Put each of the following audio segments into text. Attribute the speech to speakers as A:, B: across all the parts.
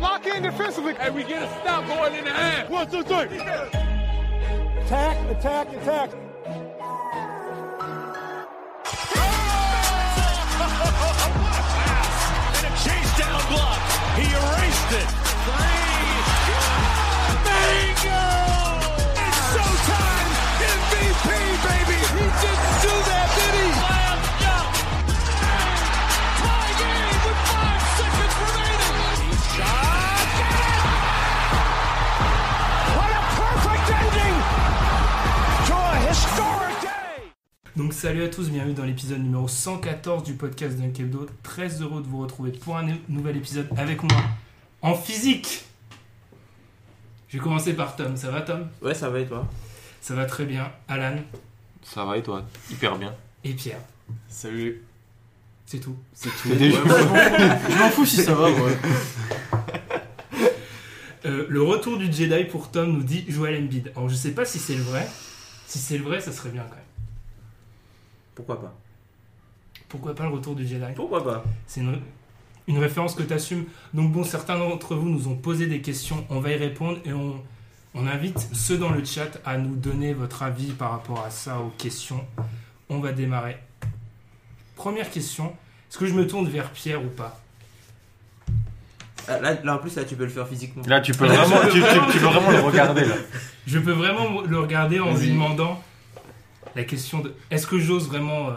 A: Lock in defensively.
B: and we get a stop going in the half.
A: One, two, three. Attack, attack, attack.
C: and a chase down block. He erased it. Bingo! It's showtime! MVP, baby! He didn't do that, did he? Tie game with five seconds remaining. Shot! What a perfect ending to a historic day!
D: Donc salut à tous, bienvenue dans l'épisode numéro 114 du podcast d'un Hebdo. Très heureux de vous retrouver pour un nou- nouvel épisode avec moi en physique. Je vais commencer par Tom. Ça va Tom
E: Ouais, ça va et toi
D: Ça va très bien. Alan
E: Ça va et toi Hyper bien.
D: et Pierre.
E: Salut.
D: C'est tout.
E: C'est tout. je m'en fous si ça va, moi.
D: Euh, le retour du Jedi pour Tom nous dit Joel Embiid. Alors je sais pas si c'est le vrai. Si c'est le vrai, ça serait bien quand même.
E: Pourquoi pas
D: Pourquoi pas le retour du Jedi
E: Pourquoi pas
D: C'est une, une référence que tu assumes. Donc bon, certains d'entre vous nous ont posé des questions, on va y répondre et on, on invite ceux dans le chat à nous donner votre avis par rapport à ça, aux questions. On va démarrer. Première question, est-ce que je me tourne vers Pierre ou pas
E: Ah, là, là, en plus, là, tu peux le faire physiquement.
F: Là, tu peux vraiment, tu, tu- tu peux vraiment le regarder. Là.
D: Je peux vraiment le regarder en lui demandant la question de est-ce que j'ose vraiment... euh,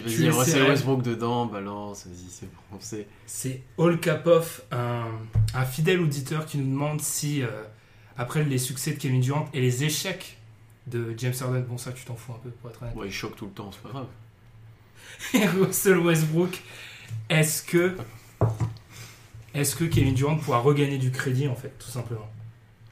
D: Tu
G: vas-y,
D: le
G: Russell
D: sais.
G: Westbrook dedans, balance, vas-y, c'est bon, on sait.
D: C'est All Kapov, un, un fidèle auditeur qui nous demande si, euh, après les succès de Kevin Durant et les échecs de James Harden, bon ça tu t'en fous un peu pour être honnête,
G: Bon, il choque tout le temps, c'est pas grave.
D: et Russell Westbrook, est-ce que, est-ce que Kevin Durant pourra regagner du crédit en fait, tout simplement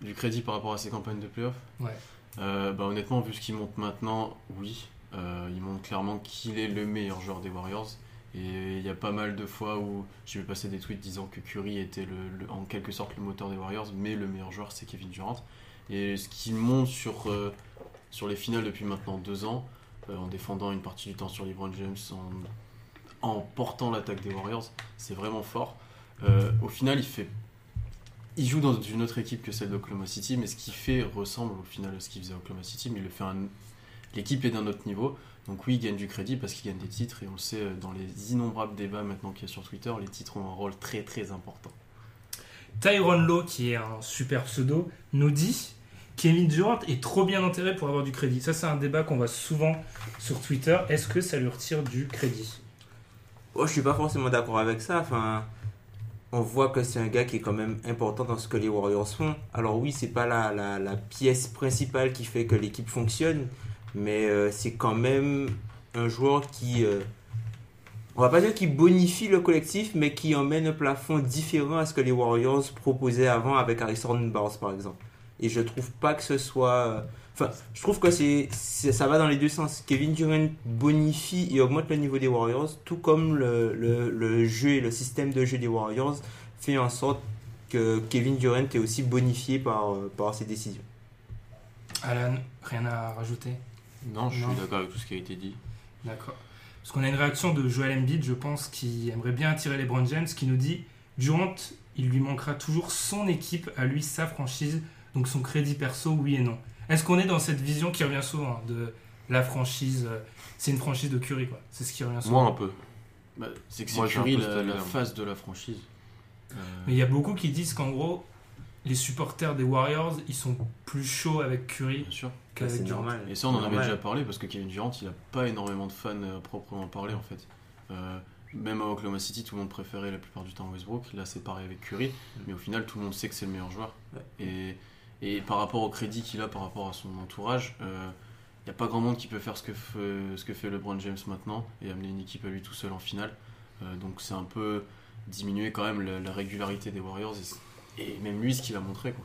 G: Du crédit par rapport à ses campagnes de playoff
D: Ouais.
G: Euh, bah, honnêtement, vu ce qu'il monte maintenant, oui. Euh, il montre clairement qu'il est le meilleur joueur des Warriors. Et il y a pas mal de fois où j'ai vu passer des tweets disant que Curry était le- le- en quelque sorte le moteur des Warriors, mais le meilleur joueur c'est Kevin Durant. Et ce qu'il monte sur, euh, sur les finales depuis maintenant deux ans, euh, en défendant une partie du temps sur LeBron James, en, en portant l'attaque des Warriors, c'est vraiment fort. Euh, au final, il fait il joue dans une autre équipe que celle d'Oklahoma City, mais ce qu'il fait ressemble au final à ce qu'il faisait à Oklahoma City, mais il le fait un- l'équipe est d'un autre niveau. Donc oui, il gagne du crédit parce qu'il gagne des titres, et on le sait euh, dans les innombrables débats maintenant qu'il y a sur Twitter, les titres ont un rôle très très important.
D: Tyron Lowe, qui est un super pseudo, nous dit Kevin Durant est trop bien enterré pour avoir du crédit. Ça, c'est un débat qu'on voit souvent sur Twitter. Est-ce que ça lui retire du crédit
E: Oh, je suis pas forcément d'accord avec ça. Enfin, on voit que c'est un gars qui est quand même important dans ce que les Warriors font. Alors oui, c'est pas la, la- la pièce principale qui fait que l'équipe fonctionne, mais euh, c'est quand même un joueur qui, euh, on va pas dire qui bonifie le collectif, mais qui emmène un plafond différent à ce que les Warriors proposaient avant avec Harrison Barnes par exemple. Et je trouve pas que ce soit euh, Enfin, je trouve que c'est, c'est- ça va dans les deux sens. Kevin Durant bonifie et augmente le niveau des Warriors, tout comme le, le- le jeu et le système de jeu des Warriors fait en sorte que Kevin Durant est aussi bonifié par, euh, par ses décisions.
D: Alan, rien à rajouter
G: Non,
D: je suis Non.
G: d'accord avec tout ce qui a été dit.
D: D'accord. Parce qu'on a une réaction de Joel Embiid, je pense, qui aimerait bien attirer les Brown James, qui nous dit Durant, il lui manquera toujours son équipe, à lui sa franchise, donc son crédit perso, oui et non. Est-ce qu'on est dans cette vision qui revient souvent hein, de la franchise euh, C'est une franchise de Curry, quoi. C'est ce qui revient souvent.
F: Moi, un peu.
G: bah, c'est que c'est
F: Moi, j'ai un
G: Curry,
F: peu
G: la,
F: cette
G: la
F: idée-là.
G: face de la franchise. Euh,
D: Mais il y a beaucoup qui disent qu'en gros, les supporters des Warriors, ils sont plus chauds avec Curry
G: bien sûr.
E: Bah,
D: qu'avec
E: c'est
D: Durant.
E: normal.
G: Et ça, on en avait
E: Normal.
G: déjà parlé parce que Kevin Durant, il n'a pas énormément de fans euh, proprement parlé en fait. Euh, même à Oklahoma City, tout le monde préférait la plupart du temps Westbrook. Là, c'est pareil avec Curry. Mais au final, tout le monde sait que c'est le meilleur joueur. Et, et par rapport au crédit qu'il a par rapport à son entourage, euh,
H: n'y a pas grand monde qui peut faire ce que, fe- ce que fait LeBron James maintenant et amener une équipe à lui tout seul en finale. Euh, donc c'est un peu diminuer quand même la, la régularité des Warriors et c- et, même lui ce qu'il a montré. Quoi.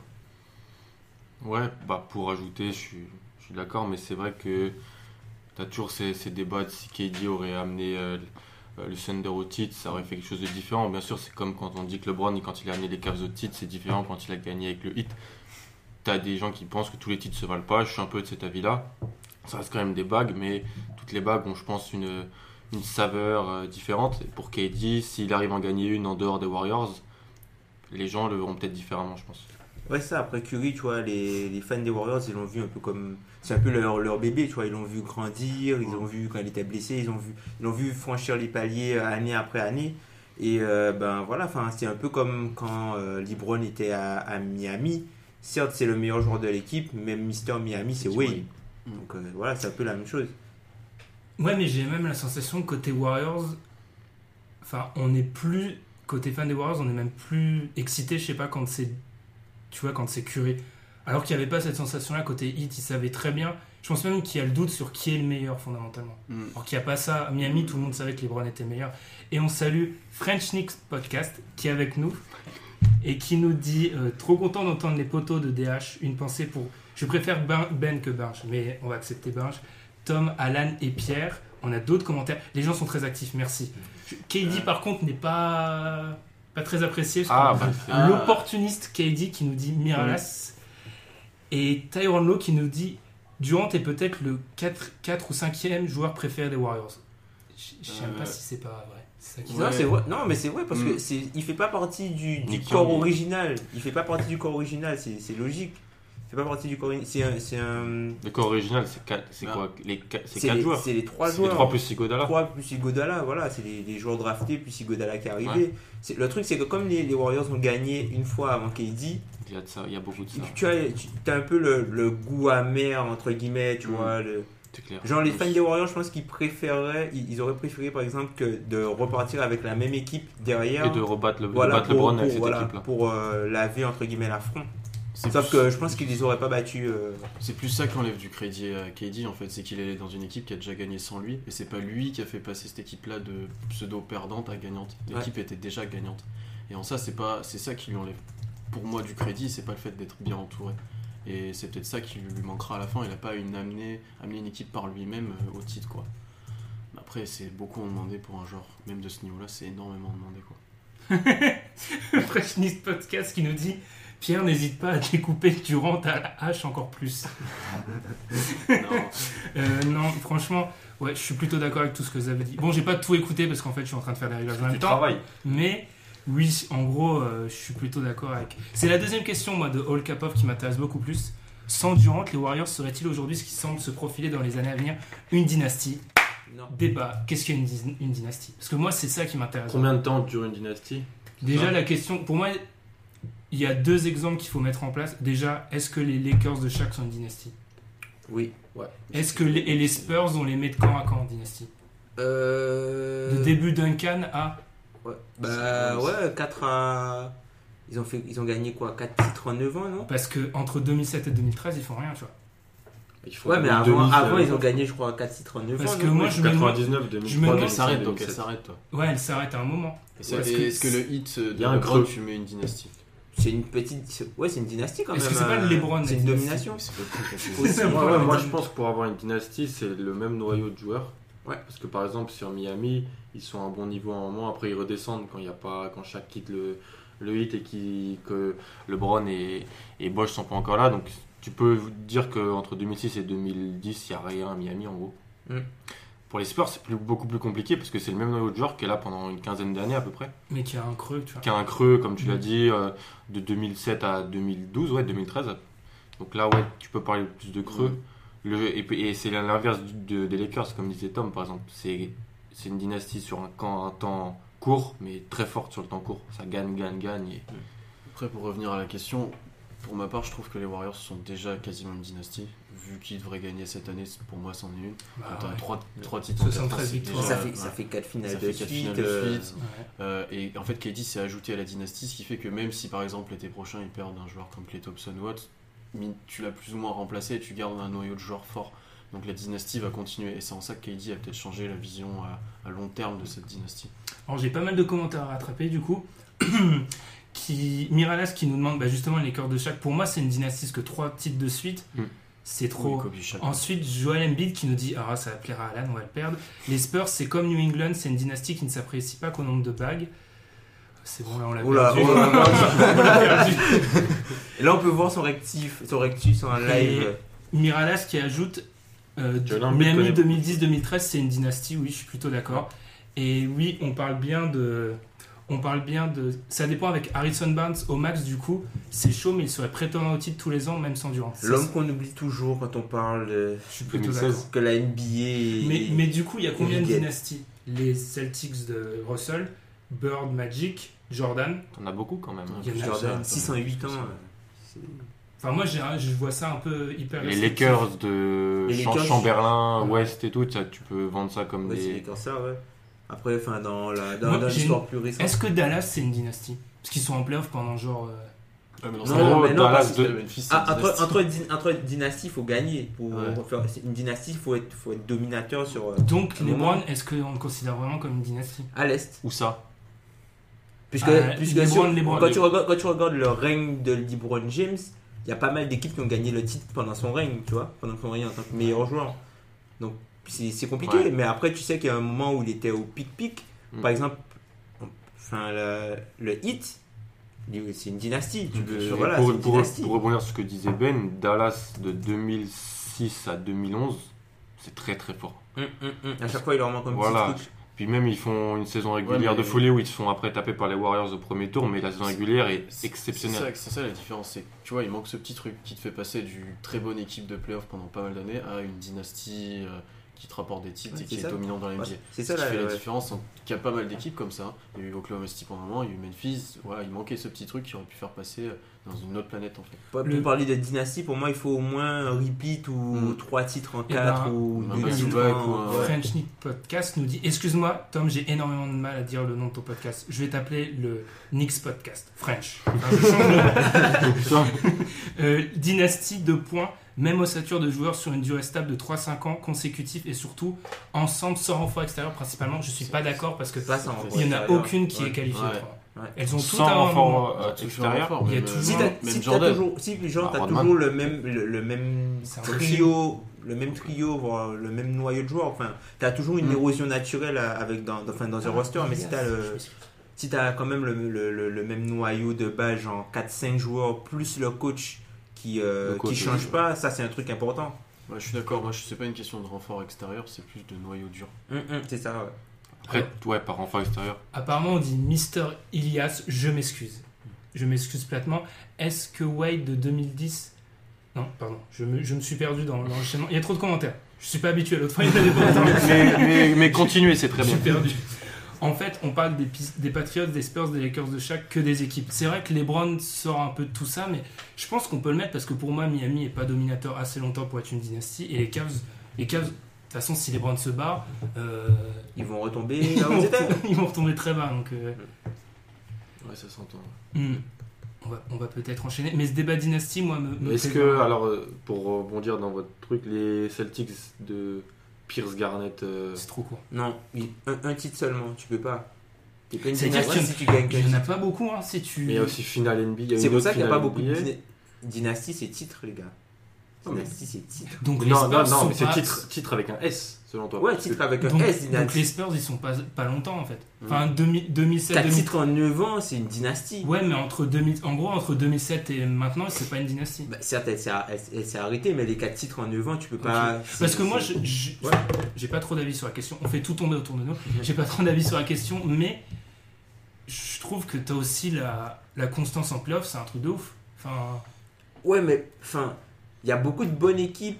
G: Ouais, bah pour ajouter, je suis, je suis d'accord, mais c'est vrai que tu as toujours ces, ces débats de si KD aurait amené euh, le- le Thunder au titre, ça aurait fait quelque chose de différent. Bien sûr, c'est comme quand on dit que LeBron, quand il a amené les Cavs au titre, c'est différent quand il a gagné avec le Hit. Tu as des gens qui pensent que tous les titres se valent pas, je suis un peu de cet avis-là. Ça reste quand même des bagues, mais toutes les bagues ont, je pense, une, une saveur euh, différente. Et pour KD, s'il arrive à en gagner une en dehors des Warriors, les gens le verront peut-être différemment, je pense.
E: Ouais, ça, après Curry, tu vois, les, les fans des Warriors, ils l'ont vu un peu comme. C'est un peu leur, leur bébé, tu vois. Ils l'ont vu grandir, ils l'ont vu quand il était blessé, ils l'ont vu, ils l'ont vu franchir les paliers euh, année après année. Et euh, ben voilà, enfin, c'est un peu comme quand euh, LeBron était à, à Miami. Certes, c'est le meilleur joueur de l'équipe, mais Mister Miami, c'est
H: C'est
E: Wade.
H: Wade.
E: Donc euh, voilà, c'est un peu la même chose.
D: Ouais, mais j'ai même la sensation que côté Warriors, enfin, on n'est plus côté fan des Warriors, on est même plus excité, je sais pas quand c'est, tu vois, quand c'est curé. Alors qu'il n'y avait pas cette sensation-là côté Heat, ils savaient très bien. Je pense même qu'il y a le doute sur qui est le meilleur fondamentalement.
H: Mm.
D: Alors qu'il n'y a pas ça. À Miami, tout le monde savait que LeBron était meilleur. Et on salue French Knicks Podcast qui est avec nous et qui nous dit euh, trop content d'entendre les poteaux de DH. Une pensée pour. Je préfère Ben, Ben que Binge, mais on va accepter Binge. Tom, Alan et Pierre. On a d'autres commentaires. Les gens sont très actifs, merci. Je- KD par contre n'est pas pas très apprécié. parce
G: Euh. Ah,
D: qu'on-
G: bah,
H: Ah.
D: L'opportuniste KD qui nous dit Miralas. Et Tyron Lowe qui nous dit Durant est peut-être le 4, 4 ou 5e joueur préféré des Warriors. Je je sais même
H: Euh.
D: pas si c'est pas vrai. C'est ça qui
E: Non,
H: Ouais.
E: c'est vrai. non, mais c'est vrai parce que
H: Mm.
E: c'est, il fait pas partie du, du
H: Nick
E: corps
H: Fury.
E: original. Il fait pas partie du corps original, c'est, c'est logique. Il fait pas partie du corps. ori- C'est un- c'est un
G: Le corps original, c'est quatre- c'est
H: Ah.
G: quoi Les quatre- C'est
E: C'est
G: 4
E: les,
G: joueurs.
E: c'est les trois
G: C'est les
E: joueurs. hein.
G: 3 plus Sigodala.
E: Trois plus Igodala, voilà, c'est les, les joueurs draftés plus Igodala qui est arrivé. C'est- Le truc, c'est que comme les, les Warriors ont gagné une fois avant KD,
G: Il y a de ça, il y a beaucoup de ça.
E: tu as, tu, as un peu le, le goût amer, entre guillemets, tu
H: Mm.
E: vois. le-
G: C'est clair.
E: Genre, les fans des Warriors, je pense qu'ils préféreraient, ils, ils auraient préféré par exemple que de repartir avec la même équipe derrière.
G: Et de rebattre le, de
E: voilà,
G: battre
E: pour,
G: LeBron
E: pour-
G: avec cette
E: voilà,
G: équipe-là.
E: pour, euh, laver, entre guillemets, l'affront.
H: C'est
E: Sauf
H: plus-
E: que je pense qu'ils les auraient pas battus. euh,
H: C'est plus ça qui enlève du crédit à KD en fait, c'est qu'il est dans une équipe qui a déjà gagné sans lui et c'est pas lui qui a fait passer cette équipe là de pseudo perdante à gagnante. L'équipe était déjà gagnante. Et en ça c'est pas c'est ça qui lui enlève pour moi du crédit, c'est pas le fait d'être bien entouré. Et c'est peut-être ça qui lui manquera à la fin, il a pas une amené amené une équipe par lui-même euh, au titre quoi. Mais Après c'est beaucoup en demandé pour un joueur même de ce niveau-là, c'est énormément demandé quoi.
D: le Freshnist Podcast qui nous dit Pierre, n'hésite pas à découper Durant à la hache encore plus.
H: Non.
D: Euh, non, franchement, ouais, je suis plutôt d'accord avec tout ce que vous avez dit. Bon, j'ai pas tout écouté parce qu'en fait, je suis en train de faire des réglages en même
F: Tu
D: temps.
F: travailles.
D: Mais oui, en gros, euh, je suis plutôt d'accord avec. C'est la deuxième question, moi, de Hall Kapov qui m'intéresse beaucoup plus. Sans Durant, les Warriors seraient-ils aujourd'hui ce qui semble se profiler dans les années à venir Une dynastie
E: Non.
D: Débat. Qu'est-ce qu'une dys- une dynastie Parce que moi, c'est ça qui m'intéresse.
G: Combien de temps dure une dynastie
D: Déjà,
G: ça
D: la question, pour moi, il y a deux exemples qu'il faut mettre en place. Déjà, est-ce que les Lakers de chaque sont une dynastie
E: Oui, ouais.
D: Est-ce que les, et les Spurs, on les met de camp à camp en dynastie
E: Euh...
D: De début Duncan à.
E: Ouais. Bah ouais, 4 à. Ils ont, fait, ils ont gagné quoi 4 titres en 9 ans, non
D: Parce que entre 2007 et 2013, ils font rien, tu vois.
G: Il faut
E: Ouais, mais
G: une
E: avant,
G: demi, euh,
E: avant
G: ça-
E: ils ont gagné, je crois, 4 titres en 9 ans.
D: Parce que
E: non
D: moi, je me demande.
G: 99, 2003,
D: je me demande-
H: Elle s'arrête
G: 2007,
H: donc elle
G: 2007.
H: s'arrête toi.
D: Ouais, elle s'arrête à un moment.
H: Et c'est-
D: Parce
H: et
D: que
H: Est-ce que le hit
G: Il y
H: de
G: a un
H: LeBron
G: creux.
H: tu mets une dynastie
E: C'est une petite. Ouais, c'est une dynastie quand même.
D: Est-ce que c'est pas
E: euh,
D: le LeBron, la
E: C'est une
D: dynastie
E: domination.
H: C'est pas cool, parce que-
E: Aussi,
D: Ouais,
G: Ouais, ouais, moi
D: mais-
G: je pense que pour avoir une dynastie, c'est le même noyau de joueurs.
E: Ouais.
G: Parce que par exemple, sur Miami, ils sont à un bon niveau à un moment, après ils redescendent quand, il y a pas, quand chaque quitte le, le hit et qui, que LeBron et, et Bosch sont pas encore là. Donc tu peux vous dire qu'entre 2006 et 2010, il n'y a rien à Miami en gros.
E: Mm.
G: Pour les Spurs, c'est plus- beaucoup plus compliqué parce que c'est le même noyau de joueurs qui est là pendant une quinzaine d'années à peu près.
D: Mais qui a un creux, tu vois.
G: Qui a un creux, comme
E: Mm.
G: tu l'as dit, euh, de 2007 à 2012, ouais, 2013. Donc là, ouais, tu peux parler plus de creux.
E: Mm.
G: Le, et puis- et c'est l'inverse du- de- des Lakers, comme disait Tom, par exemple. C'est c'est une dynastie sur un, camp, un temps court, mais très forte sur le temps court. Ça gagne, gagne, gagne. et-
H: Mm. Après, pour revenir à la question, pour ma part, je trouve que les Warriors sont déjà quasiment une dystie. Vu qu'ils devraient gagner cette année, c'est- pour moi, c'en est une.
D: Bah,
H: Quand t'as
D: ouais.
H: trois, trois titres en quatre ans,
D: 73
H: c'est
D: victoires.
H: déjà-
E: ça, fait,
H: ouais.
E: ça fait 4 finales
H: Ça
E: de
H: fait quatre
E: suite.
H: finales de
E: euh,
H: suite.
D: Ouais.
H: Euh, et en fait, KD s'est ajouté à la dynastie, ce qui fait que même si par exemple l'été prochain ils perdent un joueur comme Clay Thompson Watts, mi- tu l'as plus ou moins remplacé et tu gardes un noyau de joueurs fort. Donc la dynastie va continuer. Et c'est en ça que KD a peut-être changé la vision à, à long terme de cette dynastie.
D: Alors j'ai pas mal de commentaires à rattraper du coup. qui, Miralas qui nous demande bah, justement les cœurs de chaque. Pour moi, c'est une dynastie, parce que trois titres de suite,
H: Mm.
D: c'est trop.
H: Oui, Kobe, Shaq.
D: Ensuite, Joel Embiid qui nous dit Ah, ça va plaire à Alan, on va le perdre. Les Spurs, c'est comme New England, c'est une dynastie qui ne s'apprécie pas qu'au nombre de bagues. C'est bon, là, on l'a
E: Oula,
D: perdu.
E: oula, oula.
D: On l'a perdu.
E: Et Là, on peut voir son rectif, son rectus en live.
D: Miralas qui ajoute euh,
G: Joel Embiid
D: Miami
G: connaît-
D: 2010-2013, c'est une dynastie, oui, je suis plutôt d'accord. Et oui, on parle bien de. On parle bien de. Ça dépend avec Harrison Barnes au max, du coup, c'est chaud, mais il serait prétendant au titre tous les ans, même sans Durant. Ça,
E: L'homme qu'on oublie toujours quand on parle de-
D: Je suis plutôt
G: 2016.
D: d'accord.
E: que la NBA.
D: Mais,
E: est-
D: mais du coup, il y a combien de
E: Wiggins.
D: dynasties Les Celtics de Russell, Bird, Magic, Jordan.
G: T'en as beaucoup quand même. hein.
D: Il y en a-
E: Jordan,
G: Attends,
E: 608 ans. hein.
G: c'est-
D: Enfin, moi, j'ai un- je vois ça un peu hyper.
G: Les
D: restrictif.
G: Lakers de
E: Les
G: Cham-
E: Lakers.
G: Chamberlain, West et tout, ça, tu peux vendre ça comme
E: Ouais, c'est
G: des.
E: les Corsairs, ouais. Après, enfin, dans la- dans-
D: Moi,
E: dans
D: j'ai
E: l'histoire plus récente.
D: Est-ce que Dallas, c'est une dynastie Parce qu'ils sont en playoff pendant genre. euh,
H: Ouais, mais dans
E: Non,
H: ce
E: non,
H: cas-là,
E: mais non,
H: Dallas
E: parce
G: que-
H: de Memphis, c'est
E: Ah,
H: une
E: entre,
H: dynastie.
E: entre, dy- entre dynasties, il faut gagner. Pour
H: Ouais.
E: faire une dynastie, il faut être, faut être dominateur sur, euh,
D: Donc,
E: Un
D: les
E: moment.
D: Browns, est-ce qu'on le considère vraiment comme une dynastie
E: à l'Est.
H: Où ça
E: Puisque,
D: Ah,
E: puisque
D: LeBron,
E: sur-
D: LeBron,
E: quand,
D: LeBron.
E: tu regardes, quand tu regardes le règne de LeBron James, il y a pas mal d'équipes qui ont gagné le titre pendant son règne, tu vois, pendant son règne en tant que meilleur joueur. Donc c'est c'est compliqué,
G: Ouais.
E: mais après tu sais qu'il y a un moment où il était au pic-pic.
G: Mm.
E: Par exemple, on- enfin, le, le hit, c'est une dynastie.
H: Mm,
E: Tu peux,
G: Et
E: voilà, c'est
G: pour,
E: une
G: pour-
E: dynastie.
G: pour rebondir sur ce que disait Ben, Dallas de 2006 à 2011, c'est très très fort.
E: Mm, À chaque fois, il leur manque un
G: Voilà.
E: petit truc.
G: Puis même, ils font une saison régulière
H: Ouais, mais-
G: de folie où ils se font après taper par les Warriors au premier tour, mais la saison régulière est
H: C'est-
G: exceptionnelle.
H: C'est ça, c'est ça la différence. C'est, que, tu vois, il manque ce petit truc qui te fait passer du très bonne équipe de playoff pendant pas mal d'années à une dynastie euh, qui te rapporte des titres
E: Ouais,
H: et qui
E: c'est
H: est,
E: ça.
H: dominante dans la NBA.
E: Ouais, C'est
H: Ce
E: ça
H: qui
E: là.
H: fait la
E: ouais.
H: différence, entre- il y a pas mal d'équipes comme ça. hein. Il y a eu Oklahoma City pendant un moment, il y a eu Memphis. Voilà, il manquait ce petit truc qui aurait pu faire passer euh, dans une autre planète en fait.
E: Pour, pour
D: Le-
E: parler de dynastie, pour moi, il faut au moins un repeat ou
H: Mm.
E: trois titres en
D: Et
E: quatre
D: ben,
E: ou
H: un
E: deux
H: back-to-back
E: titres en-
H: ou un-
E: ouais.
D: French Nick Podcast nous dit Excuse-moi, Tom, j'ai énormément de mal à dire le nom de ton podcast. Je vais t'appeler le Nick's Podcast. French. Enfin, je change. Euh, dynastie de points, même ossature de joueurs sur une durée stable de 3-5 ans consécutifs et surtout ensemble sans renfort extérieur principalement. Je suis pas d'accord parce que
E: Pas sans renfort
D: il n'y en a
E: extérieur.
D: aucune qui
E: Ouais.
D: est qualifiée.
H: Ouais.
D: au point.
E: Ouais.
D: Elles ont toutes
G: Sans
D: un moment.
G: renfort euh,
H: Toujours
G: extérieur.
H: fort,
D: Il y a
H: même,
D: tout-
H: euh,
E: Si t'as-
H: même
E: si t'as
H: Jordan.
E: toujours, si genre
G: Ah,
E: t'as
G: Rodman.
E: toujours le même le, le même
D: C'est un
E: trio, le même trio, voire le même noyau de joueurs. Enfin, t'as toujours une
G: Mm.
E: érosion naturelle à- avec dans, dans- enfin, dans un
D: Ah,
E: roster, mais si t'as le si t'as quand même le, le- le- le même noyau de base, genre 4-5 joueurs plus le coach qui euh,
G: Le coach,
E: qui change
G: oui.
E: pas, ça c'est un truc important.
H: Ouais, je suis d'accord, moi je- c'est pas une question de renfort extérieur, c'est plus de noyau dur.
E: C'est ça. ouais.
G: Après, ouais, par renfort extérieur.
D: Apparemment, on dit Mister Ilias, je m'excuse. Je m'excuse platement. Est-ce que Wade de 2010. Non, pardon, je me, je me suis perdu dans l'enchaînement. Il y a trop de commentaires. Je suis pas habitué à l'autre fois, il y en avait pas autant.
G: mais, mais, mais continuez, c'est très
D: Je
G: bien.
D: suis perdu. En fait, on parle des, pis- des Patriots, des Spurs, des Lakers de chaque que des équipes. C'est vrai que LeBron sort un peu de tout ça, mais je pense qu'on peut le mettre parce que pour moi, Miami n'est pas dominateur assez longtemps pour être une dynastie. Et les Cavs, les Cavs de toute façon, si LeBron se barre, euh,
E: Ils vont retomber
D: ils,
E: là où
D: vont
E: ils étaient.
D: ils vont retomber très bas. Donc, euh,
H: Ouais, ça s'entend.
D: Hmm. On va, on va peut-être enchaîner. Mais ce débat dynastie, moi, me. me
G: Est-ce
D: plaît
G: que,
D: pas.
G: alors, euh, pour rebondir dans votre truc, les Celtics de Pierce Garnett. euh,
D: C'est trop court.
E: Non, il- un, un titre seulement, tu peux pas. T'es pas une
D: C'est-à-dire
E: dynastie
D: qu'il y en-
E: si tu gagnes qu'un
D: Il n'y en a
E: titre.
D: pas beaucoup, hein, si tu.
G: Mais il y a aussi finale NBA. il y a
E: C'est
G: une
E: pour
G: autre
E: ça qu'il n'y a pas
G: finale
E: beaucoup de
G: NBA.
E: dyna- dynastie, c'est titre les gars.
G: Non, mais-
E: Dynastie, c'est titre.
D: Donc les
G: Non,
D: Spurs
G: non, non,
D: sont
G: mais c'est
D: pas-
G: titre, titre avec un S, selon toi.
E: Ouais,
G: Parce que-
E: titre avec un
D: Donc,
E: S,
D: donc les
E: dynastie.
D: Spurs, ils sont pas, pas longtemps en fait.
G: Hmm.
D: Enfin, 2000 2007,
E: 4
D: 2000
E: titres en 9 ans, c'est une dynastie.
D: Ouais, mais entre 2000, en gros, entre 2007 et maintenant, c'est pas une dynastie.
E: Bah, certes, elle s'est elle s'est- elle s'est arrêtée, mais les 4 titres en 9 ans, tu peux
G: Bah,
E: pas.
D: Parce
E: c'est-
D: que moi,
E: c'est-
D: je- je-
E: Ouais.
D: j'ai pas trop d'avis sur la question. On fait tout tomber autour de nous. J'ai pas trop d'avis sur la question, mais je trouve que t'as aussi la, la constance en playoff, c'est un truc de ouf. Enfin,
E: Ouais, mais enfin, il y a beaucoup de bonnes équipes.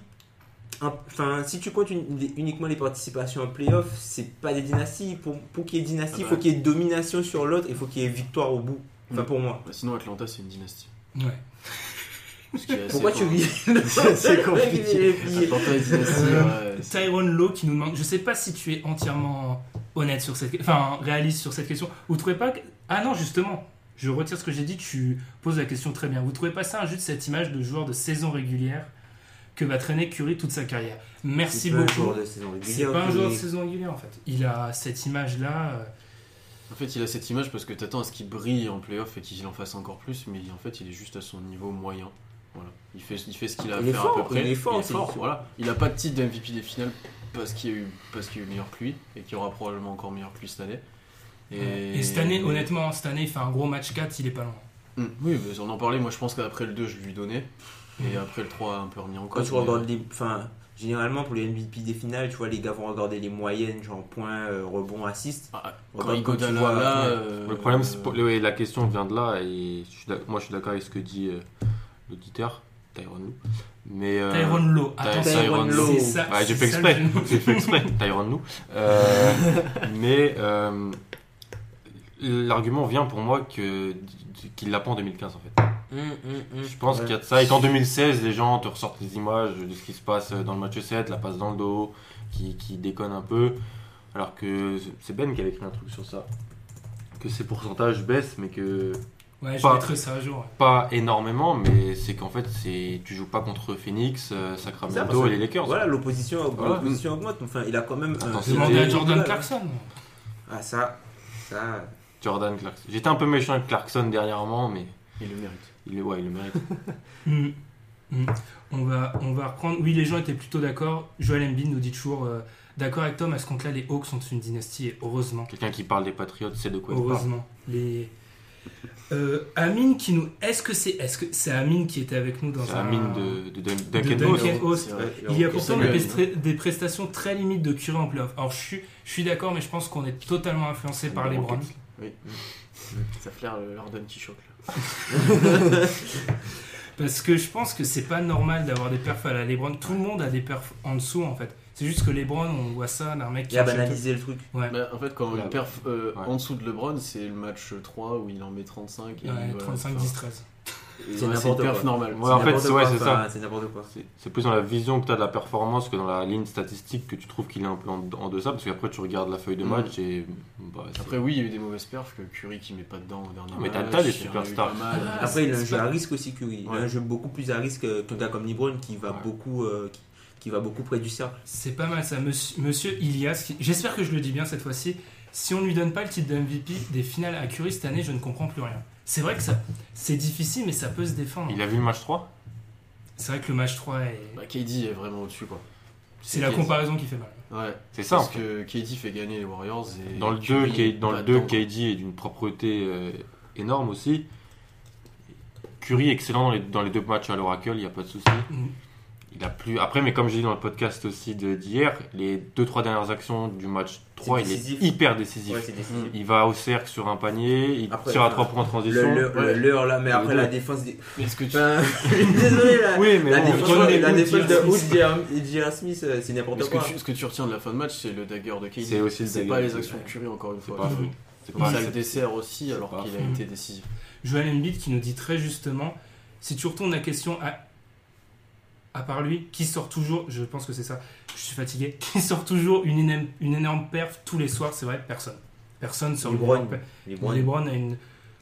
E: Enfin, si tu comptes une- les- uniquement les participations en playoff, c'est pas des dynasties. Pour, pour qu'il y ait dynastie, il
H: Ah bah.
E: faut qu'il y ait domination sur l'autre, il faut qu'il y ait victoire au bout. Enfin,
H: Mm.
E: pour moi.
H: Bah, sinon, Atlanta c'est une dynastie.
D: ouais.
H: Parce qu'il y a assez
E: Pourquoi tu
H: quand-
E: ris
H: C'est
E: Il est
H: compliqué.
E: plié.
H: Atlanta est une dynastie,
D: Euh,
H: ouais, c'est-
D: Tyrone Lowe qui nous demande, je sais pas si tu es entièrement honnête sur cette, enfin réaliste sur cette question. Vous trouvez pas que, ah non justement, je retire ce que j'ai dit. Tu poses la question très bien. Vous trouvez pas ça injuste cette image de joueur de saison régulière que va traîner Curry toute sa carrière. Merci
E: C'est pas un
D: beaucoup.
E: joueur de saison régulière,
D: C'est pas un
E: Curry.
D: joueur de saison régulière en fait. Il a cette euh, image là.
H: En fait, il a cette image parce que t'attends à ce qu'il brille en playoff et qu'il en fasse encore plus, mais en fait, il est juste à son niveau moyen. Voilà. Il, fait, il fait ce qu'il a à
E: Il est
H: faire
E: fort,
H: à peu près.
E: il est fort, c'est-
H: voilà. Il a pas de titre d'MVP des finales parce qu'il y a eu, parce qu'il y a eu meilleur que lui et qu'il y aura probablement encore meilleur que lui cette année.
D: Et cette année, honnêtement, cette année, il fait un gros match 4, il est pas loin.
H: Mm. Oui, mais on en parlait. Moi, je pense qu'après le 2, je lui donnais.
G: Hmm.
H: Et après le 3, un peu remis en
E: Quand
H: cause.
E: tu
H: mais-
E: regardes les. Enfin, généralement pour les MVP des finales, tu vois, les gars vont regarder les moyennes, genre points, euh, rebonds, assists.
H: Ah,
E: Regarde
H: quand
E: quand
H: Iguodala,
E: tu vois,
H: là,
E: ouais.
H: euh,
G: Le problème, c'est pour- ouais, la question vient de là, et je suis d'ac- moi je suis d'accord avec ce que dit euh, l'auditeur, Tyron Lou. Mais, euh,
D: Tyrone Lowe,
G: Ty-
D: attention.
E: Tyronn
G: Tyronn
E: Lowe.
G: Lowe.
D: C'est ça-
G: Ouais, j'ai
D: c'est
G: fait
D: ça
G: exprès,
D: le jeu.
G: j'ai fait exprès, Tyronn Lou. Euh, mais euh, l'argument vient pour moi que qu'il l'a pas en 2015 en fait.
D: Mmh.
E: Hum,
G: Je pense qu'il y a de ça. Et qu'en 2016, les gens te ressortent les images de ce qui se passe dans le match 7, la passe dans le dos, qui, qui déconne un peu. Alors que c'est Ben qui avait écrit un truc sur ça. Que ses pourcentages baissent, mais que
D: Ouais, je
G: Pas-
D: mettrai ça à jour. ouais.
G: pas énormément, mais c'est qu'en fait, c'est tu joues pas contre Phoenix, euh,
E: Ça, parce
G: Sacramento
E: que-
G: et les Lakers.
E: Voilà, l'opposition augmente.
G: Voilà.
E: l'opposition augmente. Enfin, il a quand même.
G: Attends,
E: un-
G: c'est
D: Demandez à
G: des-
D: Jordan Clarkson.
E: Ah, ça. Ça.
G: Jordan Clarkson. J'étais un peu méchant avec Clarkson dernièrement, mais
H: Il le mérite.
G: il, est- ouais, il le mérite.
D: Hmm. Hmm. On, va, on va reprendre. Oui, les gens étaient plutôt d'accord. Joel Embiid nous dit toujours euh, d'accord avec Tom à ce compte-là, les Hawks sont une dynastie et heureusement.
G: Quelqu'un qui parle des Patriots sait de quoi il parle.
D: Heureusement. Les... Euh, Amine qui nous. Est-ce que c'est. Est-ce que c'est Amine qui était avec nous dans
G: C'est
D: un-
G: la mine de, de, Dun- Duncan
D: Duncan
G: Hawkins.
D: Hawkins.
H: C'est vrai.
D: Il y a pourtant des,
H: Samuel.
D: prestra- des prestations très limites de Curry en playoff. Alors je suis, je suis d'accord, mais je pense qu'on est totalement influencé par les Browns.
H: Ça flaire le Jordan T-Shock là.
D: Parce que je pense que c'est pas normal d'avoir des perfs à la LeBron. Tout le monde a des perfs en dessous en fait. C'est juste que LeBron, on voit ça d'un mec qui
E: Il a
D: achète-
E: banalisé le truc.
D: Ouais.
H: Bah, en fait, quand
G: Là,
H: une perf euh,
G: ouais.
H: en dessous de LeBron, c'est le match 3 où il en met 35. Et
D: Ouais,
H: voilà,
D: 35
H: enfin,
D: 10 13.
H: et ouais,
E: C'est
H: C'est une
E: n'importe
H: perf
E: quoi.
H: normale.
G: Ouais, en fait,
E: n'importe
G: ouais,
E: quoi,
G: c'est
E: enfin,
G: ça.
E: C'est n'importe quoi.
G: C'est- C'est plus dans la vision que tu as de la performance que dans la ligne statistique que tu trouves qu'il est un peu en, en deçà, parce qu'après tu regardes la feuille de match et. bah, c'est-
H: Mm. Après, oui, il y a eu des mauvaises perfs que Curry qui met pas dedans au dernier
G: Mais
H: match.
G: t'as- t'as des
H: il y en a eu
G: superstars.
H: pas mal.
D: Ah,
E: Après, il a un
H: c'est
E: jeu
H: pas-
E: à risque aussi, Curry. Il a un
H: Ouais.
E: jeu beaucoup plus à risque euh, qu'un gars comme LeBron qui va
G: Ouais.
E: beaucoup. euh, qui- qui va beaucoup près du cercle.
D: C'est pas mal ça monsieur, monsieur Ilias. qui- J'espère que je le dis bien cette fois-ci. Si on ne lui donne pas le titre de MVP des finales à Curry cette année, je ne comprends plus rien. C'est vrai que ça c'est difficile mais ça peut se défendre.
G: Il a vu le match 3
D: C'est vrai que le match 3 est
H: Bah, KD est vraiment au-dessus quoi.
D: c'est la
H: KD.
D: comparaison qui fait mal.
H: Ouais.
G: C'est ça,
H: Parce
G: en fait.
H: que KD fait gagner les Warriors. Et
G: Dans le
H: et
G: 2,
H: Curry
G: K-
H: est
G: dans
H: pas
G: le 2
H: dedans, quoi.
G: KD est d'une propreté euh, énorme aussi. Curry excellent dans les, dans les deux matchs à l'Oracle, il n'y a pas de souci.
D: Mm.
G: Il a plus. Après, mais comme j'ai dit dans le podcast aussi de- d'hier, les 2-3 dernières actions du match 3, il
E: décisif.
G: est hyper décisif.
E: Ouais, c'est décisif.
G: il va au cercle sur un panier, il
E: Après,
G: tire à
E: enfin,
G: 3 points en
E: Le-
G: transition.
E: le- le- L'heure là, mais
G: Le
E: après
G: deux.
E: la défense. des-
H: Mais est-ce que tu.
E: Enfin, Désolé là.
G: Oui, mais
E: La
G: bon,
E: défense,
D: Jordan
E: la
D: Wood,
E: défense de
D: J.R.
E: Wood et J.R. Smith, euh, c'est
H: mais
E: n'importe
H: ce, que
E: quoi.
H: tu, ce que tu retiens de la fin de match, c'est le dagger de KD.
G: C'est aussi le
H: C'est
G: dagger
H: pas
G: de
H: les
G: KD,
H: actions de
G: ouais.
H: Curry, encore une
G: c'est
H: fois.
G: pas fou. C'est pas-
H: Ça
G: c'est-
H: le dessert aussi, alors
G: pas
H: qu'il a
G: fou.
H: été décisif.
D: Joel Embiid qui nous dit très justement si tu retournes la question à à part lui, qui sort toujours, je pense que c'est ça, je suis fatigué, qui sort toujours une énorme, une énorme perf tous les soirs, c'est vrai, personne. Personne sort une
E: LeBron.
D: énorme perf.
E: Les Browns.
D: LeBron a une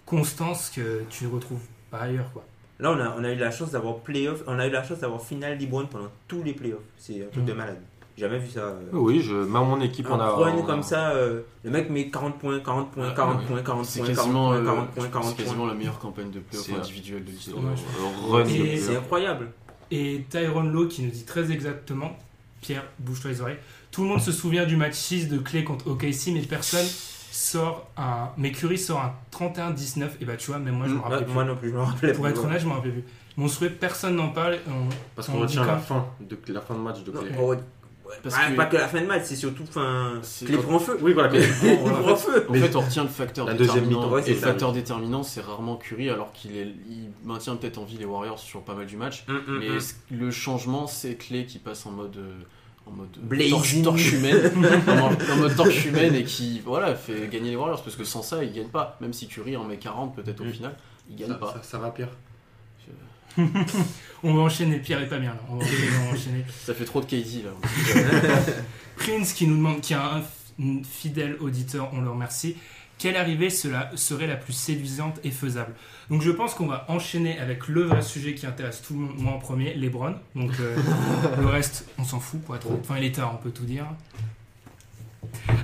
D: constance que tu ne retrouves pas ailleurs. Quoi.
E: Là, on a, on a eu la chance d'avoir playoff, on a eu la chance d'avoir finale LeBron pendant tous les playoffs. C'est un truc
D: Mm.
E: de malade. J'ai Jamais vu ça. euh.
G: Oui, je, même mon Oh, équipe,
E: un
G: on a.
E: run
G: on a-
E: comme ça, euh, le mec met 40 points, 40 points,
H: Ah,
E: 40
H: ouais.
E: points, 40
H: C'est
E: points, 40
H: quasiment,
E: points,
H: euh,
E: 40 points, 40
H: C'est quasiment
E: points.
H: la meilleure campagne de playoff
G: C'est-
H: individuelle de l'histoire. Euh,
G: on a-
D: dommage.
G: on a Run.
D: Et-
G: de-
E: C'est incroyable.
D: Et Tyron Lowe qui nous dit très exactement Pierre, bouge-toi les oreilles. Tout le monde se souvient du match 6 de Clay contre OKC, mais personne sort un. Mais Curry sort un 31-19. Et bah tu vois, même moi je me
E: Mm, Ouais,
D: rappelle
E: moi non plus, je me rappelais
D: Pour
E: plus,
D: être
E: ouais.
D: honnête, je m'en rappelle plus. Monstrueux, personne n'en parle. On,
G: Parce
D: on
G: qu'on
D: dit
G: retient la
D: comme-
G: fin de la fin de match de
E: Non,
G: Clay.
E: oh, ouais.
H: Parce
E: Ah,
H: que-
E: Pas que la fin de match, c'est surtout. Enfin,
H: C'est-
E: les prend feu.
G: Oui, voilà. mais-
E: Les
H: voilà.
E: prend feu.
H: En fait, on retient le facteur
G: La deuxième
H: déterminant.
E: mi-temps, ouais, c'est
H: et le
E: ça,
H: facteur déterminant, c'est rarement Curry, alors qu'il est- il maintient peut-être en vie les Warriors sur pas mal du match.
E: Mm, mm,
H: Mais
E: mm.
H: ce- le changement, c'est Clay qui passe en mode. euh, En mode
E: Blazing.
H: torche, torche humaine, en, mode- en mode torche humaine et qui voilà fait gagner les Warriors parce que sans ça ils gagnent pas. Même si Curry en met 40 peut-être au
E: Mm.
H: final, ils gagnent
G: Ça-
H: pas.
G: ça- ça va pire.
D: On va enchaîner, Pierre est pas bien là. On va enchaîner, on va enchaîner.
H: Ça fait trop de KD là.
D: Prince qui nous demande, qui a un f- un fidèle auditeur, on le remercie, quelle arrivée cela serait la plus séduisante et faisable Donc je pense qu'on va enchaîner avec le vrai sujet qui intéresse tout le monde, moi en premier, Lebron. Donc euh, le reste, on s'en fout, pour être... enfin il est tard, on peut tout dire.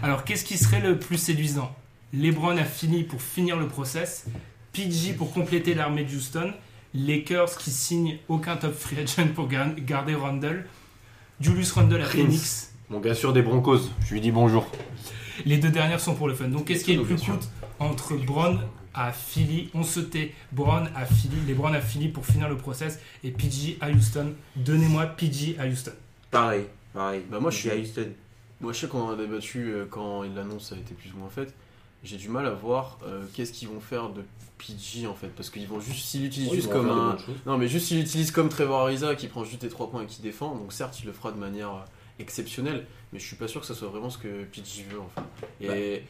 D: Alors qu'est-ce qui serait le plus séduisant Lebron a fini pour finir le process, PG pour compléter l'armée de Houston, Lakers qui signe aucun top free agent pour gar- garder Randall, Julius Randall à Phoenix.
G: Mon gars sûr des Broncos, je lui dis bonjour.
D: Les deux dernières sont pour le fun. Donc, qu'est-ce qui est le plus coûte entre Brown à Philly On se tait. Brown à Philly, les Brown à Philly pour finir le process et PG à Houston. Donnez-moi PG à Houston.
E: Pareil, pareil.
H: Bah, moi, je suis-
E: à Houston.
H: Moi, je sais qu'on en a débattu euh, quand l'annonce a été plus ou moins faite. J'ai du mal à voir euh, qu'est-ce qu'ils vont faire de PG en fait. Parce qu'ils vont juste s'ils l'utilisent juste comme un. Non, mais juste s'il utilise comme Trevor Ariza qui prend juste les 3 points et qui défend, donc certes il le fera de manière euh, exceptionnelle, mais je suis pas sûr que ce soit vraiment ce que PG veut en fait. Et,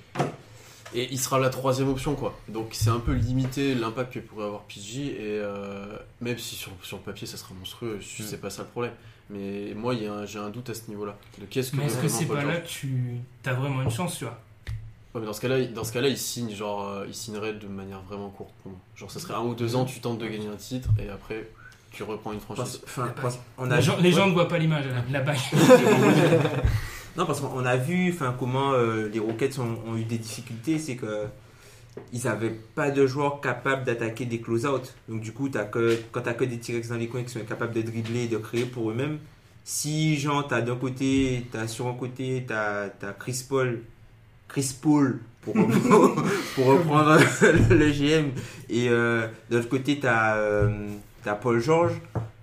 H: et il sera la troisième option quoi. Donc c'est un peu limité l'impact que pourrait avoir PG, et euh, même si sur, sur le papier ça sera monstrueux, je- c'est pas ça le problème. Mais moi il y a un- j'ai un doute à ce niveau là. De qu'est-ce que
D: Mais est-ce
H: veut
D: que
H: vraiment
D: c'est
H: Paul
D: pas
H: George
D: là que tu as vraiment une chance, tu vois
H: Ouais, mais dans ce cas-là, il- dans ce cas-là, il signe genre, euh, il signerait de manière vraiment courte pour moi. Genre, ça serait un ou deux ans, tu tentes de gagner un titre et après, tu reprends une franchise.
E: Parce- enfin,
D: pas-
E: parce- on a-
D: Les gens, les gens ne voient pas l'image, Alain, la bague.
E: Non, parce qu'on a vu enfin, comment euh, les Rockets ont, ont eu des difficultés, c'est que ils n'avaient pas de joueurs capables d'attaquer des close-out. Donc du coup, as que, quand tu que des T-Rex dans les coins qui sont capables de dribbler et de créer pour eux-mêmes, si genre t'as d'un côté, t'as sur un côté, t'as as Chris Paul, Chris Paul pour, reprendre- pour reprendre le GM, et euh, de l'autre côté t'as euh, t'as Paul George,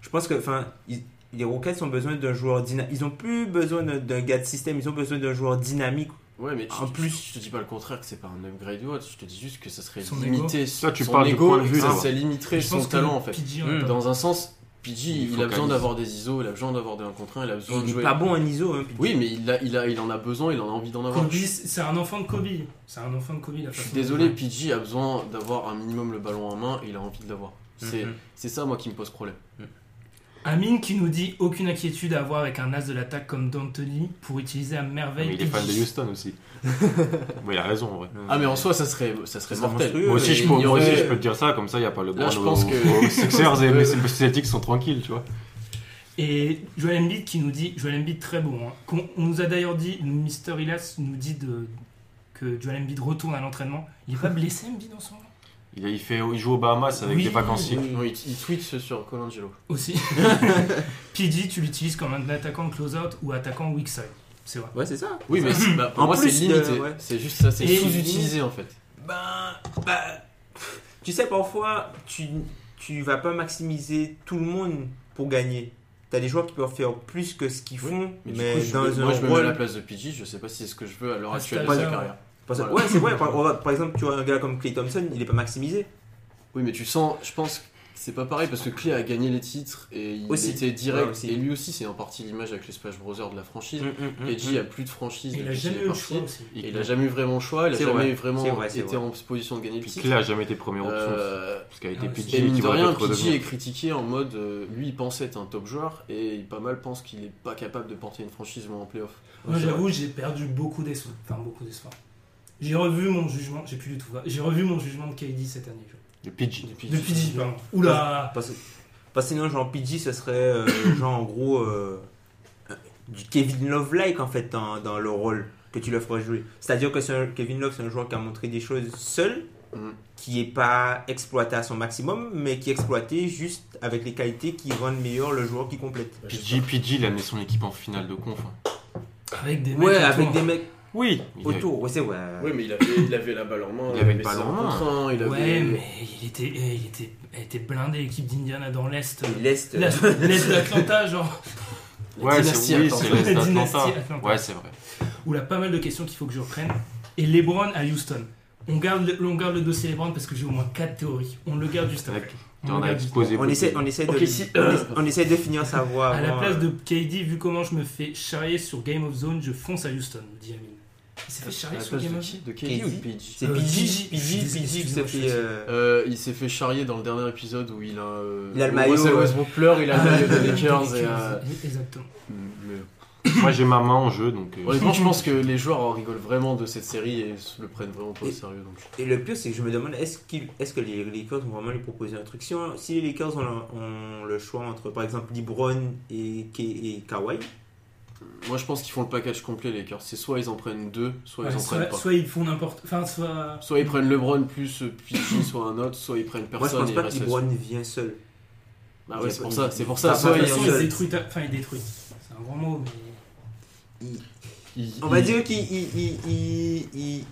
E: je pense que enfin ils- les Rockets ont besoin d'un joueur dynamique. Ils ont plus besoin d'un- d'un gars de système, ils ont besoin d'un joueur dynamique.
H: Ouais, mais tu-
E: En plus-
H: je te dis pas le contraire que c'est pas un upgrade ou autre. Je te dis juste que ça serait
D: Son
H: limité.
G: Ça, tu
H: son
G: parles du
H: ego,
G: point de vue,
H: ça,
G: là.
H: ça limiterait
D: Je
H: son
D: pense que
H: talent en fait.
D: PG
G: Mmh,
D: en même temps.
H: Dans un sens, PG,
G: Il
H: il, a
G: focalise.
H: besoin d'avoir des ISO, il a besoin d'avoir des 1 contre 1, il a besoin de
E: Il
H: jouer.
E: est pas bon en ISO. Hein, puis-
H: Oui, mais il a, il a, il en a besoin, il en a envie d'en avoir.
D: Kobe, c'est un enfant de Kobe. C'est un enfant de Kobe, la
H: Je suis
D: façon
H: désolé,
D: dont-
H: PG a besoin d'avoir un minimum le ballon en main et il a envie de l'avoir. C'est
E: Mhm.
H: c'est ça, moi, qui me pose problème.
D: Amine qui nous dit aucune inquiétude à avoir avec un as de l'attaque comme D'Antoni pour utiliser à merveille.
G: Ah, Mais il est fan de
D: PG.
G: Houston aussi. Mais il a raison en vrai.
H: Ah mais en soi ça serait ça serait
E: Ça serait
H: mortel.
E: monstrueux,
G: Moi aussi,
H: Mais
G: je
H: il
G: peux,
H: y
G: moi aussi,
H: aurait-
G: je peux te dire ça, comme ça, il n'y a pas le
H: Là,
G: bras
H: je
G: aux,
H: pense que-
G: aux Sixers et mais les Celtics sont tranquilles, tu vois.
D: Et Joel Embiid qui nous dit, Joel Embiid très bon. hein. Qu'on- On, nous a d'ailleurs dit, Mister Hilas nous dit de, que Joel Embiid retourne à l'entraînement. Il est pas blessé Embiid en ce moment
G: Il, il fait, il joue aux Bahamas avec
D: Oui.
G: des vacanciers.
H: Non, il, il twitch sur Colangelo.
D: Aussi. PG, tu l'utilises comme un attaquant close-out ou attaquant weak side. C'est vrai.
E: Ouais, c'est ça.
H: Oui mais c'est- bah, pour
E: En
H: moi c'est
E: plus,
H: limité.
E: euh, ouais.
H: C'est juste ça, c'est
D: Et-
H: sous-utilisé en fait.
E: Ben, ben, tu sais, parfois, tu, tu vas pas maximiser tout le monde pour gagner. T'as des joueurs qui peuvent faire plus que ce qu'ils font,
H: Mais, du
E: mais
H: coup, je-
E: dans un
H: moi je me mets à
E: rôle.
H: la place de PG, je sais pas si c'est ce que je veux à l'heure
D: Ah,
H: actuelle de
D: c'est
H: sa
D: pas-
H: carrière.
E: Parce que-
H: Voilà.
E: Ouais, c'est vrai. Par, on va- par exemple, tu vois un gars comme Clay Thompson, il est pas maximisé.
H: Oui mais tu sens, je pense que c'est pas pareil parce que Clay a gagné les titres et il
E: Aussi.
H: était direct
E: Ouais, aussi.
H: et lui aussi c'est en partie l'image avec les Splash Brothers de la franchise.
E: Mhm,
H: PG a plus de franchise
D: Et il a
H: depuis qu'il
D: jamais
H: est
D: eu le
H: parti.
D: choix aussi.
H: Et il a jamais eu vraiment le choix, il a
E: C'est
H: jamais
E: vrai.
H: vraiment
E: C'est vrai, c'est
H: été
E: vrai.
H: en position de gagner le
G: Puis
H: titre.
G: Clay a jamais été première option.
H: Euh,
G: Parce qu'il a été
D: Ah,
G: PG
H: Et mine
G: qui
H: de
G: va
H: rien,
G: peut-être
H: PG est
G: redevenir.
H: critiqué en mode euh, lui il pensait être un top joueur et pas mal pense qu'il est pas capable de porter une franchise même en playoff.
D: Moi j'avoue, j'ai perdu beaucoup d'espoir. Enfin, beaucoup d'espoir. J'ai revu mon jugement, j'ai plus du tout. hein. J'ai revu mon jugement de KD cette année. je-
G: Le PG.
D: De PG, pardon. Oula
E: Parce, parce que sinon, genre PG, ce serait euh, genre en gros euh, du Kevin Love-like en fait dans, dans le rôle que tu leur feras jouer. C'est-à-dire que c'est un- Kevin Love, c'est un joueur qui a montré des choses seul,
H: Mhm.
E: qui est pas exploité à son maximum, mais qui est exploité juste avec les qualités qui rendent meilleur le joueur qui complète.
G: PG, PG, il a amené son équipe en finale de conf. hein.
D: Avec des mecs.
E: Ouais,
D: autour,
E: avec
D: hein.
E: des mecs
G: Oui. Il a-
E: autour, ouais, c'est ouais.
H: Oui mais il avait, il avait la balle en main,
G: Il avait une balle
H: ses
G: en main.
H: rencontres, il avait-
D: Ouais, mais il était, eh, il était, elle était blindé, l'équipe d'Indiana dans l'Est.
E: Et l'Est, euh,
D: L'Est l'Est d'Atlanta, genre.
G: Ouais,
H: Dynastie
G: c'est oui,
H: Atlanta.
G: c'est l'Est
D: La
G: d'Atlanta.
D: dynastie Atlanta.
G: Ouais, c'est vrai.
D: où il y a pas mal de questions qu'il faut que je reprenne. Et LeBron à Houston. On garde le, on garde le dossier LeBron parce que j'ai au moins 4 théories. On le garde juste après.
G: Tu
D: On
G: en
D: le
G: as
D: garde juste
G: exposé.
E: on
G: beaucoup.
E: essaie, on essaie de,
H: Ok, si-
E: on essaie- on essaie de finir sa voix.
D: après. À la
E: avant,
D: place
E: euh,
D: de KD, vu comment je me fais charrier sur Game of Zone, je fonce à Houston, nous dit Amine. Il s'est fait
H: Ah, À la
D: charrier
H: place
D: sur Game
H: de
D: of
H: qui
D: Zone
H: De KD ou de
E: KD?
H: PG
E: c'est
D: euh,
E: PG,
D: Gigi,
E: PG,
D: Gigi,
E: PG, qui
D: excuse-moi,
E: s'est
D: je
E: fait,
D: sais.
E: euh,
H: Euh, il s'est fait charrier dans le dernier épisode où il a, euh,
E: Il a le maillot,
H: Russell
E: ouais.
D: Ah,
H: Westbrook pleure, il a le maillot des Lakers et
D: Lakers,
H: euh,
D: Exactement.
H: mais-
G: Moi, j'ai ma main en jeu, donc. euh,
H: Honnêtement, je pense que les joueurs en rigolent vraiment de cette série et se le prennent vraiment pas au
E: Et-
H: sérieux. Donc,
E: Et le pire, c'est que je me demande est-ce qu'il, est-ce que les Lakers vont vraiment lui proposer un truc si, on- si les Lakers ont, le- ont le choix entre, par exemple, LeBron et, Ka- et Kawhi,
H: moi, je pense qu'ils font le package complet, les Lakers. C'est soit ils en prennent deux, soit ils en prennent
D: soit,
H: pas.
D: soit ils font n'importe. Enfin, soit.
H: Soit ils prennent LeBron plus euh, Pichi, soit un autre, soit ils prennent
E: moi je
H: personne.
E: pense
H: et
E: pas
H: ils
E: que
H: restent
E: LeBron vient seul.
H: Bah ouais, c'est pour ça, c'est pour
E: Ah,
H: ça.
E: bah,
H: Soit
E: bah,
H: ils
E: bah,
H: en
E: bah,
D: soit
E: seul.
D: ils détruisent. ta- Enfin, ils détruisent. C'est un grand mot, mais.
H: ils-
E: On va
H: ils-
E: dire qu'il. il- il- il- il-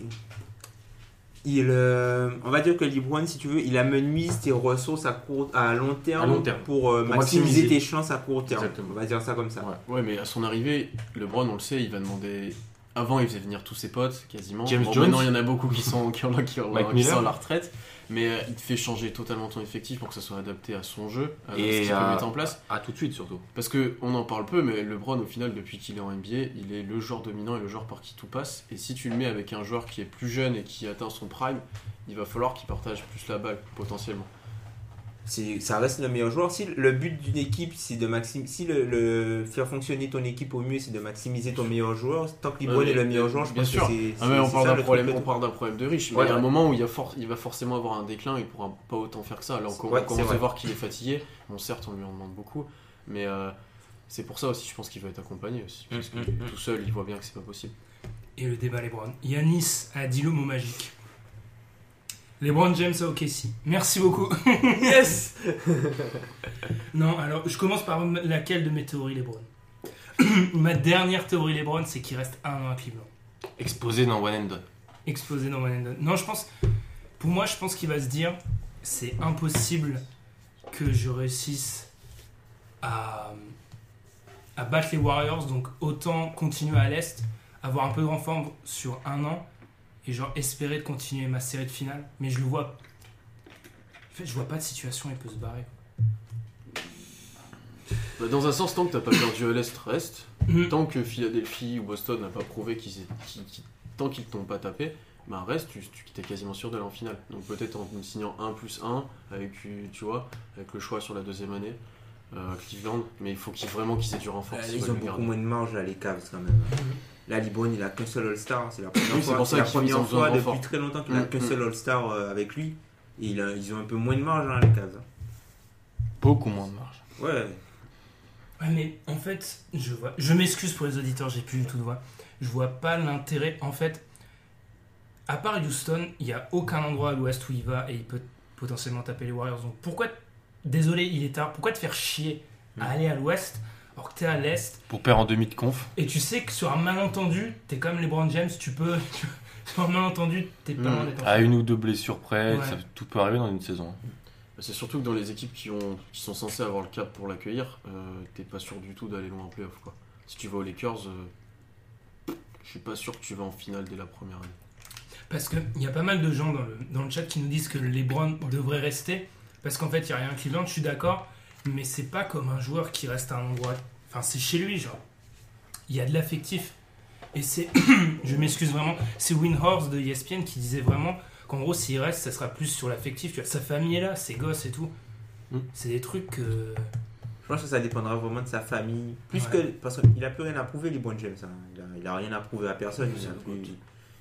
E: il, euh, on va dire que LeBron, si tu veux, il amenuise tes ressources à, court, à, long, terme
H: À long terme.
E: pour, euh,
H: Pour
E: maximiser,
H: maximiser.
E: tes chances à court terme.
G: Exactement.
E: On va dire ça comme ça.
H: Ouais, mais à son arrivée, LeBron, on le sait, il va demander. Avant, il faisait venir tous ses potes, quasiment.
G: James
H: Bon,
G: Jones.
H: Maintenant, il y en a beaucoup qui sont, qui, ont- qui, ont-
G: Mike
H: qui
G: Miller.
H: sont à la retraite. Mais euh, il te fait changer totalement ton effectif pour que ça soit adapté à son jeu, à ce
G: Et
H: qu'il peut
G: à-
H: mettre en place.
G: À tout de suite, surtout.
H: Parce que on en parle peu, mais LeBron, au final, depuis qu'il est en NBA, il est le joueur dominant et le joueur par qui tout passe. Et si tu le mets avec un joueur qui est plus jeune et qui atteint son prime, il va falloir qu'il partage plus la balle, potentiellement.
E: C'est- ça reste le meilleur joueur. Si le but d'une équipe, c'est de maximiser, si le, le- faire fonctionner ton équipe au mieux, c'est de maximiser ton meilleur joueur. Tant que LeBron
H: Ouais,
E: est le meilleur
H: bien
E: joueur, je
H: bien
E: pense que
H: sûr.
E: c'est.
H: Ah, mais
E: c'est-
H: on
E: c'est
H: parle
E: ça
H: d'un
E: le
H: problème,
E: truc.
H: on parle d'un problème de riche. Mais
E: Ouais,
H: il y a un
E: ouais.
H: moment où il, y a for- il va forcément avoir un déclin, il pourra pas autant faire que ça. Alors qu'on
E: Ouais, c'est
H: on commence à
E: vrai.
H: voir qu'il est fatigué. Bon, certes, on lui en demande beaucoup, mais euh, c'est pour ça aussi, je pense qu'il va être accompagné aussi. Parce que
E: Mhm.
H: tout seul, il voit bien que c'est pas possible.
D: Et le débat Lebron. Yanis a dit le mot magique. Lebron James a OK si. Merci beaucoup. yes Non, alors je commence par laquelle de mes théories Lebron Ma dernière théorie Lebron, c'est qu'il reste un an à Cleveland.
G: Exposé dans One and Done.
D: Explosé dans One and Done. Non, je pense. Pour moi, je pense qu'il va se dire c'est impossible que je réussisse à, à battre les Warriors, donc autant continuer à l'Est, avoir un peu de renfort sur un an et genre espérer de continuer ma série de finale. Mais je le vois. En fait, je vois pas de situation, il peut se barrer.
H: Bah, dans un sens, tant que t'as pas perdu à l'Est, reste.
D: Mm.
H: Tant que Philadelphie ou Boston n'a pas prouvé qu'ils qu'ils- qu'ils- tant qu'ils t'ont pas tapé, bah reste, tu, tu t'es quasiment sûr d'aller en finale. Donc peut-être en signant 1 plus 1 avec euh, tu vois, avec le choix sur la deuxième année, euh, Cleveland, mais il faut qu'ils vraiment qu'ils aient du renfort.
E: Euh,
H: s'ils
E: ils
H: veulent
E: ont
H: le
E: beaucoup
H: garder.
E: moins de marge là, les Cavs quand même. Là, LeBron, il a qu'un seul All-Star. C'est la première
H: Oui, c'est
E: fois,
H: pour ça
E: c'est la
H: qu'ils
E: première
H: ont besoin
E: fois
H: de
E: depuis
H: renfort.
E: très longtemps qu'il a
H: Mm,
E: qu'un
H: mm.
E: seul All-Star euh, avec lui. Et il a- ils ont un peu moins de marge, hein, les Cavs.
G: Beaucoup moins de marge.
E: Ouais.
D: Ouais, mais en fait, je vois. Je m'excuse pour les auditeurs, j'ai plus du tout de voix. Je vois pas l'intérêt. En fait, à part Houston, il y a aucun endroit à l'ouest où il va et il peut potentiellement taper les Warriors. Donc pourquoi. Désolé, il est tard. Pourquoi te faire chier à aller à l'ouest alors que t'es à l'est
G: Pour perdre en demi de conf.
D: et tu sais que sur un malentendu, t'es comme LeBron James, tu peux. sur un malentendu, t'es
E: Hmm.
D: pas loin
E: Ah
D: d'être.
G: À Ah, une ou deux blessures près,
D: Ouais.
G: ça- tout peut arriver dans une saison.
H: Bah, C'est surtout que dans les équipes qui, ont, qui sont censées avoir le cap pour l'accueillir, euh, t'es pas sûr du tout d'aller loin en playoff. Quoi. Si tu vas aux Lakers, euh, je suis pas sûr que tu vas en finale dès la première année.
D: Parce qu'il y a pas mal de gens dans le, dans le chat qui nous disent que LeBron devrait rester. Parce qu'en fait, il n'y a rien qui lance, je suis d'accord. Mais c'est pas comme un joueur qui reste à un endroit. Enfin, c'est chez lui, genre. Il y a de l'affectif. Et c'est. je m'excuse vraiment. C'est Windhorse de E ESPN qui disait vraiment qu'en gros, s'il reste, ça sera plus sur l'affectif. Tu vois, Sa famille est là, ses gosses et tout.
E: Hmm.
G: Mm.
D: C'est des trucs que.
E: Je pense que ça dépendra vraiment de sa famille. Plus
D: Ouais.
E: que. Parce qu'il a plus rien à prouver, LeBron James. hein. Il, a, il a rien à prouver à personne. Il a plus,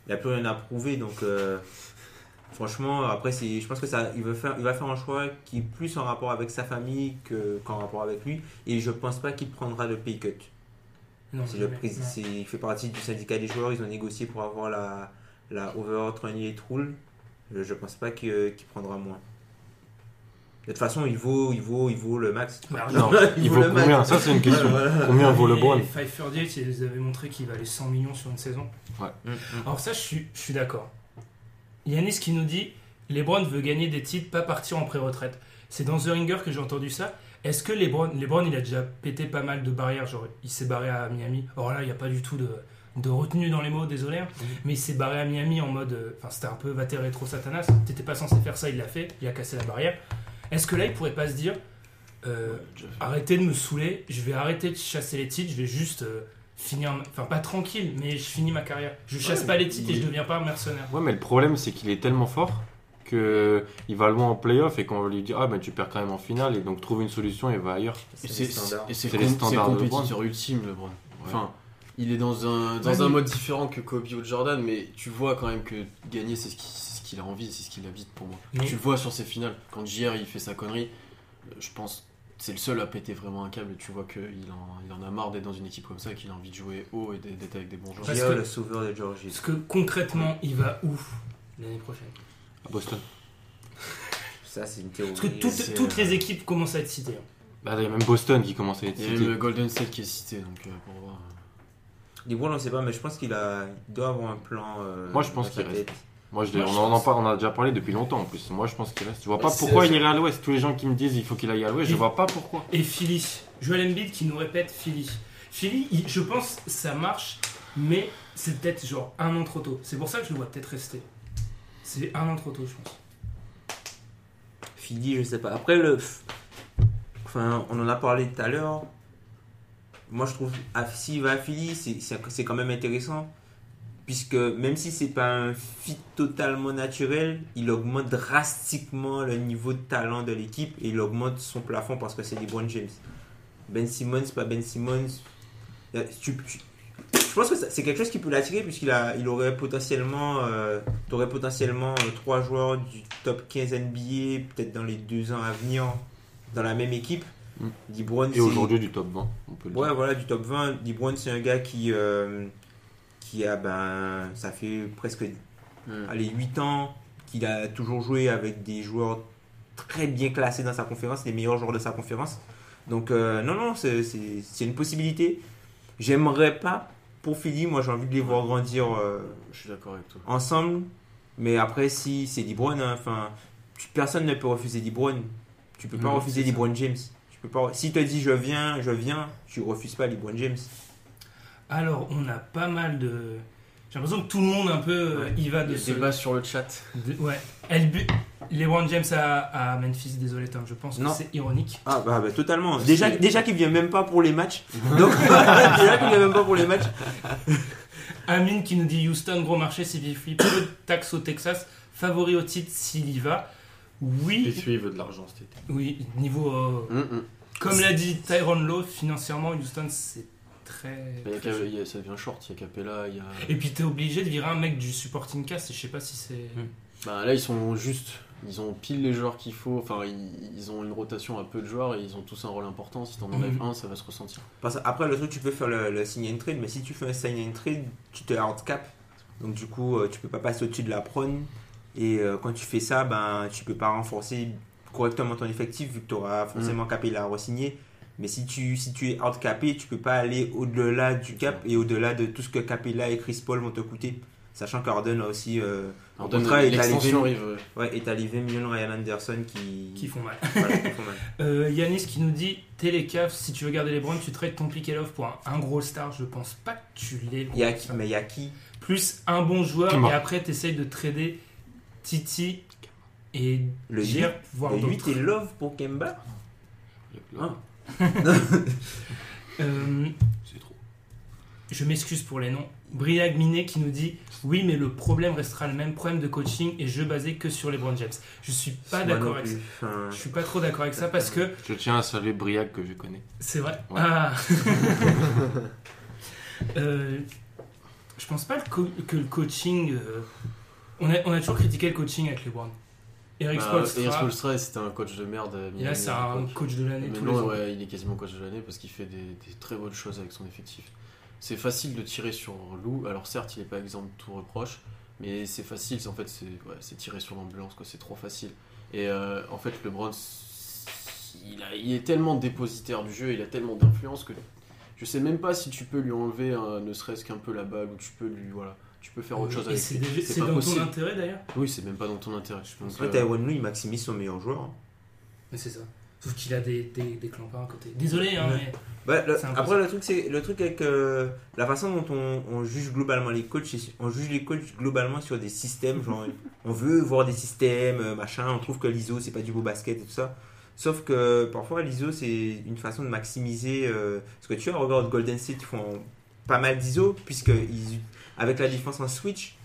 E: il a plus rien à prouver. Donc, euh, franchement, après, c'est- je pense que ça, il, veut faire, il va faire un choix qui est plus en rapport avec sa famille que- qu'en rapport avec lui. Et je pense pas qu'il prendra le pay cut.
D: Non,
E: C'est le
D: jamais.
E: pré-
D: Non.
E: c'est- il fait partie du syndicat des joueurs. Ils ont négocié pour avoir la, la over 38 rule. Je, je pense pas qu'il euh, qu'il prendra moins. De toute façon, il vaut, il vaut, il vaut le max.
D: Bah,
G: Non, il vaut
E: le max.
G: combien Ça, c'est une question.
E: Ouais, voilà.
G: Combien vaut le
D: Et
G: LeBron
D: Pfeiffer Diet, ils avaient montré qu'il valait 100 millions sur une saison.
G: Ouais.
D: Alors ça, je suis, je suis d'accord. Yanis qui nous dit, LeBron veut gagner des titres, pas partir en pré-retraite. C'est dans The Ringer que j'ai entendu ça. Est-ce que LeBron, LeBron, il a déjà pété pas mal de barrières, genre il s'est barré à Miami. Or là, il n'y a pas du tout de, de retenue dans les mots, désolé. hein. Mais il s'est barré à Miami en mode, euh, enfin c'était un peu vater rétro Satanas. T'étais pas censé faire ça, il l'a fait, il a cassé la barrière. Est-ce que là, il pourrait pas se dire, euh, arrêtez de me saouler, je vais arrêter de chasser les titres, je vais juste euh, finir, ma- enfin pas tranquille, mais je finis ma carrière. Je chasse
G: Ouais,
D: pas les
G: mais
D: titres
G: il-
D: et je deviens pas un mercenaire.
G: Ouais, mais le problème, c'est qu'il est tellement fort que il va loin en playoff et qu'on va lui dire Ah, ben tu perds quand même en finale et donc trouve une solution et va ailleurs.
E: C'est
H: Et c'est
E: le standard.
H: et c'est
G: C'est
H: le
G: les
H: com- c'est le
G: standards de
H: compétiteur ultime, LeBron. Enfin, il est dans un, dans
D: Ouais,
H: un
D: mais-
H: mode différent que Kobe ou Jordan, mais tu vois quand même que gagner, c'est ce qui- c'est ce qu'il a envie, c'est ce qu'il habite pour moi.
D: Mais-
H: Tu le vois sur ses finales. Quand JR il fait sa connerie, euh, je pense que c'est le seul à péter vraiment un câble. et Tu vois qu'il en, il en a marre d'être dans une équipe comme ça, qu'il a envie de jouer haut et d'être d'être avec des bons joueurs.
D: Parce
E: Gia,
D: que-
E: le sauveur de Georgie.
D: Parce que concrètement, il va où l'année prochaine
G: À Boston.
E: Ça, c'est une théorie.
D: Parce que toutes-
H: c'est,
D: toutes
H: euh,
D: les équipes commencent à être citées. hein.
G: Bah, il y a même Boston qui commence à être
H: Il y a même
G: cité.
H: euh, Golden State qui est cité, donc euh, pour voir.
E: Du coup, on ne sait pas, mais je pense qu'il a... il doit avoir un plan. euh,
G: Moi, je pense
E: dans sa
G: qu'il reste.
E: tête.
G: Moi, je,
H: Moi,
G: on,
H: je
G: en- on en
H: pense-
G: parle- on a déjà parlé depuis longtemps en plus. Moi, je pense qu'il reste. Je vois
H: Mais
G: pas
H: c'est-
G: pourquoi il irait à l'ouest. Tous les gens qui me disent il faut qu'il aille à l'ouest, je
D: Il-
G: vois pas pourquoi.
D: Et Philly, Joel Embiid qui nous répète Philly. Philly, il- je pense ça marche, mais c'est peut-être genre un an trop tôt. C'est pour ça que je le vois peut-être rester. C'est un an trop tôt, je pense.
E: Fidi, je sais pas. Après, le. Enfin, on en a parlé tout à l'heure. Moi, je trouve ah, s'il va à Philly, c'est- c'est c'est quand même intéressant. Puisque même si c'est pas un fit totalement naturel, il augmente drastiquement le niveau de talent de l'équipe et il augmente son plafond parce que c'est LeBron James. Ben Simmons, pas Ben Simmons. Euh, tu- tu- je pense que ça- c'est quelque chose qui peut l'attirer puisqu'il a, il aurait potentiellement, euh, t'aurais potentiellement euh, trois joueurs du top 15 NBA peut-être dans les deux ans à venir dans la même équipe.
G: Mm.
E: LeBron,
G: Et
E: c'est-
G: aujourd'hui, du top 20, on peut le
E: Ouais,
G: dire.
E: voilà, du top 20. LeBron, c'est un gars qui, euh, qui a, ben, ça fait presque
H: Mm.
E: allez, 8 ans qu'il a toujours joué avec des joueurs très bien classés dans sa conférence, les meilleurs joueurs de sa conférence. Donc, euh, non, non, c'est c'est- c'est une possibilité. J'aimerais pas, pour Philly, moi j'ai envie de les voir grandir euh,
H: Je suis d'accord avec toi.
E: ensemble. Mais après, si c'est LeBron, hein, enfin, tu- personne ne peut refuser LeBron. Tu peux pas
H: Non,
E: refuser
H: c'est ça.
E: LeBron James. Tu peux pas. Si te dit je viens, je viens, tu refuses pas LeBron James.
D: Alors, on a pas mal de. J'ai l'impression que tout le monde un peu euh,
H: Ouais.
D: y va de
H: Il y a
D: ce.
H: débat sur le chat.
D: de- ouais. LB... LeBron James à, à Memphis, désolé Tom, je pense
E: Non.
D: que c'est ironique.
E: Ah bah, bah, totalement.
H: Parce
E: Déjà,
H: que-
E: déjà qu'il vient même pas pour les matchs. Donc déjà qu'il vient même pas pour les matchs.
D: Amine qui nous dit Houston, gros marché, CP Free, peu de taxes au Texas, favori au titre s'il y va.
G: Et
D: Oui,
G: celui, il veut de l'argent cet été.
D: oui, niveau. euh,
E: Mm,
D: Comme l'a dit Tyron Lowe, financièrement, Houston, c'est très.
H: Il y a qu'à- il y a- ça devient short, il y a Capella, il y a.
D: Et puis, t'es obligé de virer un mec du supporting cast, et je sais pas si c'est.
E: Hmm.
H: Bah, là, ils sont juste. Ils ont pile les joueurs qu'il faut. Enfin, ils, ils ont une rotation à peu de joueurs et ils ont tous un rôle important. Si t'en enlèves
D: Mhm.
H: un, ça va se ressentir.
E: Parce que après le truc, tu peux faire le, le sign and trade, mais si tu fais un sign and trade, tu te hard cap. Donc du coup, euh, tu peux pas passer au-dessus de la prône. Et euh, quand tu fais ça, ben tu peux pas renforcer correctement ton effectif vu que tu
D: Mm.
E: auras forcément capé la re-signer. Mais si tu, si tu es hard capé, tu peux pas aller au-delà du cap et au-delà de tout ce que Capella et Chris Paul vont te coûter. Sachant qu'Arden a aussi. euh,
H: Alors,
E: Au
H: donne-
E: contraire, il a
H: l'extension
E: les-
H: arrive. euh,
E: ouais, est arrivé Million Ryan Anderson qui.
D: qui font mal.
E: Voilà, qui font mal.
D: Euh, Yanis qui nous dit T'es les Cavs, si tu veux garder les Browns, tu trades ton pick off pour un, un gros star. Je pense pas que tu l'aies.
E: Il y a qui- mais il y a qui
D: Plus un bon joueur,
G: Qui m'a-
D: et après, t'essayes de trader Titi et
E: Le
D: Gir,
E: huit-
D: voire
E: Le 8
D: d'autres.
E: et Love pour Kemba
G: Là,
D: Euh,
G: C'est trop.
D: je m'excuse pour les noms. Briag Minet qui nous dit Oui, mais le problème restera le même problème de coaching et jeu basé que sur les Brown James. Je suis pas
E: Moi non
D: d'accord avec
E: plus.
D: ça.
E: Enfin,
D: Je suis pas trop d'accord avec ça parce que
G: Je tiens à saluer Briac que je connais.
D: c'est vrai.
G: Ouais.
D: Ah. Euh, je pense pas le co- que le coaching. euh, on, a, on a toujours critiqué le coaching avec les Browns. Eric
H: bah,
D: Spoelstra,
H: Eric Spoelstra, c'était un coach de merde. euh,
D: et là
H: Miami,
D: c'est un
H: coach.
D: coach de l'année tous les
H: Maintenant,
D: ans.
H: ouais, il est quasiment coach de l'année parce qu'il fait des, des très bonnes choses avec son effectif. C'est facile de tirer sur Lou, alors certes, il n'est pas exempt de tout reproche, mais c'est facile, c'est- en fait, c'est ouais, c'est tirer sur l'ambulance, quoi, c'est trop facile. Et euh, en fait, LeBron, s- il, a- il est tellement dépositaire du jeu, il a tellement d'influence que je sais même pas si tu peux lui enlever euh, ne serait-ce qu'un peu la balle ou tu peux lui. Voilà, tu peux faire autre chose
D: Euh, Et
H: avec
D: c'est
H: lui.
D: déjà- C'est
H: pas
D: dans ton
H: possible.
D: intérêt d'ailleurs.
H: Oui, c'est même pas dans ton intérêt. Donc,
E: Ouais,
H: euh,
E: Tyrone Lue, il maximise son meilleur joueur.
D: Mais c'est ça. Sauf qu'il a des, des, des clampins à côté. Désolé, hein,
E: Ouais.
D: mais.
E: Bah, le-
D: C'est impossible.
E: après, le truc, c'est le truc avec euh, la façon dont on, on juge globalement les coachs, c'est- on juge les coachs globalement sur des systèmes. genre, on veut voir des systèmes, euh, machin, on trouve que l'ISO, c'est pas du beau basket et tout ça. Sauf que parfois, l'ISO, c'est une façon de maximiser euh, ce que tu as. Regarde Golden State, ils font pas mal d'ISO, puisque ils- avec la défense en switch,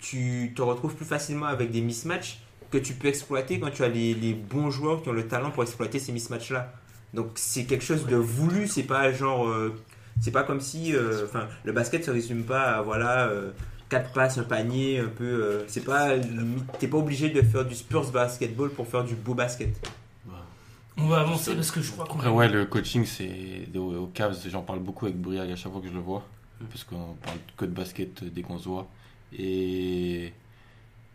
E: tu te retrouves plus facilement avec des mismatchs que tu peux exploiter quand tu as les, les bons joueurs qui ont le talent pour exploiter ces mismatchs-là. Donc c'est quelque chose de voulu, c'est pas genre euh, C'est pas comme si, euh, enfin, le basket se résume pas à voilà. euh, quatre passes, un panier, un peu. euh, c'est pas. T'es pas obligé de faire du Spurs basketball pour faire du beau basket.
D: On va avancer parce que je crois qu'on
G: Après,
D: a-
G: ouais, le coaching, c'est au au Cavs, j'en parle beaucoup avec Briag à chaque fois que je le vois,
H: Mm.
G: parce qu'on parle que de basket euh, dès qu'on se voit. Et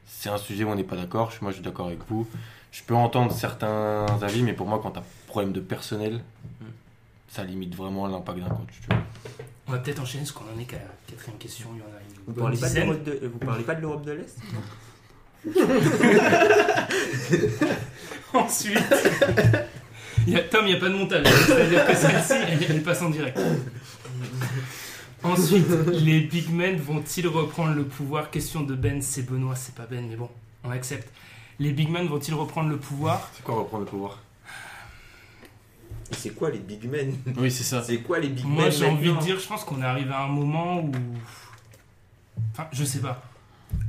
G: c'est un sujet où on n'est pas d'accord, moi je suis d'accord avec vous. Je peux entendre certains avis, mais pour moi, quand t'as problème de personnel,
H: Mm.
G: ça limite vraiment l'impact d'un coach. tu vois.
D: On va peut-être enchaîner parce qu'on en est qu'à la quatrième question. Il y en a une
E: Vous
D: bonne
E: parlez, pas de
D: dizaine.
E: l'Europe de, vous parlez pas de l'Europe de l'Est
D: Ensuite, il y a- Tom, il n'y a pas de montage. C'est-à-dire que celle-ci, elle, elle passe en direct. Ensuite, les Bigmen vont-ils reprendre le pouvoir Question de Ben, c'est Benoît, c'est pas Ben, mais bon, on accepte. Les Bigmen vont-ils reprendre le pouvoir
G: C'est quoi reprendre le pouvoir
E: Et C'est quoi les big men
H: Oui, c'est ça.
E: C'est quoi les big
D: Moi,
E: men
D: j'ai envie de
E: maintenant
D: dire, je pense qu'on arrive à un moment où. Enfin, je sais pas.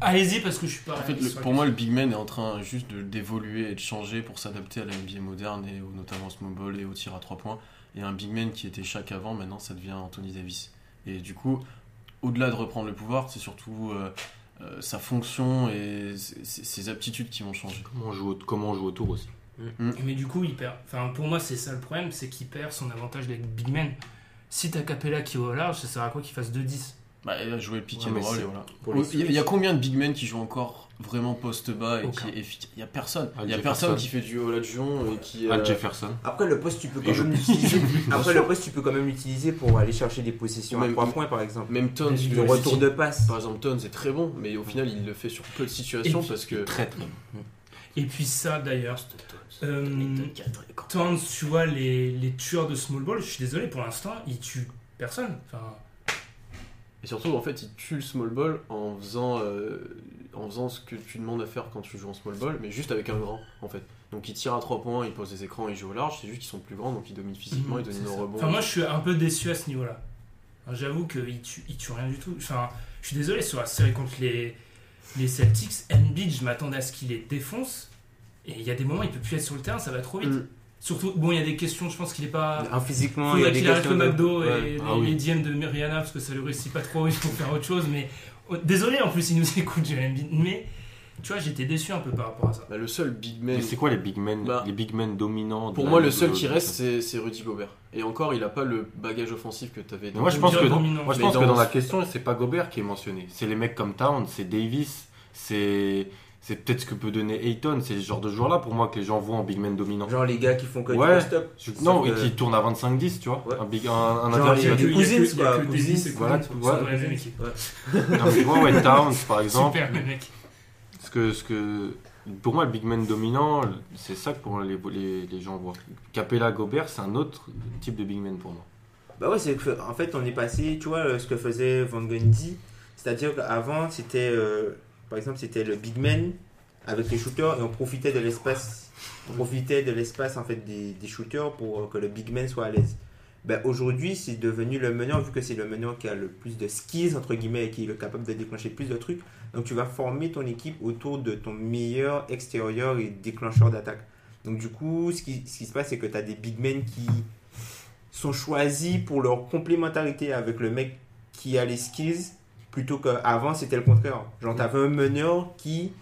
D: Allez-y parce que je suis pas.
H: En fait, le- pour moi, le big man est en train juste de- d'évoluer et de changer pour s'adapter à la NBA moderne, et au- notamment au small ball et au tir à trois points. Et un big man qui était chaque avant, maintenant, ça devient Anthony Davis. Et du coup, au-delà de reprendre le pouvoir, c'est surtout euh, euh, sa fonction et ses- ses ses aptitudes qui vont changer.
G: Comment on joue, au- comment on joue autour aussi
D: Mais du coup, il perd. Enfin, pour moi, c'est ça le problème, c'est qu'il perd son avantage d'être big man. Si t'as Capella qui est au large, ça sert à quoi qu'il fasse 2-10
H: Bah, il a joué le pick
E: Ouais,
H: and
E: mais
H: roll
E: c'est
H: et voilà.
E: pour les
H: Il y a- il y a combien de big men qui jouent encore vraiment poste bas et
D: Aucun.
H: qui est efficace Il y a personne.
E: Ah,
G: Al
H: Il y a
G: Jefferson.
H: personne qui fait du haut là de Jong et qui.
G: Al
H: euh,
G: Jefferson.
E: Après le poste tu peux
G: Et
E: quand
G: je-
E: même l'utiliser. Après le poste tu peux quand même l'utiliser pour aller chercher des possessions à
H: Même-
E: 3 points par exemple.
H: Même Tons,
D: Le
H: tu
E: Le
H: vois,
E: retour
H: City,
E: de passe.
H: Par exemple, Tons est très bon, mais au final, il le fait sur peu de situations
D: Et puis-
H: parce que.
G: Très très.
D: Et puis ça, d'ailleurs. Euh, Towns, tu vois, les, les tueurs de small ball, je suis désolé, pour l'instant, ils tuent personne. Enfin,
H: Et surtout, en fait, il tue le small ball en faisant, euh, en faisant ce que tu demandes à faire quand tu joues en small ball, mais juste avec un grand, en fait. Donc, il tire à trois points, il pose des écrans, il joue au large, c'est juste qu'ils sont plus grands, donc ils dominent physiquement,
D: Mhm,
H: ils dominent au rebond.
D: Enfin, moi, je suis un peu déçu à ce niveau-là. Enfin, J'avoue qu'il tue, il tue rien du tout. Enfin, je suis désolé sur la série contre les, les Celtics. Embiid, je m'attendais à ce qu'il les défonce. Et il y a des moments, il peut plus être sur le terrain, ça va trop vite.
H: Mm.
D: Surtout, bon, il y a des questions, je pense qu'il est pas.
E: Ah, physiquement, il y a
D: Faudrait
E: des
D: qu'il arrête
E: questions
D: le
E: de-
D: McDo et
E: Ouais.
D: les,
G: Ah oui.
D: les DM de Rihanna parce que ça lui réussit pas trop, il faut faire autre chose. Mais oh, désolé, en plus, il nous écoute, Joel Embiid. Mais tu vois, j'étais déçu un peu par rapport à ça.
H: Bah, le seul big
G: Mais
H: man.
G: c'est quoi les big men,
H: Bah,
G: les big men dominants de
H: Pour
G: la
H: moi, le
G: ligue
H: seul
G: de-
H: qui
G: de-
H: reste, c'est c'est Rudy Gobert. Et encore, il a pas le bagage offensif que t'avais.
G: Mais moi, je pense que dans,
D: Dominant.
G: moi, je
H: Mais
G: pense que
H: dans-
G: dans la question, c'est pas Gobert qui est mentionné. C'est les mecs comme Town, c'est Davis, c'est c'est peut-être ce que peut donner Ayton. C'est ce genre de joueur-là pour moi que les gens voient en big man dominant.
E: Genre les gars qui font que du
G: Ouais.
E: post-up.
G: Je- non,
E: Sauf
G: et
E: que-
G: qui tourne à 25-10, tu vois.
E: Ouais.
G: Un big, un, un
E: Genre,
G: intérieur
E: il
G: qui
E: y a
G: va-
E: du- Cousins, quoi, Cousins,
G: voilà,
D: Cousins,
G: voilà.
D: sont dans la même équipe.
G: Non, mais tu vois, ouais, Towns, par exemple.
D: Super, les mecs.
G: Ce que, ce que, pour moi, le big man dominant, c'est ça que pour les, les, les gens voient. Capella Gobert, c'est un autre type de big man pour moi.
E: Bah ouais, c'est que en fait, on est passé, tu vois, euh, ce que faisait Van Gundy. C'est-à-dire qu'avant, c'était, euh, par exemple, c'était le big man avec les shooters et on profitait de l'espace. On profitait de l'espace, en fait, des, des shooters pour euh, que le big man soit à l'aise. Ben, aujourd'hui, c'est devenu le meneur, vu que c'est le meneur qui a le plus de skills, entre guillemets, et qui est capable de déclencher plus de trucs. Donc, tu vas former ton équipe autour de ton meilleur extérieur et déclencheur d'attaque. Donc, du coup, ce qui, ce qui se passe, c'est que tu as des big men qui, sont choisis pour leur complémentarité avec le mec qui a les skills plutôt qu'avant c'était le contraire. Genre t'avais un meneur qui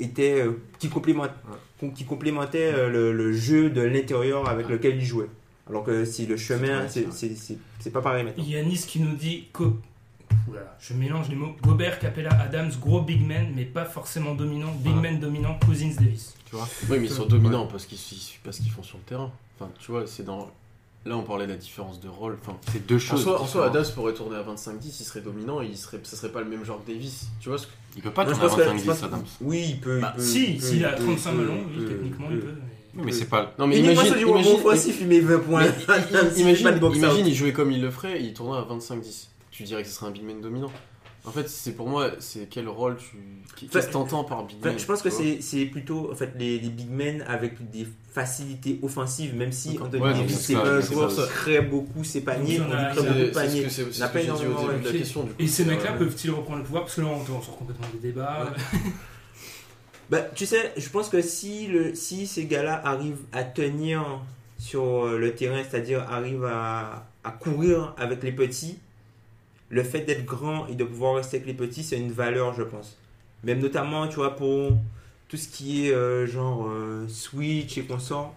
E: était euh, qui complémentait, qui complémentait euh, le, le jeu de l'intérieur avec lequel il jouait. Alors que si le chemin
H: C'est
E: c'est
H: vrai,
E: c'est- c'est- c'est pas pareil maintenant.
D: Yanis qui nous dit co- Oula, je mélange les mots. Gobert, Capella, Adams, gros big man, mais pas forcément dominant. Big
G: Voilà.
D: man dominant, Cousins, Davis.
H: Oui, mais ils sont dominants parce qu'ils parce qu'ils font sur le terrain. Enfin, tu vois, c'est dans. Là, on parlait de la différence de rôle. Enfin,
G: C'est deux
H: en
G: choses.
H: soi, en soi,
G: différentes.
H: Adams pourrait tourner à 25-10, il serait dominant et il serait, ça serait pas le même genre que Davis. Tu vois ce que-
G: Il peut pas
E: Moi, je
G: tourner à
E: pense que-
G: 25-10,
E: je pense-
G: Adams.
E: Oui, il peut. il
H: Bah,
E: peut, il
D: si,
E: peut,
D: s'il
E: il
D: a
E: peut,
D: 35
H: euh,
E: il peut,
D: ballons,
E: il
D: oui,
E: peut,
D: techniquement,
E: il
D: il
E: peut.
D: peut. mais-
G: Oui, mais c'est pas.
H: Non, mais
E: Uniquement
H: imagine,
E: sur du rebond
H: imagine,
E: offensif, il met 20 points.
H: Mais i- i-
E: S'il fait pas de
H: imagine,
E: box-out.
H: imagine, il jouait comme il le ferait et il tournait à 25-10. Tu dirais que ce serait un big man dominant. En fait, c'est pour moi, c'est quel rôle tu. Qu'est-ce
E: Enfin,
H: que t'entends par big
E: Enfin,
H: man
E: je pense que
H: tu vois
E: c'est c'est plutôt en fait, les, les big men avec des facilités offensives, même si Anthony
G: Ouais, donc
E: Davis,
G: c'est
E: c'est
G: ça,
E: pas un
G: c'est
E: joueur
G: ça
E: qui
G: aussi.
E: crée beaucoup ses paniers,
D: Oui,
E: on
D: on a-
E: lui
H: C'est
E: crée beaucoup de
H: c'est ce
E: paniers.
H: que, c'est- c'est
E: On a
H: ce
E: pas
H: que j'ai dit au
E: énormément
H: début de la
E: marqué.
H: question. Du coup,
D: Et ces
H: c'est,
D: mecs-là
H: euh,
D: peuvent-ils reprendre le pouvoir Parce que là, on on sort complètement des débats.
E: Bah, tu sais, je pense que si, le, si ces gars-là arrivent à tenir sur euh, le terrain, c'est-à-dire arrivent à, à courir avec les petits, le fait d'être grand et de pouvoir rester avec les petits, c'est une valeur, je pense. Même notamment, tu vois, pour tout ce qui est euh, genre euh, Switch et consort,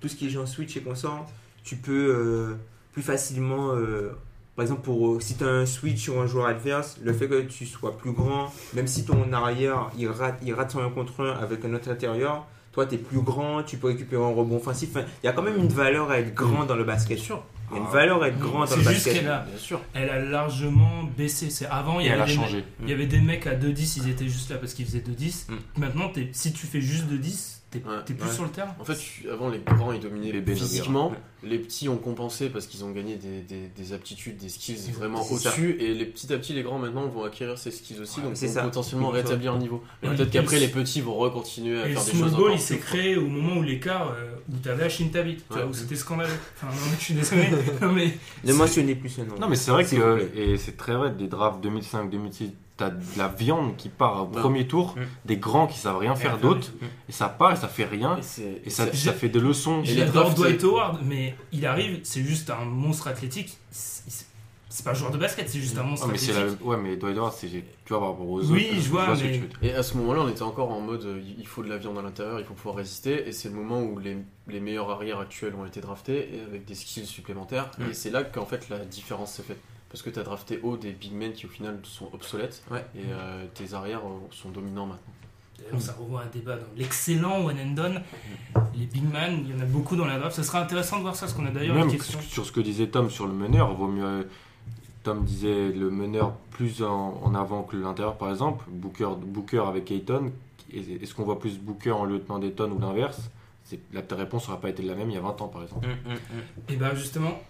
E: tout ce qui est genre Switch et consort, tu peux euh, plus facilement, euh, par exemple, pour, euh, si tu as un Switch sur un joueur adverse, le fait que tu sois plus grand, même si ton arrière il rate, il rate son 1 contre 1 avec un autre intérieur, toi tu es plus grand, tu peux récupérer un rebond offensif. Enfin, il y a quand même une valeur à être
D: Mm.
E: grand dans le basket.
H: sûr.
E: Il y a une valeur à être grand dans
D: C'est
E: le
D: juste
E: basket.
D: qu'elle a,
H: Bien sûr.
D: elle a largement baissé. C'est avant, il y,
H: Et elle
D: avait
H: a
D: des
H: changé.
D: mecs- il y avait des mecs à 2-10, ils étaient juste là parce qu'ils faisaient 2-10. Maintenant, t'es- si tu fais juste 2-10, t'es
H: Mm. Ouais,
D: t'es plus
E: ouais.
D: sur le terrain.
H: En fait, avant, les grands, ils dominaient
G: Les Benoît
H: physiquement. Les petits ont compensé parce qu'ils ont gagné des, des- des aptitudes, des skills vraiment
E: C'est ça.
H: au-dessus. Et les petit à petit, les grands, maintenant, vont acquérir ces skills aussi.
E: Ouais,
H: donc,
E: c'est
H: vont
E: ça.
H: potentiellement
E: Donc,
H: rétablir le niveau. Mais
D: Et
H: peut-être
D: le-
H: qu'après,
D: et le-
H: les petits vont recontinuer à
D: Et le
H: faire des choses
D: small
H: encore
D: ball, il s'est
H: plus
D: créé au moment où l'écart, euh, où t'avais Hachim Tabit, tu vois,
H: Ouais.
D: où c'était scandaleux. Enfin, non, je suis désolé, non, mais
E: Ne mentionnez plus ce nom.
G: Non, mais c'est vrai
E: S'il vous
G: que,
E: plaît.
G: et c'est très vrai, des drafts 2005-2006, t'as de la viande qui part au
H: Ouais.
G: premier tour,
E: Mm.
G: des grands qui savent rien faire
D: faire
G: d'autre, et ça part et ça fait rien,
H: Et c'est-
G: et ça,
H: c'est-
G: ça fait des leçons.
H: Et les
D: j'adore
H: drafts,
D: Dwight
H: c'est-
D: Howard, mais il arrive, c'est juste un monstre athlétique. Il s- il s- C'est pas un joueur de basket, c'est juste un monstre
G: Ouais, Ah, mais c'est
D: athlétique.
G: la- ouais, mais Dwight Howard, c'est, tu vois, par rapport aux autres,
D: Oui, je vois,
G: ce que
D: mais-
G: tu veux dire.
H: Et à ce moment-là, on était encore en mode euh, il faut de la viande à l'intérieur, il faut pouvoir résister. Et c'est le moment où les, les meilleurs arrières actuels ont été draftés et avec des skills supplémentaires.
E: Mm.
H: Et c'est là qu'en fait la différence s'est faite. Parce que tu as drafté haut des big men qui au final sont obsolètes
E: Ouais.
H: et euh, tes arrières euh, sont dominants maintenant.
D: D'ailleurs, ça revoit un débat dans l'excellent one and done. Les big man, il y en a beaucoup dans la draft. Ça sera intéressant de voir ça, parce qu'on a d'ailleurs une
G: Même
D: question.
G: sur- sur ce que disait Tom sur le meneur, vaut mieux. euh, Tom disait le meneur plus en, en avant que l'intérieur, par exemple. Booker, Booker avec Ayton. Et- Est-ce qu'on voit plus Booker en lieutenant d'Ayton ou l'inverse C'est- La ta réponse n'aurait pas été la même il y a 20 ans, par exemple.
D: Et bah justement,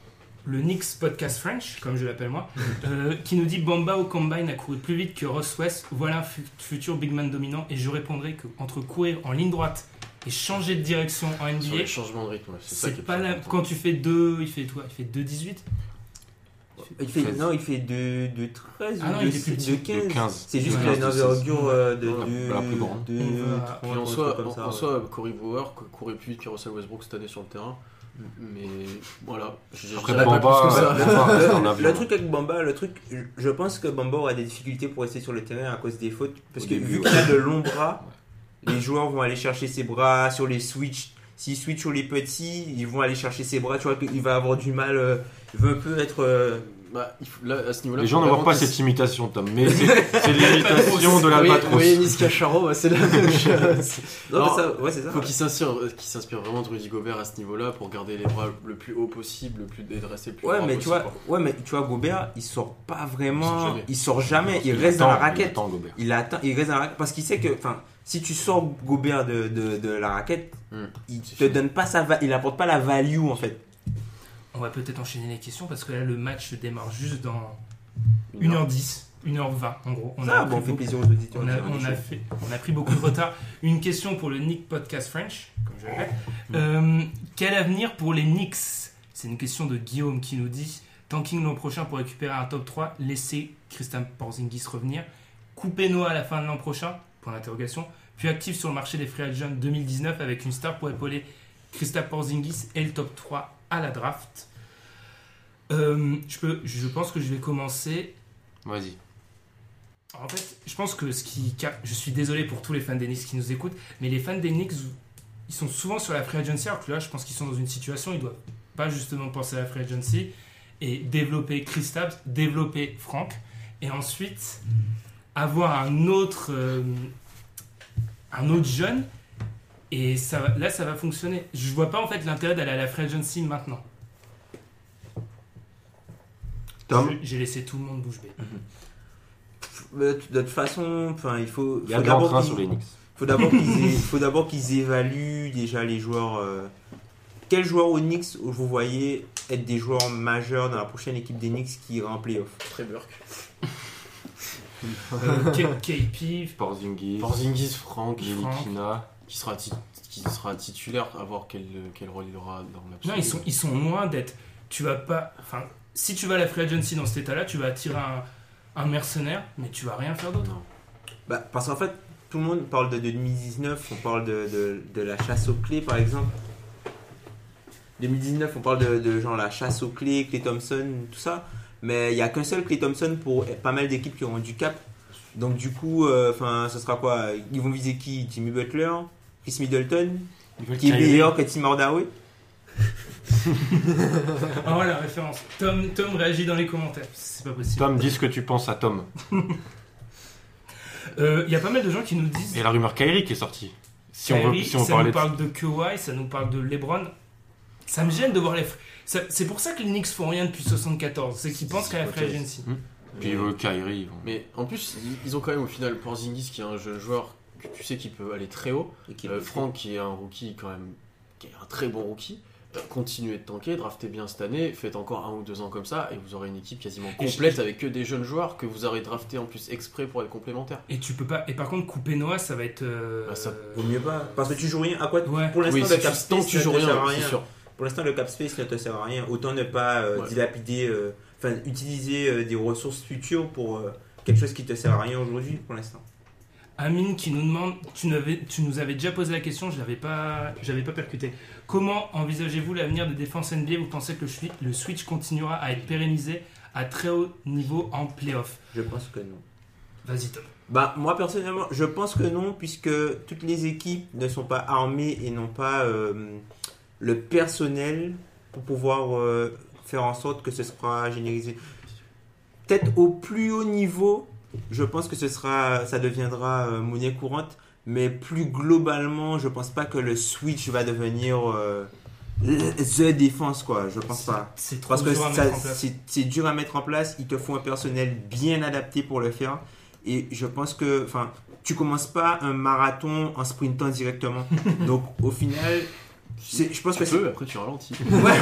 D: le Knicks Podcast French, comme je l'appelle moi, euh, qui nous dit Bamba au combine a couru plus vite que Ross West, voilà un fu- futur big man dominant. Et je répondrai que entre courir en ligne droite et changer de direction en
H: Sur les
D: NBA,
H: changements de rythme, c'est ça qui
D: c'est
H: est
D: pas
H: plus
D: la...
H: important.
D: quand tu fais 2, il fait toi, il fait 2-18.
E: Il fait,
G: Treize.
E: non, il fait de, de 13
D: Ah
E: ou
D: non,
E: de,
D: il était plus petit.
E: de 15.
G: De 15.
E: C'est juste
D: Ouais.
E: qu'il a une
G: 15, de
E: envergure euh, de,
G: Ouais.
E: de,
G: La plus grande.
E: de
D: On va-
E: 30,
H: Puis en
E: un truc
H: soi,
E: comme
H: en,
E: ça,
H: en
E: ouais.
H: soi, Corey Brewer cou- courait plus vite que Russell Westbrook cette année sur le terrain. Mais voilà, je- je
G: Après,
H: dirais pas
G: Bamba,
H: plus que ça.
G: euh, Bamba, on a
E: Le,
G: vu.
E: le truc avec Bamba, le truc, je- je pense que Bamba aura des difficultés pour rester sur le terrain à cause des fautes. Parce
G: Au
E: que
G: début,
E: vu
G: ouais.
E: qu'il a de longs bras, les joueurs vont aller chercher ses bras sur les switches. S'il switch sur les petits, ils vont aller chercher ses bras. Tu vois qu'il va avoir du mal. euh, il veut un peu être. euh,
H: Bah, il faut- là, à ce niveau-là,
G: Les gens ne voient pas cette imitation, Tom, mais c'est c'est l'imitation de
H: Oui,
G: l'albatros.
H: oui, Nice Cacharo, bah, c'est la même chose.
E: Non,
H: Alors,
E: mais ça, ouais, c'est ça.
H: Faut qu'il s'inspire, euh, qu'il s'inspire vraiment de Rudy Gobert à ce niveau-là pour garder les bras le plus haut possible, le plus et de rester le plus
E: Ouais
H: droit
G: euh,
E: mais, tu
H: possible.
E: vois, ouais, mais tu vois, Gobert, il sort pas
H: Il sort
E: vraiment.
H: jamais.
E: Il sort jamais. Il reste dans la
G: attend, il
E: raquette.
G: attend Gobert.
E: Il attend, il reste dans la raquette. Parce qu'il sait que, enfin, si tu sors Gobert de, de, de la raquette,
H: Hmm.
E: il te
H: fini.
E: donne pas sa, va- il apporte pas la value en fait.
D: On va peut-être enchaîner les questions parce que là le match démarre juste dans
H: Une
D: 1h10, 1h20 en gros. On
E: ça,
D: a
E: bon,
D: pris
E: on fait
D: beaucoup-
E: plaisir aux auditeurs.
D: On a,
E: c'est vraiment
D: on, a
E: chaud.
D: fait, on a pris beaucoup de retard. Une question pour le Nick Podcast French, comme je le répète. Euh, quel avenir pour les Knicks C'est une question de Guillaume qui nous dit Tanking l'an prochain pour récupérer un top 3, laissez Christian Porzingis revenir, coupez Noah à la fin de l'an prochain, point d'interrogation, puis active sur le marché des free agents 2019 avec une star pour épauler Christian Porzingis et le top 3 à la draft. Euh, je, peux, je pense que je vais commencer
G: Vas-y.
D: en fait, je pense que ce qui. cap- Je suis désolé pour tous les fans des Knicks qui nous écoutent, mais les fans des Knicks, ils sont souvent sur la free agency, alors que là, je pense qu'ils sont dans une situation, ils doivent pas justement penser à la free agency et développer Chris Tabbs, développer Frank, et ensuite avoir un autre. euh, un autre jeune, et ça, va- là, ça va fonctionner. Je vois pas en fait l'intérêt d'aller à la free agency maintenant.
E: Hein
G: Tom,
D: Je- J'ai laissé tout le monde bouche bée.
E: Mais euh, De toute façon, enfin, il faut,
G: il y a
E: faut
G: de l'entrain
E: d'abord
G: sur les
E: qu'ils,
G: Knicks.
E: faut d'abord qu'ils, é- faut d'abord qu'ils évaluent déjà les joueurs. euh, quels joueurs aux Knicks vous voyez être des joueurs majeurs dans la prochaine équipe des Knicks qui ira en playoff
H: Très Burke.
D: Euh, K- KP,
G: Porzingis,
H: Porzingis, Franck,
G: Nilikina.
H: qui sera, ti- qui sera titulaire, à voir quel, quel rôle il aura dans l'absolu.
D: Non, ils sont, ils sont loin d'être. Tu vas pas. Enfin, si tu vas à la free agency dans cet état-là, tu vas attirer un, un mercenaire, mais tu vas rien faire d'autre.
H: Non.
E: Bah, parce qu'en fait, tout le monde parle de 2019, on parle de, de, de la chasse aux clés par exemple. 2019, on parle de, de genre la chasse aux clés, Clay Thompson, tout ça. Mais il n'y a qu'un seul Clay Thompson pour pas mal d'équipes qui ont du cap. Donc du coup, euh, enfin, ce sera quoi Ils vont viser qui Jimmy Butler Chris Middleton Qui est meilleur que Tim Hardaway
D: Ah ouais, la référence. Tom, Tom réagit dans les commentaires. C'est pas possible.
G: Tom, dis ce que tu penses à Tom. Bah,
D: Il y a pas mal de gens qui nous disent.
G: Et la rumeur Kyrie qui est sortie. euh, Si on, veut,
D: Kyrie,
G: si on
D: ça nous
G: parlait de-
D: parle de Kawhi, ça nous parle de LeBron. Ça me gêne de voir les. fr- ça- C'est pour ça que les Knicks font rien depuis 74. C'est qu'ils pensent qu'à la free agency.
G: Puis euh, Kyrie. bon.
H: Mais en plus, ils- ils ont quand même au final Porzingis qui est un jeune joueur que tu sais qui peut aller très haut.
E: Et qui-
H: Euh, Franck qui est un rookie quand même, qui est un très bon rookie. Euh, continuez de tanker, draftez bien cette année, faites encore un ou deux ans comme ça et vous aurez une équipe quasiment
D: Et je-
H: complète avec que des jeunes joueurs que vous aurez drafté en plus exprès pour être complémentaires.
D: Et tu peux pas. Et par contre, couper Noah, ça va être. euh,
H: Bah, ça-
E: Vaut mieux pas. Parce que tu joues rien. À quoi
D: Ouais.
E: Pour l'instant,
H: Oui,
E: le
H: c'est
E: cap
H: sûr, tant
E: space
H: que tu
E: ne
H: joues
E: te sert
H: rien,
E: à
H: c'est
E: rien.
H: sûr.
E: Pour l'instant, le cap space ne te sert à rien. Autant ne pas euh,
H: Ouais.
E: dilapider, euh, enfin, utiliser euh, des ressources futures pour euh, quelque chose qui te sert à rien aujourd'hui pour l'instant.
D: Amine qui nous demande, tu, n'avais- tu nous avais déjà posé la question, je l'avais pas, j'avais pas percuté. Comment envisagez-vous l'avenir de défense NBA Vous pensez que le, swi- le switch continuera à être pérennisé à très haut niveau en playoff
E: Je pense que non.
D: Vas-y Tom.
E: Bah, moi personnellement, je pense que non, puisque toutes les équipes ne sont pas armées et n'ont pas euh, le personnel pour pouvoir euh, faire en sorte que ce sera généralisé. Peut-être au plus haut niveau, je pense que ce sera, ça deviendra euh, monnaie courante, mais plus globalement, je pense pas que le switch va devenir euh, the défense quoi. Je pense pas.
D: C'est trop
E: Parce que
D: dur à
E: ça-
D: mettre en place.
E: c'est c'est dur à mettre en place, il te faut un personnel bien adapté pour le faire. Et je pense que, enfin, tu commences pas un marathon en sprintant directement. Donc au final, c'est- je pense que
H: Tu
E: c'est.
H: peux, après tu ralentis.
E: Ouais, ouais,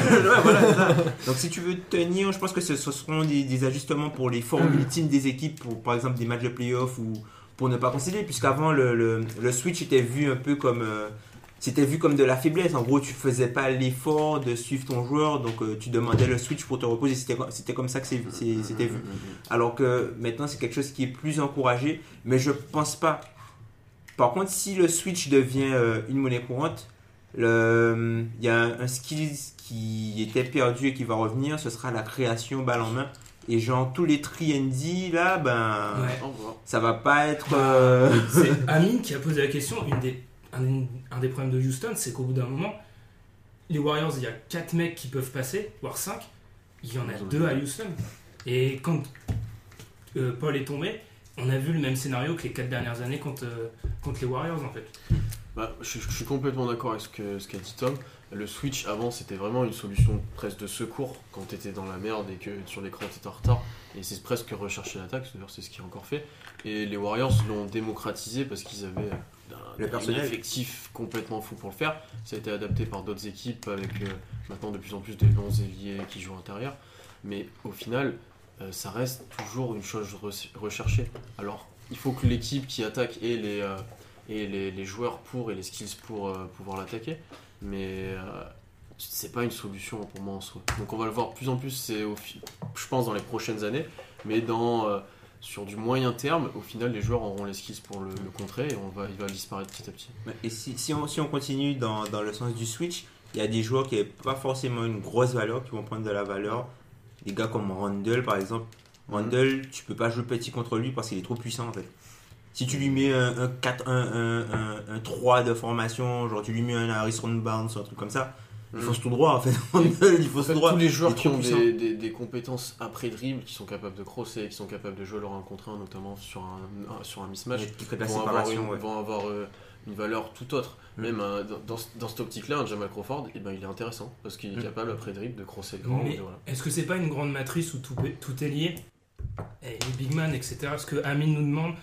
E: voilà, c'est ça. Donc si tu veux tenir, je pense que ce, ce seront des, des ajustements pour les formes
D: Mmh.
E: ultimes des équipes, pour par exemple des matchs de playoff ou pour ne pas concéder, puisqu'avant le, le, le switch était vu un peu comme euh, c'était vu comme de la faiblesse. En gros, tu faisais pas l'effort de suivre ton joueur, donc euh, tu demandais le switch pour te reposer. C'était co- c'était comme ça que c'est- c'est- c'était vu. Alors que maintenant, c'est quelque chose qui est plus encouragé, mais je pense pas. Par contre, si le switch devient euh, une monnaie courante, le- il y a un, un skill qui était perdu et qui va revenir, ce sera la création balle en main. Et genre, tous les 3 là, ben,
D: Ouais.
H: Au revoir.
E: ça va pas être. euh,
D: C'est Amine qui a posé la question. Une des, un, un des problèmes de Houston, c'est qu'au bout d'un moment, les Warriors, il y a 4 mecs qui peuvent passer, voire 5. Il y en a
H: Ils ont
D: 2 à Houston. Et quand euh, Paul est tombé, on a vu le même scénario que les 4 dernières années contre, euh, contre les Warriors, en fait.
H: Bah, je, je suis complètement d'accord avec ce qu'a ce qu'a dit Tom. Le Switch avant c'était vraiment une solution presque de secours quand t'étais dans la merde et que sur l'écran t'étais en retard. Et c'est presque rechercher l'attaque, d'ailleurs c'est ce qui est encore fait. Et les Warriors l'ont démocratisé parce qu'ils avaient euh,
E: Le
H: un, un
E: personnel.
H: effectif complètement fou pour le faire. Ça a été adapté par d'autres équipes avec euh, maintenant de plus en plus des bons ailiers qui jouent intérieur. Mais au final, euh, ça reste toujours une chose re- recherchée. Alors, il faut que l'équipe qui attaque ait les, euh, ait les, les joueurs pour et les skills pour euh, pouvoir l'attaquer. Mais euh, c'est pas une solution pour moi en soi. Donc, on va le voir de plus en plus, c'est au fi- je pense, dans les prochaines années. Mais dans, euh, sur du moyen terme, au final, les joueurs auront les skills pour le, le contrer et on va, il va disparaître petit à petit.
E: Et si, si on, si on continue dans, dans le sens du switch, il y a des joueurs qui n'ont pas forcément une grosse valeur qui vont prendre de la valeur. Des gars comme Randle, par exemple. Randle, tu peux pas jouer petit contre lui parce qu'il est trop puissant en fait. Si tu lui mets un, un 4, un, un- un- un 3 de formation, genre tu lui mets un Harrison Barnes ou un truc comme ça, il
H: Mm.
E: fonce tout droit en fait. Randle, il
H: En
E: fonce
H: fait,
E: tout droit.
H: tous les joueurs
E: Il est
H: qui
E: trop
H: ont
E: puissant.
H: des, des- des compétences après dribble, qui sont capables de crosser, qui sont capables de jouer leur 1 contre 1, notamment sur un, un- sur un mismatch,
E: Qui fait de la
H: vont avoir,
E: séparation,
H: une,
E: ouais. Mm.
H: vont avoir, euh, une valeur tout autre. Même euh, dans, dans ce- dans cette optique-là, un Jamal Crawford, eh ben, il est intéressant parce qu'il est
E: Mm.
H: capable après dribble de crosser le grand.
D: Mais
H: et voilà.
D: est-ce que c'est pas une grande matrice où tout, peut- tout est lié Et les big man, etc. Parce que Amine nous demande,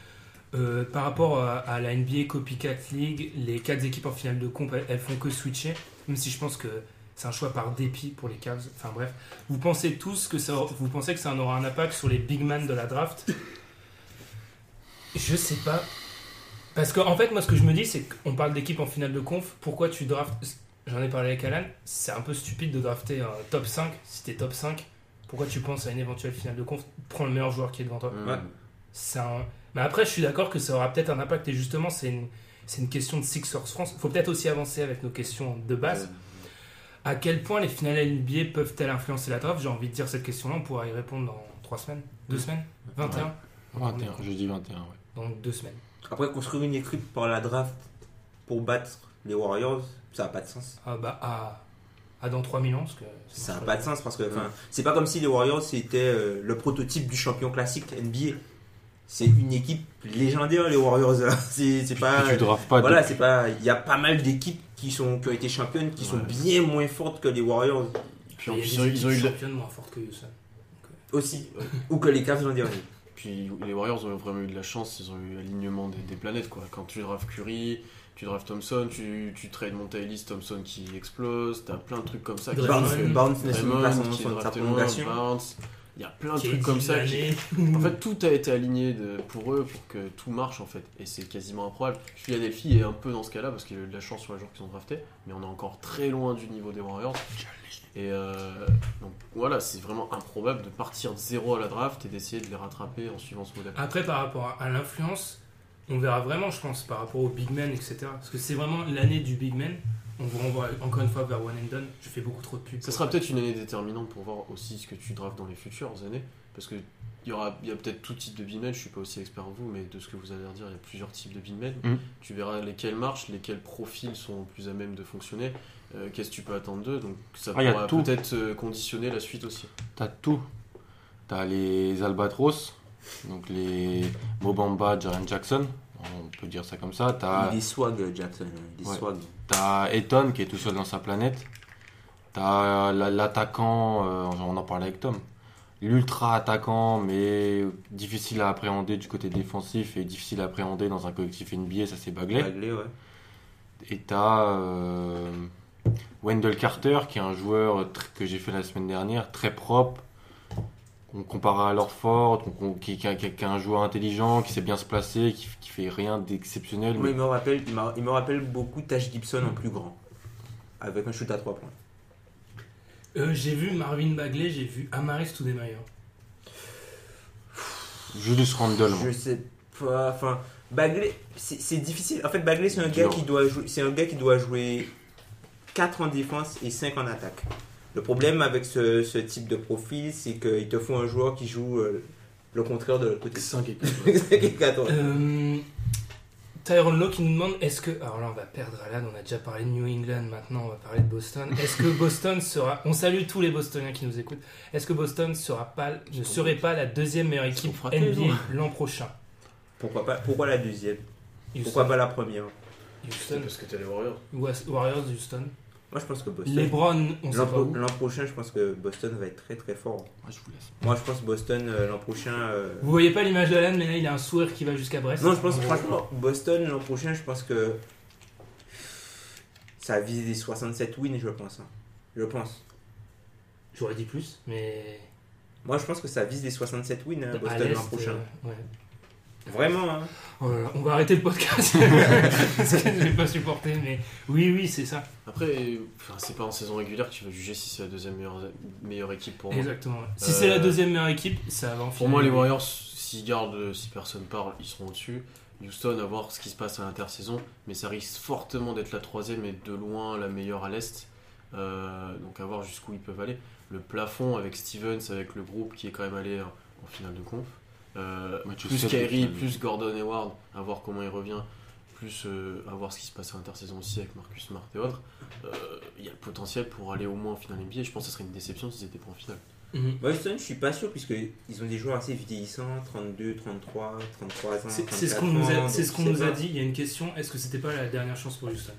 D: euh, par rapport à, à la NBA Copycat League, les quatre équipes en finale de comp, elles, elles font que switcher, même si je pense que c'est un choix par dépit pour les Cavs. Enfin bref, vous pensez tous que ça, vous pensez que ça en aura un impact sur les big man de la draft Je sais pas. Parce qu'en en fait, moi, ce que je me dis, c'est qu'on parle d'équipe en finale de conf. Pourquoi tu draftes J'en ai parlé avec Alan. C'est un peu stupide de drafter un top 5. Si t'es top 5, pourquoi tu penses à une éventuelle finale de conf Prends le meilleur joueur qui est devant toi.
H: Mm.
E: Ouais.
D: C'est un- Mais après, je suis d'accord que ça aura peut-être un impact. Et justement,
H: Euh, Mm.
D: c'est une... c'est une question de Sixers France. Faut peut-être aussi avancer avec nos questions de base. à quel point les finales NBA peuvent-elles influencer la draft J'ai envie de dire cette question-là, on pourra y répondre dans 3 semaines, 2
E: Mm.
D: semaines, 21
H: 21, je dis 21, ouais.
D: Donc 2 semaines.
E: Après, construire une équipe par la draft pour battre les Warriors, ça n'a pas de sens.
D: Ah bah à, à dans 3 000 ans, parce que
E: Ça n'a pas de sens parce que enfin, c'est pas comme si les Warriors c'était euh, le prototype du champion classique NBA. C'est une équipe légendaire, les Warriors. là. C'est c'est pas.
H: Puis tu drafts pas
E: Ah Voilà,
H: depuis-
E: c'est pas. Il y a pas mal d'équipes qui, sont, qui ont été championnes qui sont
H: Ouais.
E: bien moins fortes que les Warriors
H: Puis
D: Puis
H: en
D: il y a
H: plus,
D: des
H: ils ont- ils ont eu
D: équipes
H: le-
D: championnes moins fortes que ça.
E: aussi, ou que les Cavs l'an dernier.
H: Puis les Warriors ont vraiment eu de la chance, ils ont eu l'alignement des, des planètes. Quoi. Quand tu drafts Curry, tu drafts Thompson, tu, tu trades Monta Ellis, Thompson qui explose, t'as plein de trucs comme ça. qui
E: Barnes,
H: font que-
E: Barnes ne suit
H: Draymond
E: pas son-
H: qui est
E: son- sa
H: drafté
E: prolongation.
H: loin, Barnes. Il y a plein de
D: Qui est
H: trucs comme ça. qui-
D: l'année
H: En fait, tout a été aligné de- pour eux pour que tout marche en fait. Et c'est quasiment improbable. Philadelphie est un peu dans ce cas-là parce qu'il y a eu de la chance sur les joueurs qui sont draftés, mais on est encore très loin du niveau des Warriors. Et euh, donc voilà, c'est vraiment improbable de partir de zéro à la draft et d'essayer de les rattraper en suivant ce modèle.
D: Après, par rapport à, à l'influence, on verra vraiment, je pense, par rapport au big man, etc. Parce que c'est vraiment l'année du big man. On vous renvoie encore une fois vers One and Done. Je fais beaucoup trop de pubs.
H: Ça sera peut-être une année déterminante pour voir aussi ce que tu drafts dans les futures années. Parce que il y aura il y a peut-être tout type de big-man, je suis pas aussi expert que vous, mais de ce que vous allez dire, il y a plusieurs types de big-man.
G: Mm.
H: Tu verras lesquels marchent, lesquels profils sont plus à même de fonctionner, euh, qu'est-ce que tu peux attendre d'eux. Donc ça
G: Ah, il y a
H: pourra
G: tout.
H: peut-être euh, conditionner la suite aussi.
G: T'as tout. T'as les Albatros, donc les Mobamba, Jaren Jackson, on peut dire ça comme ça.
H: Ah.
G: T'as
E: Il est swag, euh, Jackson. hein, Il est
G: Ouais.
E: swag.
G: T'as Eton qui est tout seul dans sa planète. T'as euh, la- l'attaquant, euh, on en parlait avec Tom. L'ultra attaquant, mais difficile à appréhender du côté défensif et difficile à appréhender dans un collectif NBA, ça c'est Bagley.
E: Bagley, ouais.
G: Et t'as euh, Wendell Carter qui est un joueur tr- que j'ai fait la semaine dernière, très propre. On compare à Lorford, on- on- qui, qui, qui- qui est un joueur intelligent, qui sait bien se placer, qui, qui fait rien d'exceptionnel.
E: Moi, il me rappelle, il m'a- il me rappelle beaucoup Tash Gibson en plus grand. Avec un shoot à 3 points.
D: Euh, j'ai vu Marvin Bagley, j'ai vu Amaris Stoudemire.
G: Julius Randle. moi.
E: Je sais pas. Enfin, Bagley, c'est c'est difficile. En fait, Bagley, c'est un
G: Dur.
E: gars qui doit jouer. C'est un gars qui doit jouer 4 en défense et 5 en attaque. Le problème avec ce, ce type de profil, c'est qu'il te faut un joueur qui joue euh, le contraire de l'autre côté.
H: 5 et
E: C'est qui est à toi.
D: Euh, Tyrone Lowe qui nous demande est-ce que. Alors là, on va perdre à l'âne, on a déjà parlé de New England, maintenant on va parler de Boston. Est-ce que Boston sera. On salue tous les Bostoniens qui nous écoutent. Est-ce que Boston sera pas, ne serait pas la deuxième meilleure
H: sont
D: équipe
H: frappés, ils
D: NBA
H: ont-
D: l'an prochain
E: Pourquoi, pas, pourquoi la deuxième Pourquoi
D: Houston,
E: pas la première Moi,
D: Houston,
H: parce que t'as les Warriors.
D: Wa- Warriors, Houston.
E: je pense que Boston.
D: LeBron, on sait
E: L'an
D: pas
E: pro-
D: où.
E: l'an prochain, je pense que Boston va être très très fort.
H: Moi je vous laisse.
E: Moi, je pense Boston euh, l'an prochain. euh,
D: Vous voyez pas l'image d'Alan, mais là il a un sourire qui va jusqu'à Brest.
E: Non, je pense franchement, Boston l'an prochain, je pense que ça vise les 67 wins, je pense. hein. Je pense.
D: J'aurais dit plus, mais.
E: Moi, je pense que ça vise les 67 wins, hein,
D: à
E: Boston
D: l'Est,
E: l'an prochain.
D: euh, ouais.
E: Vraiment, hein.
D: Oh là là, on va arrêter le podcast. Parce que je vais pas supporter, mais oui, oui, c'est ça.
H: Après, euh, enfin, c'est pas en saison régulière que tu vas juger si c'est la deuxième meilleure, meilleure équipe pour moi.
D: Exactement. Si
H: Euh,
D: c'est la deuxième meilleure équipe, ça va en
H: Pour
D: finale.
H: moi, les Warriors, s'ils gardent, euh, si personne parle, ils seront au-dessus. Houston, à voir ce qui se passe à l'intersaison, mais ça risque fortement d'être la troisième et de loin la meilleure à l'Est. Euh, donc à voir jusqu'où ils peuvent aller. Le plafond avec Stevens, avec le groupe qui est quand même allé en, en finale de conf. Euh,
G: Mathieu
H: plus
G: Seth,
H: Kyrie,
G: le-
H: plus Gordon Hayward, à voir comment il revient, plus euh, à voir ce qui se passe à l'intersaison aussi avec Marcus Smart et autres. Euh, Il y a le potentiel pour aller au moins en finale NBA. Je pense que ce serait une déception s'ils étaient pas en finale.
D: Mhm.
E: Boston, je suis pas sûr, puisque ils ont des joueurs assez vieillissants 32, 33, 33 ans.
D: C'est c'est ce
E: 34
D: qu'on nous
E: ans,
D: a,
E: donc
D: c'est ce qu'on
E: je sais
D: nous a
E: pas.
D: dit. Il y a une question. Est-ce que c'était pas la dernière chance pour Houston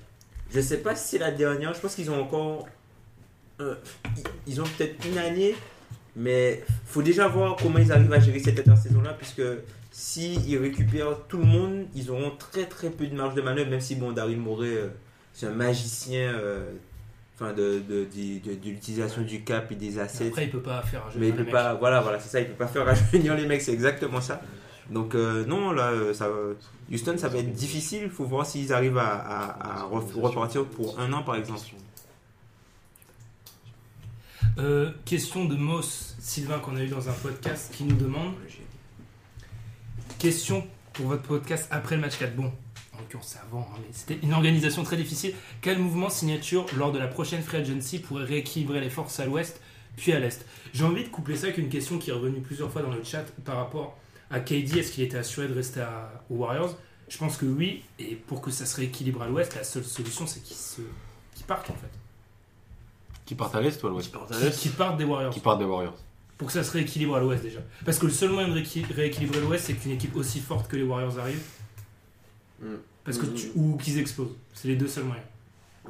E: Je sais pas si c'est la dernière, je pense qu'ils ont encore. euh, ils- ils ont peut-être une année, mais faut déjà voir comment ils arrivent à gérer cette intersaison-là, puisque si ils récupèrent tout le monde, ils auront très très peu de marge de manœuvre, même si bon, Daryl Morey, euh, c'est un magicien euh, enfin, de, de, de- de- de l'utilisation du cap et des assets.
D: Après, il peut pas faire un jeu.
E: Mais il
D: de
E: peut
D: mec.
E: pas, voilà, voilà, c'est ça, il peut pas faire rajeunir les mecs, c'est exactement ça. Donc euh, non, là, euh, ça, va- Houston, ça va être difficile. Il faut voir s'ils arrivent à, à- à ref- repartir pour un an, par exemple.
D: Euh, question de Moss, Sylvain, qu'on a eu dans un podcast, qui nous demande Question pour votre podcast après le match 4. Bon, en l'occurrence c'est avant, hein, mais c'était une organisation très difficile. Quel mouvement signature lors de la prochaine free agency pourrait rééquilibrer les forces à l'ouest puis à l'est J'ai envie de coupler ça avec une question qui est revenue plusieurs fois dans le chat par rapport à KD. Est-ce qu'il était assuré de rester à- aux Warriors Je pense que oui, et pour que ça se rééquilibre à l'ouest, la seule solution c'est qu'ils se... qu'ils partent en fait.
G: Qui partent à l'Est ou à l'Ouest
H: Qui partent à
D: Qu'ils
H: l'Est
D: qu'ils partent des Warriors.
G: Qui partent des Warriors.
D: Pour que ça se rééquilibre à l'ouest déjà. Parce que le seul moyen de rééquil- rééquilibrer l'ouest, c'est qu'une équipe aussi forte que les Warriors arrive.
H: Mm.
D: Parce que
H: Mm.
D: tu- ou qu'ils explosent. C'est les deux seuls moyens.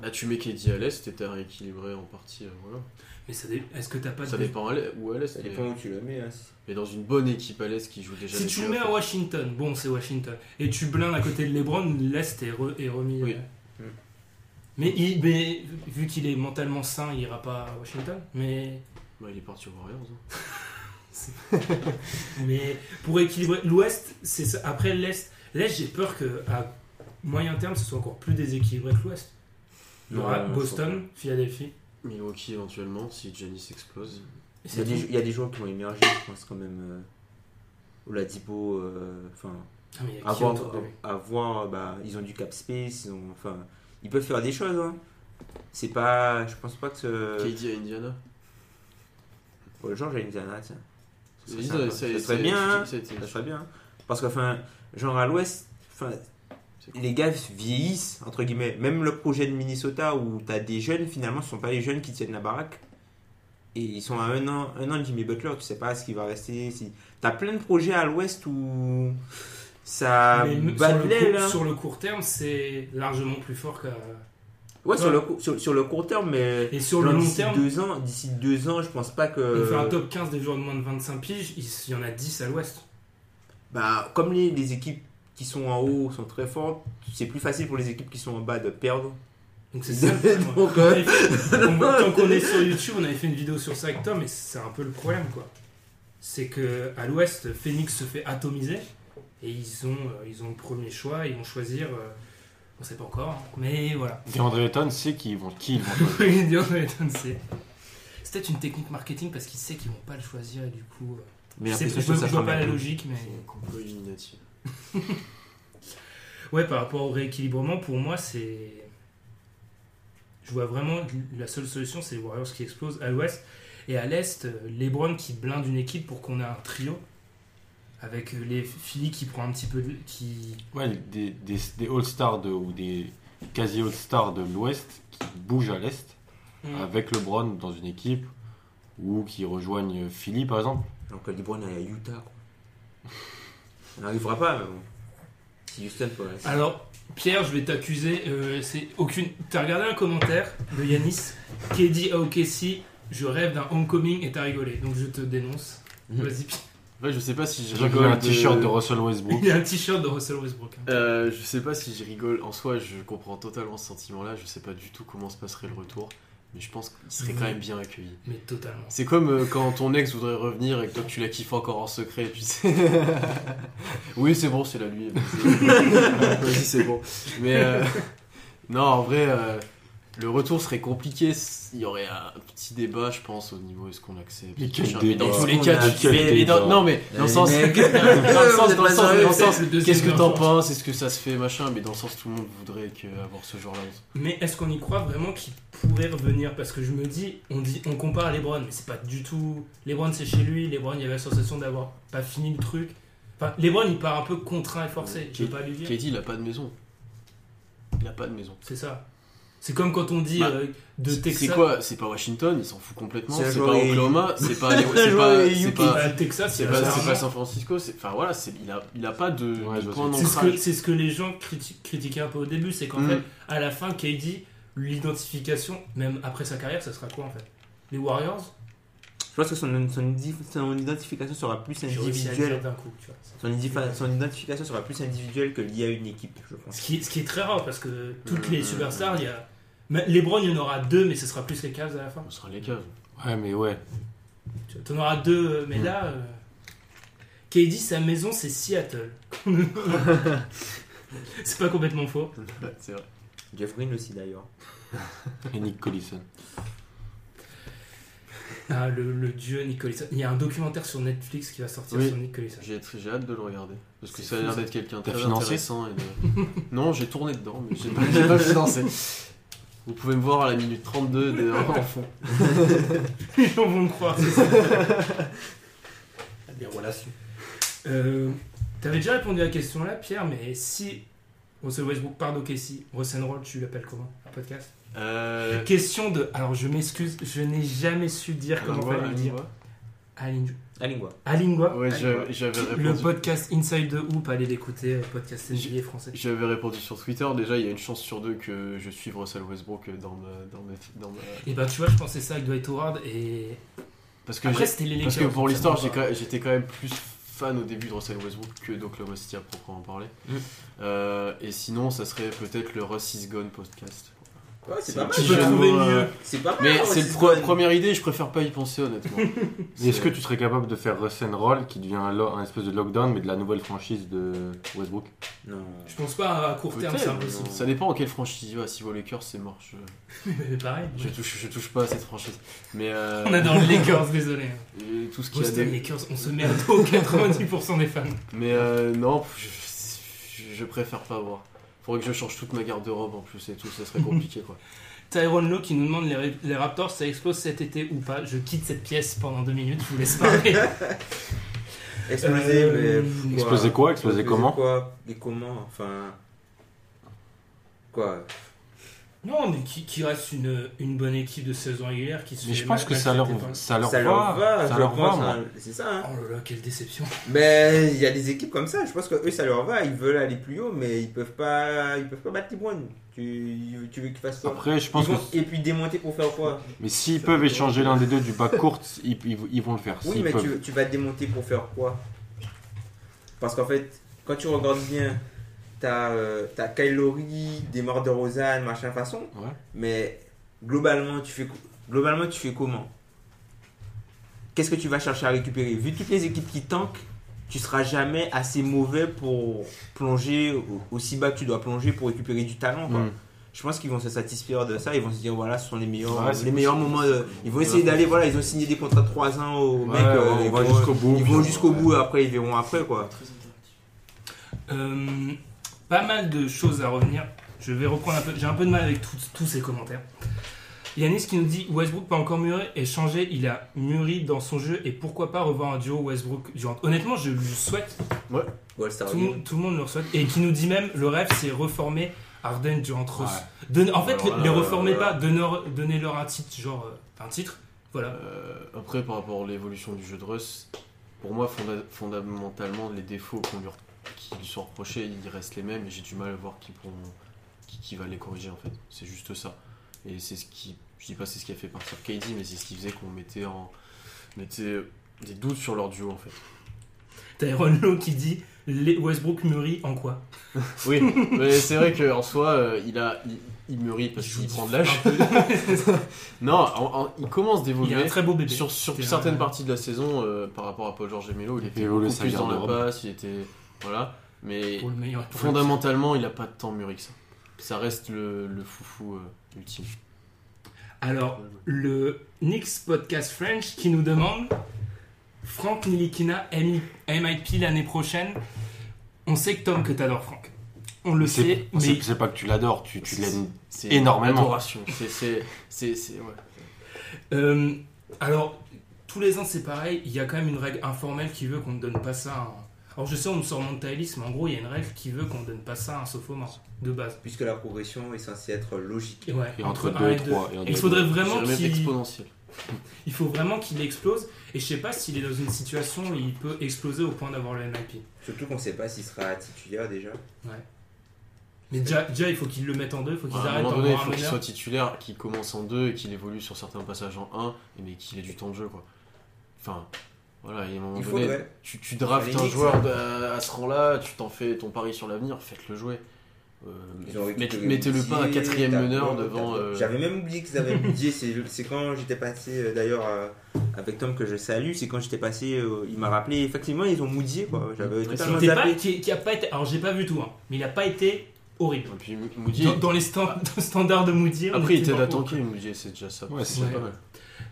H: Bah, tu mets KD à l'Est et t'as rééquilibré en partie. euh, voilà.
D: Mais ça dé- est-ce que t'as pas
H: Ça
D: de...
H: dépend à l'Est- où à l'Est.
E: Ça
H: mais-
E: dépend où tu le mets. hein.
H: Mais dans une bonne équipe à l'Est qui joue déjà.
D: Si
H: les
D: tu le
H: playoffs,
D: mets à Washington, bon c'est Washington, et tu blindes à côté de LeBron, l'Est est, re- est remis.
H: Oui. Mm.
D: euh, Mais, il, mais vu qu'il est mentalement sain, il ira pas à Washington. Mais,
H: bah, il est parti aux Warriors. hein.
D: mais pour équilibrer l'Ouest, c'est ça. Après l'Est, l'Est j'ai peur que à moyen terme ce soit encore plus déséquilibré que l'Ouest. Il y aura
E: Ouais,
D: Boston, Philadelphie.
H: Milwaukee éventuellement si Giannis explose.
D: Et
E: Il y,
D: c'est
E: a des,
D: tout.
E: il y a des joueurs qui ont émergé, je pense, quand même. Ou la Dipo, enfin,
D: Ah, mais il y a qui
E: avant,
D: autour de lui
E: avant, bah, ils ont du cap space, ils ont, enfin, ils peuvent faire des choses. hein. C'est pas, je pense pas que ce,
H: KD à Indiana.
E: pour le genre, j'ai une Indiana, tiens. Ce serait
H: Ils-
E: sympa.
H: ça-
E: Ça
H: ça-
E: serait bien, hein.
H: ça a été-
E: ça serait bien. Parce que, enfin, genre à l'Ouest, enfin,
H: C'est cool.
E: les gars vieillissent entre guillemets. Même le projet de Minnesota où t'as des jeunes, finalement, ce sont pas les jeunes qui tiennent la baraque. Et ils sont à un an, un an de Jimmy Butler. Tu sais pas ce qui va rester. Si t'as plein de projets à l'Ouest où ça
D: Mais m-
E: bat
D: sur,
E: de
D: le
E: l'aile.
D: court,
E: hein.
D: sur le court terme, c'est largement plus fort qu'à.
E: Ouais, sur
D: Ouais.
E: le, cou- sur, sur le court terme, mais
D: Et sur
E: genre,
D: le long
E: d'ici
D: terme,
E: deux ans, d'ici deux ans, je pense pas que.
D: On fait un top 15 des joueurs de moins de 25 piges, il y en a 10 à l'ouest.
E: Bah, comme les, les équipes qui sont en haut sont très fortes, c'est plus facile pour les équipes qui sont en bas de perdre.
D: Donc c'est ça. le problème.
E: Donc,
D: On
E: euh,
D: avait fait- on- Tant qu'on est sur YouTube, on avait fait une vidéo sur ça avec Tom et c'est un peu le problème quoi. C'est que à l'ouest, Phoenix se fait atomiser et ils ont, euh, ils ont le premier choix, ils vont choisir. euh, on sait pas encore, hein, mais voilà.
G: DeAndre Ayton sait qui ils vont, qui ils vont choisir.
D: Il dit, on va être- c'est- c'est peut-être une technique marketing parce qu'il sait qu'ils vont pas le choisir et du coup. euh,
E: Mais
D: je sais- je
E: après, ça, ça
D: vois je vois
E: change
D: pas la
E: rien.
D: logique, mais.
H: C'est un complot Illuminati.
D: Ouais, par rapport au rééquilibrement, pour moi, c'est. Je vois vraiment la seule solution, c'est les Warriors qui explosent à l'ouest. Et à l'est, euh, LeBron qui blinde une équipe pour qu'on ait un trio. Avec euh, les Philly qui prend un petit peu de. Qui...
G: Ouais, des, des, des All-Stars de- ou des quasi All-Stars de l'Ouest qui bougent à l'Est
H: Mm.
G: avec LeBron dans une équipe ou qui rejoignent Philly par exemple.
E: Alors que LeBron est à Utah. quoi. On n'arrivera pas, mais bon. Si Houston peut
H: Ah,
E: rester.
D: Alors, Pierre, je vais t'accuser. euh, c'est aucune. T'as regardé un commentaire de Yanis qui dit Ah, ok, si, je rêve d'un homecoming et t'as rigolé. Donc je te dénonce.
H: Mhm.
D: Vas-y, Pierre.
H: Ouais, je sais pas si je
G: J'ai
H: rigole.
G: un
H: de-
G: t-shirt de Russell Westbrook.
D: Il y a un t-shirt de Russell Westbrook. hein.
H: Euh, je sais pas si je rigole en soi, je comprends totalement ce sentiment-là, je sais pas du tout comment se passerait le retour, mais je pense qu'il
E: Mm.
H: serait quand même bien accueilli.
D: Mais totalement.
H: C'est comme euh, quand ton ex voudrait revenir et que toi tu la kiffes encore en secret, tu sais. oui, c'est bon, c'est la nuit. vas-y. Vas-y, c'est bon. Mais euh, non, en vrai, euh, le retour serait compliqué. Il y aurait un petit débat, je pense, au niveau est-ce qu'on accepte.
G: Mais quel
H: machin. Mais dans
G: débat.
H: tous les
E: Est-ce
H: cas,
E: qu'on a-
H: tu fais- mais dans-
G: débat.
H: non, mais dans le sens, dans
E: Les
H: le
E: mecs.
H: sens, dans le
E: Vous êtes
H: sens,
E: pas
H: dans le
E: sérieux.
H: sens,
D: Le deuxième
H: qu'est-ce que t'en
D: enfant.
H: penses, est-ce que ça se fait, machin, mais dans le sens, tout le monde voudrait que, avoir ce genre-là.
D: Mais est-ce qu'on y croit vraiment qu'il pourrait revenir Parce que je me dis, on dit, on compare à LeBron, mais c'est pas du tout. LeBron c'est chez lui. LeBron il y avait la sensation d'avoir pas fini le truc. Enfin, LeBron il part un peu contraint et forcé. Je vais pas lui dire.
H: Katie, il a pas de maison. Il a pas de maison.
D: C'est ça. C'est comme quand on dit
H: Bah,
D: euh, de
H: C'est-
D: Texas.
H: C'est quoi C'est pas Washington, il s'en fout complètement.
E: C'est un
H: C'est
E: joueur
H: pas
E: et-
H: Oklahoma, c'est pas les-
E: Un
H: c'est
E: joueur
H: pas
E: et
H: c'est
E: UK.
H: pas
D: Bah, Texas,
H: c'est
D: c'est
H: pas, c'est
D: rarement-
H: pas San Francisco. c'est- Enfin voilà, c'est- il a il a pas de,
G: Ouais,
H: de
G: je vois
H: point
G: ce
D: C'est ce
H: d'ancrage.
D: que c'est ce que les gens criti- critiquaient un peu au début, c'est qu'en
H: Mm.
D: fait, à la fin, KD, l'identification, même après sa carrière, ça sera quoi en fait Les Warriors
E: Je pense que son, son idi- son identification sera plus
D: J'ai réussi à le dire
E: individuelle.
D: d'un coup. Tu vois.
E: Son, idi- son identification sera plus individuelle que liée à une équipe, je pense.
D: Ce qui, ce qui est très rare parce que toutes
H: Mm.
D: les superstars, il y a. mais Lebron, il y en aura deux, mais ce sera plus les Cavs à la fin.
H: On sera les caves.
G: Ouais, mais ouais.
D: Tu en auras deux, euh,
H: Mm.
D: mais là. euh, KD, sa maison, c'est Seattle. c'est pas complètement faux.
H: Ouais, c'est vrai.
E: Jeff Green aussi, d'ailleurs.
G: Et Nick Collison.
D: Ah, le, le dieu Nick Collison. Il y a un documentaire sur Netflix qui va sortir
H: Oui.
D: sur Nick Collison.
H: J'ai très- j'ai hâte de le regarder. Parce que
D: C'est
H: ça a
D: fou,
H: l'air
D: ça.
H: d'être quelqu'un
G: T'as
H: très
G: financé
H: intéressant. et de- non, j'ai tourné dedans, mais j'ai pas, j'ai pas financé. Vous pouvez me voir à la minute 32 de... en fond.
D: Les gens vont me croire, c'est ça.
H: Ah,
E: Des relations.
D: Euh, T'avais déjà répondu à la question là, Pierre, mais si Russell Westbrook part d'OKC, Roll, tu l'appelles comment Un podcast
H: Euh...
D: Question de. Alors je m'excuse, je n'ai jamais su dire comment
H: Alingua,
D: fallait le dire.
H: Alingua.
D: Alingua.
E: Alingua.
D: Alingua.
H: Ouais, j'avais j'avais
D: Le
H: répondu.
D: podcast Inside the Hoop, allez l'écouter, euh, podcast
H: J'ai-
D: NBA français.
H: J'avais répondu sur Twitter, déjà il y a une chance sur deux que je suive Russell Westbrook dans ma... Dans ma... Dans ma...
D: Et ben tu vois, je pensais ça avec Dwight Howard et.
H: Parce que
D: Après,
H: j'ai-
D: c'était les
H: Parce que
D: Lakers,
H: pour
D: donc
H: l'histoire,
D: ça
H: j'ai
D: compte pas.
H: quand même- j'étais quand même plus fan au début de Russell Westbrook que d'Oklahoma City à proprement parler.
E: Mm.
H: Euh, et sinon, ça serait peut-être le Russ is Gone podcast.
E: Ouais, c'est
H: C'est
E: pas
H: un
E: mal.
H: petit
E: je peux
H: jeu de
E: trouver
H: mots,
E: mieux.
H: euh,
E: C'est pas mal.
H: Mais
E: ouais,
H: c'est le
E: bon.
H: pre- première idée, je préfère pas y penser honnêtement.
G: Mais Est-ce que tu serais capable de faire Russell Roll qui devient un, lo- un espèce de lockdown mais de la nouvelle franchise de Westbrook
E: Non.
D: Je pense pas à court terme, c'est
H: Peut-être,
D: impossible.
H: mais Ça dépend en quelle franchise il va. Si vous Lakers, c'est mort. Je,
D: Mais pareil.
H: je touche, je touche pas à cette franchise. Mais euh,
D: On adore les Lakers, désolé.
H: et tout ce qui a
D: Boston
H: des-
D: Lakers, on se met à dos 90% des fans.
H: Mais euh, non, je, je- je préfère pas voir. Faudrait que je change toute ma garde-robe en plus et tout. Ça serait compliqué quoi.
D: Tyrone Lowe qui nous demande les, les Raptors, ça explose cet été ou pas Je quitte cette pièce pendant deux minutes, je vous laisse parler.
E: Exploser,
D: Euh,
E: mais. pff,
G: exploser quoi, exploser comment
E: quoi Et comment Enfin. Quoi
D: non, mais qui, qui reste une, une bonne équipe de saison régulière qui se
G: Mais
D: fait
G: je pense
D: mal-
G: que
D: mal
G: ça leur,
D: traiter par-
G: ça leur
E: Ça leur va,
G: va. Ça
E: je
G: leur va,
E: pense.
G: moi.
E: hein. C'est ça, hein.
D: Oh là là, quelle déception.
E: Mais il y a des équipes comme ça, je pense que eux ça leur va, ils veulent aller plus haut, mais ils peuvent pas, ils peuvent pas battre LeBron. Tu, tu veux qu'ils fassent quoi
G: Après, je
E: Ils
G: pense que.
E: vont- Et puis démonter pour faire quoi
G: Mais s'ils peuvent échanger l'un des deux du bas court, bah, ils, ils- ils vont le faire.
E: Oui,
G: s'ils
E: mais
G: peuvent.
E: tu, tu vas démonter pour faire quoi Parce qu'en fait, quand tu regardes bien, t'as euh, t'as Kyle Lowry, Demar de Rosanne, machin façon,
G: Ouais.
E: mais globalement tu fais co- globalement tu fais comment Qu'est-ce que tu vas chercher à récupérer Vu toutes les équipes qui tankent, tu seras jamais assez mauvais pour plonger au- aussi bas que tu dois plonger pour récupérer du talent. quoi.
G: Mm.
E: Je pense qu'ils vont se satisfaire de ça. Ils vont se dire voilà, ce sont les meilleurs,
G: Ouais, c'est
E: les meilleurs
G: possible.
E: moments. de- ils vont essayer d'aller voilà, ils ont signé des contrats de 3 ans au
G: Ouais,
E: mec. euh,
G: on
E: ils
G: va
E: vont-
G: jusqu'au bout,
E: Ils
G: puis on-
E: vont jusqu'au
G: ouais.
E: bout. Après, ils verront après quoi.
D: Euh, pas mal de choses à revenir. Je vais reprendre un peu. J'ai un peu de mal avec tout- tous ces commentaires. Yanis qui nous dit Westbrook pas encore mûri et changé. Il a mûri dans son jeu et pourquoi pas revoir un duo Westbrook Durant. Honnêtement, je lui souhaite.
E: All Star
D: Tout, le monde- tout le monde le souhaite et qui nous dit même le rêve c'est reformer Arden Durant Ross.
G: Ouais.
D: Donne- en fait,
H: Alors là, euh,
D: les reformez
H: voilà.
D: pas, donneur- donnez-leur un titre, genre euh, un titre. Voilà.
H: Euh, après, par rapport à l'évolution du jeu de Russ, pour moi, fonda- fondamentalement, les défauts qu'on lui, re- qui lui sont reprochés, ils restent les mêmes et j'ai du mal à voir qui, pourront- qui, qui va les corriger en fait. C'est juste ça. Et c'est ce qui, je dis pas c'est ce qui a fait partir KD, mais c'est ce qui faisait qu'on mettait, en, mettait des doutes sur leur duo en fait.
D: Tyrone Lowe qui dit les Westbrook mûrit en quoi
H: Oui, mais c'est vrai qu'en soi, euh, il, a, il, il mûrit parce
D: joue
H: qu'il prend de
D: un
H: l'âge.
D: peu.
H: Non, en- en- il
D: Il
H: commence
D: a un
H: d'évoluer.
D: très beau bébé.
H: Sur, sur
D: C'était
H: certaines
D: un-
H: parties de la saison, euh, par rapport à Paul George Gemelo, il
G: Il
H: était
G: évolue
H: beaucoup
G: sa
H: plus dans la
G: garde-robe.
H: passe, il était. Voilà. Mais
D: Pour le meilleur. et pour le pire.
H: fondamentalement, il n'a pas tant mûri que ça. Ça reste le, le foufou euh, ultime.
D: Alors, le Nix Podcast French qui nous demande Franck Nilikina M- MIP l'année prochaine. On sait que Tom, que t'adores Franck. On le sait,
G: C'est-
D: mais
G: C'est c'est pas que tu l'adores, tu, tu l'aimes.
H: C'est
G: Énormément.
H: Adoration. C'est- C'est. c'est- c'est- ouais.
D: Euh, alors, tous les ans, c'est pareil. Il y a quand même une règle informelle qui veut qu'on ne donne pas ça. à un- Alors, je sais, on me sort mon taillis, mais en gros, il y a une règle qui veut qu'on ne donne pas ça à un sophomore, de base.
E: Puisque la progression est censée être logique.
D: Et, ouais,
G: Et entre
D: un
G: deux et
D: deux.
G: trois, et entre
D: il faudrait
G: deux.
D: vraiment
H: C'est même
D: qu'il
H: exponentiel.
D: il faut vraiment qu'il explose. Et je sais pas s'il est dans une situation où il peut exploser au point d'avoir le MIP.
E: Surtout qu'on sait pas s'il sera titulaire déjà.
D: Mais déjà, déjà, il faut qu'il le mette en deux, il faut qu'ils
H: À un
D: arrêtent
H: moment
D: d'en
H: donné, il
D: avoir
H: faut
D: un
H: qu'il
D: meneur.
H: soit titulaire, qu'il commence en 2 et qu'il évolue sur certains passages en 1, mais qu'il ait du temps de jeu, quoi. Enfin, voilà, il y a un moment
E: Il
H: donné,
E: faudrait.
H: tu, tu draftes
E: À la
H: un
E: limite,
H: joueur de- à, à ce rang-là, tu t'en fais ton pari sur l'avenir, faites-le jouer. Euh,
E: Ils ont
H: met-
E: récupéré
H: Mettez-le
E: Moutier,
H: pas à quatrième
E: Tapon,
H: meneur
E: Tapon.
H: devant. euh,
E: J'avais même oublié qu'ils avaient budget. C'est c'est quand j'étais passé euh, d'ailleurs euh, avec Tom que je salue. C'est quand j'étais passé, euh, il m'a rappelé. Effectivement, ils ont moudié quoi. J'avais
H: Ouais,
E: totalement
D: C'était
E: zappé.
D: pas- qui- qui a pas été- Alors, j'ai pas vu tout, hein, mais il a pas été horrible.
H: Et puis Moody.
D: Dans, dans les stan- dans le standard de Moody. on
H: Après, il
D: était
H: t'aide
D: pas
H: à
D: pour.
H: tanker, Moody, c'est déjà ça.
G: Ouais, c'est
D: Ouais.
G: pas mal.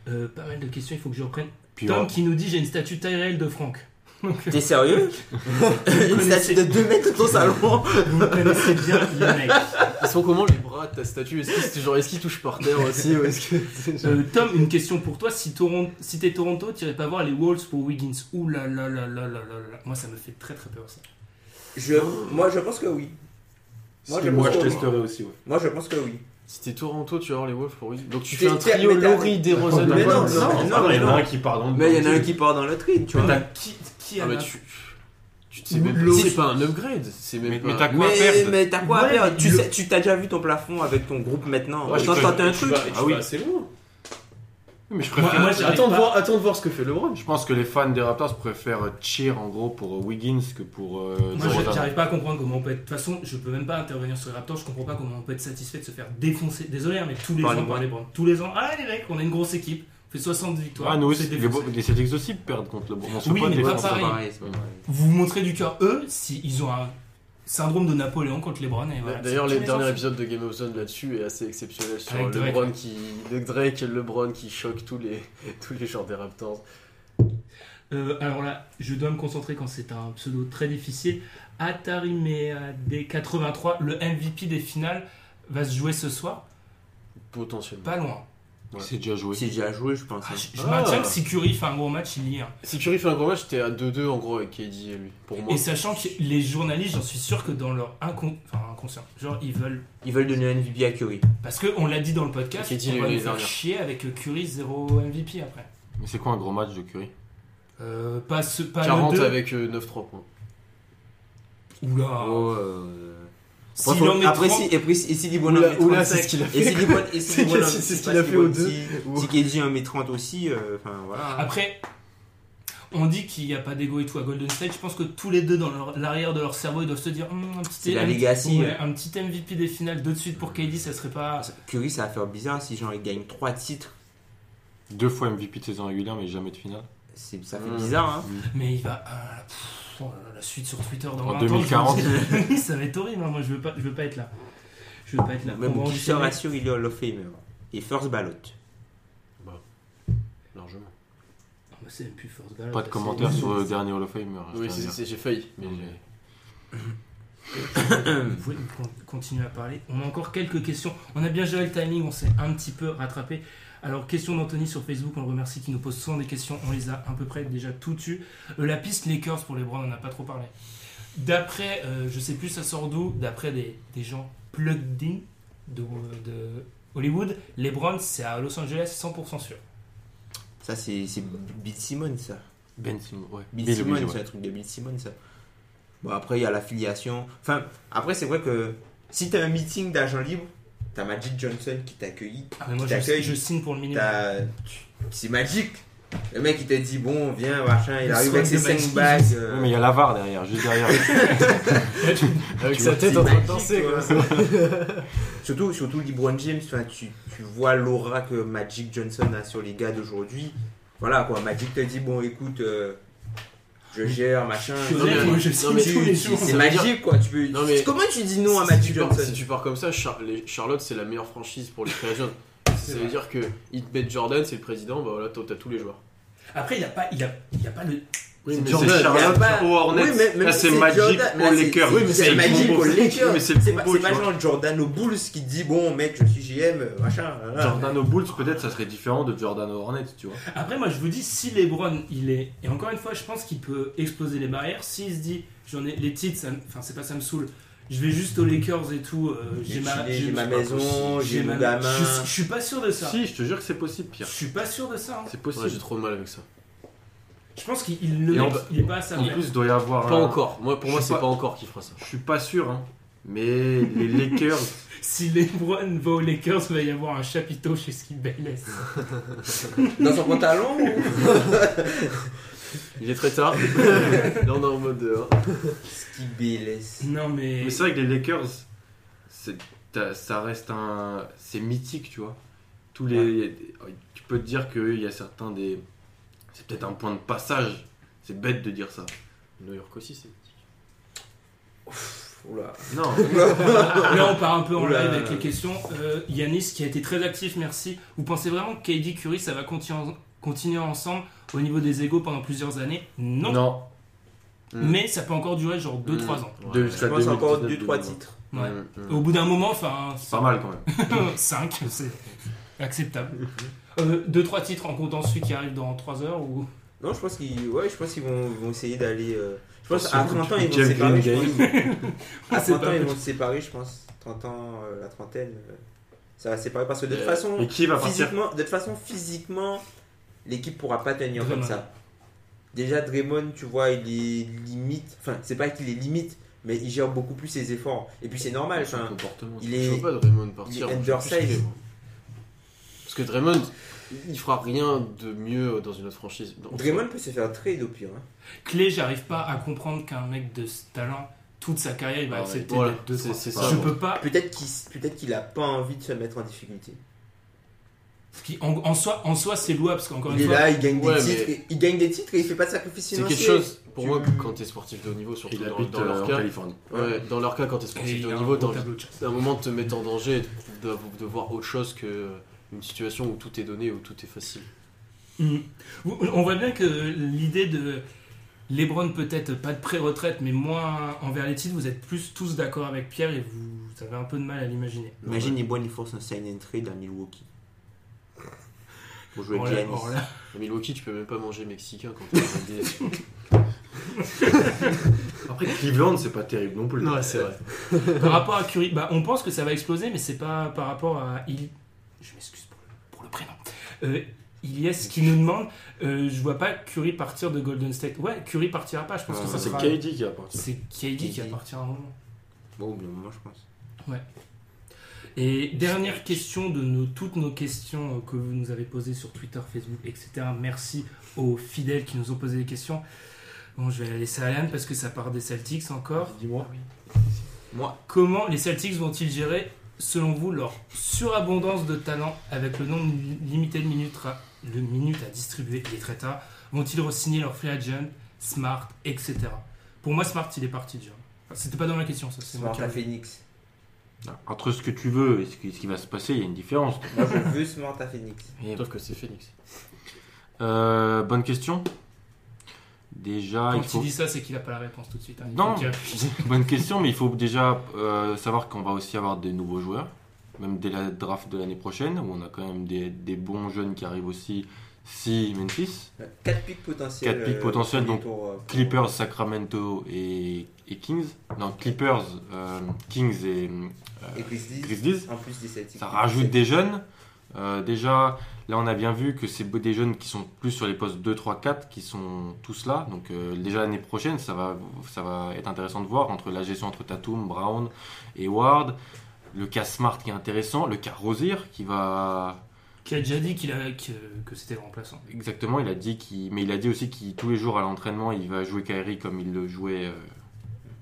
D: Euh, pas mal de questions, il faut que je reprenne.
G: Puis,
D: Tom
G: ouais.
D: qui nous dit j'ai une statue taille réelle de Franck. Donc,
E: T'es sérieux Une statue de 2 mètres de ton salon
D: vous connaissez bien les mecs.
H: Ils sont comment les bras de ta statue Est-ce qu'ils genre, est-ce qu'ils touchent par terre aussi ou est-ce que
D: Euh, Tom, une question pour toi. Si, Toron- si t'es Toronto, t'irais pas voir les Wolves pour Wiggins. Ouh là là là là là là là. Moi, ça me fait très très peur ça.
E: je, Moi, je pense que oui. Moi, je pense que oui.
G: aussi, ouais.
E: Moi, je pense que oui.
H: Si t'es Toronto, tu vas voir les Wolves pour Wiggins. Donc tu
E: T'es-
H: fais un
E: t'es-
H: trio
E: mais t'as-
H: Laurie, DeRozan,
E: Mais non,
H: Wiggins.
E: non,
G: Ah,
E: non,
G: il y en a
E: non.
G: un qui part dans le
E: Mais il y en a
G: banc,
E: un qui part dans le trade, tu
G: Mais
E: vois.
G: t'as-
D: Qui, qui
H: Ah
D: en
H: bah
D: a-
H: tu, tu sais même
E: Laurie-
H: pas. C'est pas un upgrade. C'est même
G: Mais-
H: pas.
G: mais t'as- quoi
E: Mais,
G: perdre
E: mais t'as quoi à
D: Ouais,
E: perdre tu,
D: le-
E: sais, tu t'as déjà vu ton plafond avec ton groupe maintenant.
G: Ouais,
E: Autant
G: je-
E: tenter un
G: je-
E: truc.
G: je- Ah
H: Ah
G: oui.
H: oui, assez loin.
G: Mais je
D: Moi,
G: préfère.
D: moi, j'arrive
H: Attends de
D: pas.
H: voir, attends de voir ce que fait LeBron.
G: Je pense que les fans des Raptors préfèrent cheer en gros pour euh, Wiggins que pour euh,
D: Moi, je-
G: Jordan.
D: j'arrive pas à comprendre comment on peut être. De toute façon, je peux même pas intervenir sur les Raptors. Je comprends pas comment on peut être satisfait de se faire défoncer. Désolé, hein, mais tous les
E: Par les
D: ans, par
E: Browns.
D: les Browns. Tous les ans, ah les mecs, on a une grosse équipe. On fait 60 victoires.
G: Ah, nous
D: on se
G: aussi,
D: fait
G: les,
D: défoncer.
G: bo- les Celtics aussi perdent contre le On se
D: Oui,
G: pas
D: mais
G: des
D: pas
G: Raptors.
D: pareil.
E: c'est pas pareil.
D: Vous vous montrez du cœur, eux, si ils ont un syndrome de Napoléon contre les Browns. et voilà.
H: D'ailleurs,
D: Tu
H: le
D: les
H: dernier
D: enfuis.
H: épisode de Game of Thrones là-dessus est assez exceptionnel sur
D: Avec Drake,
H: LeBron
D: ouais.
H: qui, de Drake et LeBron qui choque tous les tous les genres des Raptors.
D: Euh, alors là, je dois me concentrer quand c'est un pseudo très difficile. Atari des 83, le MVP des finales, va se jouer ce soir.
H: Potentiellement.
D: Pas loin.
G: Ouais. C'est déjà joué.
E: C'est déjà joué, je pense.
D: Ah,
E: hein.
D: je je
H: Ah.
D: maintiens que si Curry fait un gros match, il y est. hein.
H: Si Curry fait un gros match, t'es à 2-2 en gros avec KD et lui. Pour moi.
D: Et sachant que les journalistes, j'en suis sûr que dans leur incon- enfin, inconscient, genre ils veulent.
E: Ils veulent donner un MVP à Curry.
D: Parce que on l'a dit dans le podcast,
H: J'ai dit
D: on va
H: l'année
D: nous faire
H: dernière.
D: chier avec euh, Curry 0 MVP après.
G: Mais c'est quoi un gros match de Curry
D: Euh, pas ce, pas
H: 40
D: le 2.
H: avec euh, 9-3 points.
D: Oula.
E: Oh, euh,
D: S'il
E: après, faut-
D: en met
E: après,
D: 30,
E: si, et puis, si- et si Dibon en
H: Oula,
E: met
H: oula,
E: 35,
H: c'est ce qu'il a
E: Et
H: fait.
E: si Dibon, et si Dibon en met-
H: C'est- c'est ce
E: pas
H: qu'il a
E: si
H: fait aux
E: Dibon-
H: deux.
E: si- Si KD en met 30 aussi, euh, enfin voilà.
D: Après, on dit qu'il n'y a pas d'ego et tout à Golden State. Je pense que tous les deux, dans leur- l'arrière de leur cerveau, ils doivent se dire Hum, un,
E: C'est
D: petit,
E: la
D: un, petit-
E: legacy,
D: ouais,
E: ouais.
D: un petit MVP des finales, deux de suite pour KD, ça serait pas.
E: Curry, ça va faire bizarre si genre il gagne 3 titres.
G: Deux fois MVP de saison régulière, mais jamais de finale.
E: C'est- Ça fait bizarre, hein.
D: Mais il va. ah, pff, oh là là, la suite sur Twitter dans
G: En
D: 20 ans.
G: 2040.
D: je me dis, ça va être horrible. hein. Moi, je veux pas, je veux pas être là. Je veux pas être là.
E: Même
D: On va
E: qui se
D: enchaîner.
E: rassure, il est Hall of Famer. Et first ballot.
H: Largement.
D: Ah, bah, c'est même plus force balle,
G: Pas de
D: c'est-
G: commentaires sur euh, le dernier Hall of Famer. hein, je
H: Oui,
G: tiens à
H: c'est-
G: dire.
H: c'est- j'ai failli. Mais
G: Non, Ah, mais-
H: j'ai-
D: Vous pouvez con- continuer à parler. On a encore quelques questions. On a bien géré le timing, on s'est un petit peu rattrapé. Alors, question d'Anthony sur Facebook, on le remercie qui nous pose souvent des questions. On les a à peu près déjà tout tues. Euh, la piste Lakers pour les Browns, on n'en a pas trop parlé. D'après, euh, je sais plus ça sort d'où, d'après des, des gens plugged in de, de Hollywood, les Browns c'est à Los Angeles 100% sûr.
E: Ça, c'est c'est Bill Simmons, ça.
G: Ben Simmons, ouais.
E: Bill
G: Bill,
E: Simmons,
G: oui,
E: c'est
G: ouais.
E: un truc de Bill Simmons, ça. Bon, après, il y a l'affiliation. Enfin, après, c'est vrai que si t'as un meeting d'agents libres, t'as Magic Johnson qui t'accueille.
D: Ah, mais moi
E: qui
D: je,
E: t'accueille.
D: je signe pour le minimum.
E: t'as- C'est magique. Le mec, il t'a dit, bon, viens, machin, il
D: Le
E: arrive
D: soin
E: avec ses
D: de
E: 5
D: Magic.
E: bagues.
G: Ouais,
E: euh,
G: mais il y a l'avare derrière, juste derrière.
H: Avec
G: Tu
H: sa
G: vois,
H: tête
E: c'est
H: en train de
E: magique,
H: danser
E: quoi.
H: comme ça.
E: Surtout, surtout LeBron James, enfin, tu, tu vois l'aura que Magic Johnson a sur les gars d'aujourd'hui. Voilà quoi, Magic te dit bon écoute, euh, je gère, machin.
D: Je suis honnête,
E: Tu-
D: moi, je
E: tu-
D: signe
E: tu-
D: tous les
E: tu-
D: jours.
E: C'est
H: Ça veut dire-
E: Magic quoi, tu peux.
H: Non, mais-
E: Comment tu dis non à
H: si,
E: Magic
H: tu pars,
E: Johnson
H: si tu pars comme ça, Char- les- Charlotte c'est la meilleure franchise pour les free agents. Ça veut
D: vrai.
H: dire que ils te mettent Jordan, c'est le président, bah voilà, toi, t'as tous les joueurs.
D: Après, il n'y a, pas- il a, il a pas le.
H: Oui, mais
G: Jordan,
H: c'est
E: Il y a
H: Charlotte.
E: pas-
G: aux Hornets.
E: Oui, mais- mais
G: Là, c'est Magic
E: Jordan-
G: aux
E: là, c'est-
G: Lakers.
E: c'est-
G: Oui, mais
E: C'est
G: c'est le
E: Magic
G: combo.
E: aux Lakers.
G: Oui, mais c'est le
E: C'est pas
G: combo,
E: c'est pas
G: tu vois.
E: genre Jordan aux Bulls qui dit bon mec, je suis GM, euh, machin. voilà.
G: Jordan aux Bulls, peut-être, ça serait différent de Jordan aux Hornets, tu vois.
D: Après, moi, je vous dis, si LeBron, il est. Et encore une fois, je pense qu'il peut exploser les barrières. S'il se dit, j'en ai les titres, ça me- enfin, c'est pas ça me saoule. Je vais juste aux Lakers et tout. euh,
E: J'ai
D: j'ai ma,
E: chillé, j'ai ma
D: c'est pas
E: maison,
D: possible.
E: j'ai mon gamin.
D: Je, je suis pas sûr de ça.
G: Si, je te jure que c'est possible,
D: Je
G: Pierre.
D: suis pas sûr de ça. hein.
G: C'est
H: Ouais, j'ai
G: possible.
H: trop de mal avec ça.
D: Je pense qu'il il- le
G: Et
D: mec,
G: en-
D: il est pas à sa
G: En
D: place.
G: plus, il doit y avoir.
H: Pas
G: un-
H: encore. Moi, pour
G: je
H: moi,
G: sais
H: c'est
G: pas.
H: pas encore qui fera ça.
G: Je suis pas sûr, hein. Mais les Lakers,
D: Si LeBron va aux Lakers, il va y avoir un chapiteau chez Skip Bayless.
E: Dans son pantalon ou-
H: Il est très tard. Là, on est en mode. euh, hein.
E: Qui BLS.
D: non, mais.
G: Mais c'est vrai que les Lakers, c'est- t'as- ça reste un. C'est mythique, tu vois. Tous les, Tu peux te dire qu'il y a certains des. C'est peut-être un point de passage. C'est bête de dire ça.
H: New York aussi, c'est.
D: Ouf,
E: Oula.
D: Non.
E: Oula.
D: Là, on part un peu en
E: Oula.
D: live avec les questions. Euh, Yanis, qui a été très actif, merci. Vous pensez vraiment que KD Curry, ça va continuer, continuer ensemble au niveau des égaux pendant plusieurs années Non.
F: Non.
D: Mais ça peut encore durer genre 2-3
H: Mm.
D: ans.
F: Deux-
E: Je pense encore 2-3
F: 2019.
E: titres.
D: Ouais.
F: Mm, mm.
D: Au bout d'un moment, enfin.
F: C'est pas mal quand même.
D: 5, c'est acceptable. 2-3 titres en comptant celui qui arrive dans 3 heures ou.
E: Non, je pense qu'ils ouais, je pense qu'ils vont, vont essayer d'aller. euh, Je pense
F: Parce
E: à
F: que
E: 30 ans,
F: tu
E: ils vont
F: tiens
E: se séparer.
F: Green Ah,
E: Je pense. à
D: C'est
E: 30 ans,
D: pas-
E: ils vont se séparer, je pense. 30 ans, euh, la trentaine. euh, ça va se séparer parce que de toute
G: Euh,
E: façon,
F: Mais qui va partir
E: physiquement, de toute façon, physiquement, l'équipe pourra pas tenir
D: Draymond.
E: comme ça. Déjà, Draymond, tu vois, il est limite. Enfin, c'est pas qu'il est limite, mais il gère beaucoup plus ses efforts. Et puis c'est normal.
H: Son
E: Enfin,
H: comportement.
E: il
H: Je
E: est-
H: veux pas Draymond partir.
E: il est
H: je veux plus
E: undersized.
H: qu'il est, moi. Parce que Draymond, il fera rien de mieux dans une autre franchise. Non,
E: Draymond peut se faire trade au pire. hein.
D: Clé, j'arrive pas à comprendre qu'un mec de ce talent, toute sa carrière, il va
H: Ah ouais,
D: accepter
H: voilà,
D: d'être 2
H: c'est- c'est
D: Je
H: ça, moi.
D: peux pas.
E: Peut-être qu'il peut qu'il a pas envie de se mettre en difficulté.
D: ce qui- en, en soi, en soi c'est louable parce qu'encore
E: Il
D: une
E: est
D: fois.
E: là, il gagne
H: Ouais,
E: des titres,
H: mais-
E: et- il gagne des titres et il fait pas de sacrifice
H: C'est
E: financier.
H: quelque chose, pour
E: Tu-
H: moi, quand t'es sportif de haut niveau, surtout
F: Il
H: dans,
F: habite
H: dans
F: euh,
H: leur
F: en
H: cas.
F: Californie.
H: Ouais, dans leur cas, quand t'es
D: Et
H: sportif
D: il
H: de haut
D: a un
H: niveau,
D: gros
H: t'as envie
D: tableau de chasse.
H: d'un moment de te mettre en danger et de, de- de voir autre chose que euh, une situation où tout est donné, où tout est facile.
D: Mm. Vous- On voit bien que l'idée de Lebron peut-être pas de pré-retraite, mais moins envers les titres, vous êtes plus tous d'accord avec Pierre et vous avez un peu de mal à l'imaginer.
E: Imagine les bonnes ils forcent un sign and trade à Milwaukee. Pour jouer
D: Or
E: avec
D: là-
E: Giannis.
D: or là-
H: À Milwaukee, tu peux même pas manger mexicain quand t'es en NBA.
F: Après, Cleveland, c'est pas terrible non plus.
D: Ah,
H: Ouais, c'est vrai.
D: Par rapport à Curry, bah, on pense que ça va exploser, mais c'est pas par rapport à. Il... Je m'excuse pour, le- pour le prénom. Euh, Ilyes qui nous demande euh, Je vois pas Curry partir de Golden State. Ouais, Curry partira pas, je pense que ça
F: C'est
D: sera.
F: KD qui va partir.
D: C'est KD qui
E: KD.
D: appartient à un moment.
E: Bon, au bout d'un moment, je pense.
D: Et dernière question de nos, toutes nos questions euh, que vous nous avez posées sur Twitter, Facebook, etc. Merci aux fidèles qui nous ont posé des questions. Bon, je vais la laisser à Alan parce que ça part des Celtics encore.
F: Dis-moi.
E: Moi,
D: Comment les Celtics vont-ils gérer, selon vous, leur surabondance de talent avec le nombre limité de minutes à, le minute à distribuer Il est très tard. Vont-ils re-signer leur free agent, Smart, etc. Pour moi, Smart, il est parti déjà. Enfin, C'était pas dans la question, ça. C'est
E: c'est
D: moi
E: Smart
D: qui
E: à
D: ai-
E: Phoenix.
G: Entre ce que tu veux et ce qui, ce qui va se passer, il y a une différence.
E: Moi, je veux Smart à Phoenix.
H: Sauf que c'est Phoenix.
G: Euh, bonne question. Déjà,
D: Quand
G: il faut.
D: il dit ça, c'est qu'il a pas la réponse tout de suite. hein. Il
G: Non.
D: faut qu'il-
G: Bonne question, mais il faut déjà euh, savoir qu'on va aussi avoir des nouveaux joueurs, même dès la draft de l'année prochaine, où on a quand même des, des bons jeunes qui arrivent aussi, si Memphis,
E: 4 pics potentiels.
G: Quatre pics
E: euh,
G: potentiels,
E: premier
G: donc
E: tour, euh, pour-
G: Clippers, Sacramento et, et Kings. Non, Clippers, euh, Kings et euh,
E: Et Grizzlies.
G: Grizzlies.
E: En plus des Celtics.
G: Ça rajoute des jeunes. Euh, déjà, là, on a bien vu que c'est des jeunes qui sont plus sur les postes 2, 3, 4 qui sont tous là. Donc, euh, déjà l'année prochaine, ça va, ça va être intéressant de voir entre la gestion entre Tatum, Brown et Ward. Le cas Smart qui est intéressant. Le cas Rosier qui va.
D: Qui a déjà dit qu'il avait, que, que c'était le remplaçant.
G: Exactement, il a dit qu'il. Mais il a dit aussi qu'il, tous les jours à l'entraînement, il va jouer Kyrie comme il le jouait. euh,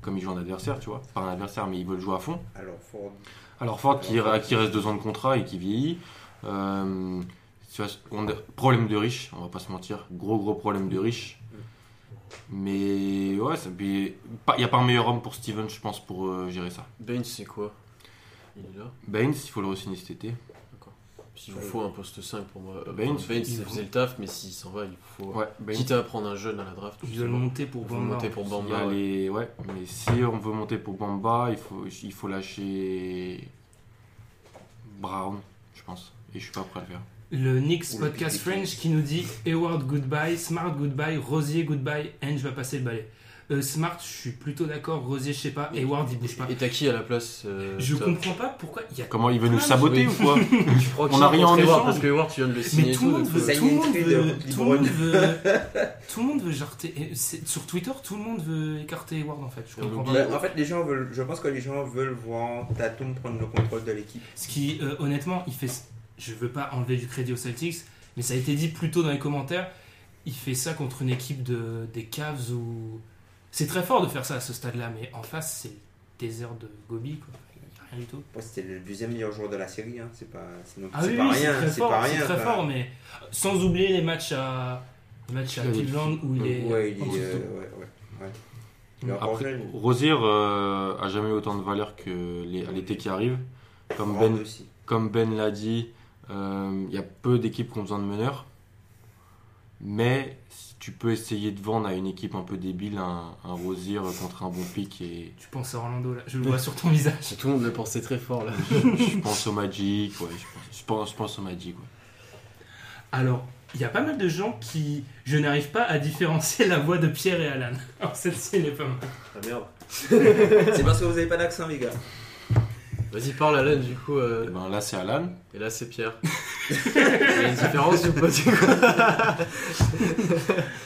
G: comme il joue un adversaire, tu vois. Pas un adversaire, mais il veut le jouer à fond.
E: Alors, Ford.
G: Alors Ford qui, qui reste deux ans de contrat et qui vieillit. Euh, tu vois, on a- problème de riche, on va pas se mentir. Gros gros problème de riche. Mais ouais, il n'y a pas un meilleur homme pour Steven, je pense, pour euh, gérer ça.
H: Baines, c'est quoi Il est là
G: Baines, il faut le re-signer cet été.
H: S'il vous
D: Euh,
H: faut un poste 5 pour moi. Euh,
G: Baines,
H: Baines, Baines,
G: il
H: ça
G: faut-
H: faisait le taf, mais s'il s'en va, il faut. euh,
G: Ouais, Baines.
H: Quitte à prendre un jeune à la draft,
D: Ils veulent monter pour
H: il faut
D: Bamba.
H: monter pour
G: Il y a
H: Bamba. ouais.
G: les- ouais, mais si on veut monter pour Bamba, il faut, il faut lâcher Brown, je pense. Et je suis pas prêt à le faire.
D: Le Knicks
E: Ou le
D: Podcast
E: Big Big
D: French qui nous dit Hayward goodbye, Smart goodbye, Rosier goodbye, Henge va passer le balai. Euh, Smart, je suis plutôt d'accord, Rosier je sais pas,
H: Mais-
D: Hayward il bouge pas.
H: Et t'as qui à la place euh,
D: Je
H: t'as-
D: comprends pas pourquoi il y a.
G: Comment il veut nous
D: Ah,
G: saboter
H: oui.
G: ou quoi
H: Je crois
G: On a rien en échange.
H: Parce que Ward, tu viens de le signer.
D: Mais
H: et
D: tout le monde
H: donc,
D: veut,
H: euh,
E: ça y
D: tout le
E: est,
D: monde
E: trade,
D: veut,
E: euh,
D: tout le
E: Lebron.
D: monde veut, tout le monde veut jarter- et c'est- Sur Twitter, tout le monde veut écarter Hayward en fait. Je
H: Et on
D: comprends pas.
E: Bah, en fait, les gens veulent, je pense que les gens veulent voir Tatum prendre le contrôle de l'équipe.
D: Ce qui, euh, honnêtement, il fait. Je veux pas enlever du crédit aux Celtics, mais ça a été dit plus tôt dans les commentaires. Il fait ça contre une équipe de, des Cavs ou. C'est très fort de faire ça à ce stade-là, mais en face, c'est le désert de Gobi, quoi. Il y a rien du tout.
E: Bon, C'était le deuxième meilleur joueur de la série. Hein. C'est pas, c'est non-
D: Ah
E: c'est
D: oui,
E: pas
D: oui, c'est
E: rien.
D: très
E: c'est
D: fort,
E: pas
D: c'est
E: rien.
D: très
E: enfin,
D: fort, mais sans oublier les matchs à, les matchs à
G: Il y a des-
D: Cleveland où il est.
E: Ouais, il
D: en
E: est,
D: dessous de
E: euh,
D: tout.
E: ouais, ouais. Il est encore
G: Après,
E: jeune.
G: Rosier euh, a jamais eu autant de valeur que les- à l'été qui arrive. Comme
E: Grande
G: Ben,
E: aussi.
G: comme Ben l'a dit, euh, il y a peu d'équipes qui ont besoin de meneurs. Mais si tu peux essayer de vendre à une équipe un peu débile un, un Rosier contre un bon pic et
D: Tu penses à Orlando là, je le vois sur ton visage.
H: Tout le monde le pensait très fort là.
G: je pense au Magic, ouais, je, pense, je, pense, je pense au Magic. ouais.
D: Alors, il y a pas mal de gens qui. Je n'arrive pas à différencier la voix de Pierre et Alan. Alors, celle-ci, elle est pas mal.
F: Ah merde.
E: C'est parce que vous avez pas d'accent, les gars.
H: Vas-y, parle Alan du coup. euh,
G: Et ben là c'est Alan.
H: Et là, c'est Pierre. Il y a une différence ou pas du coup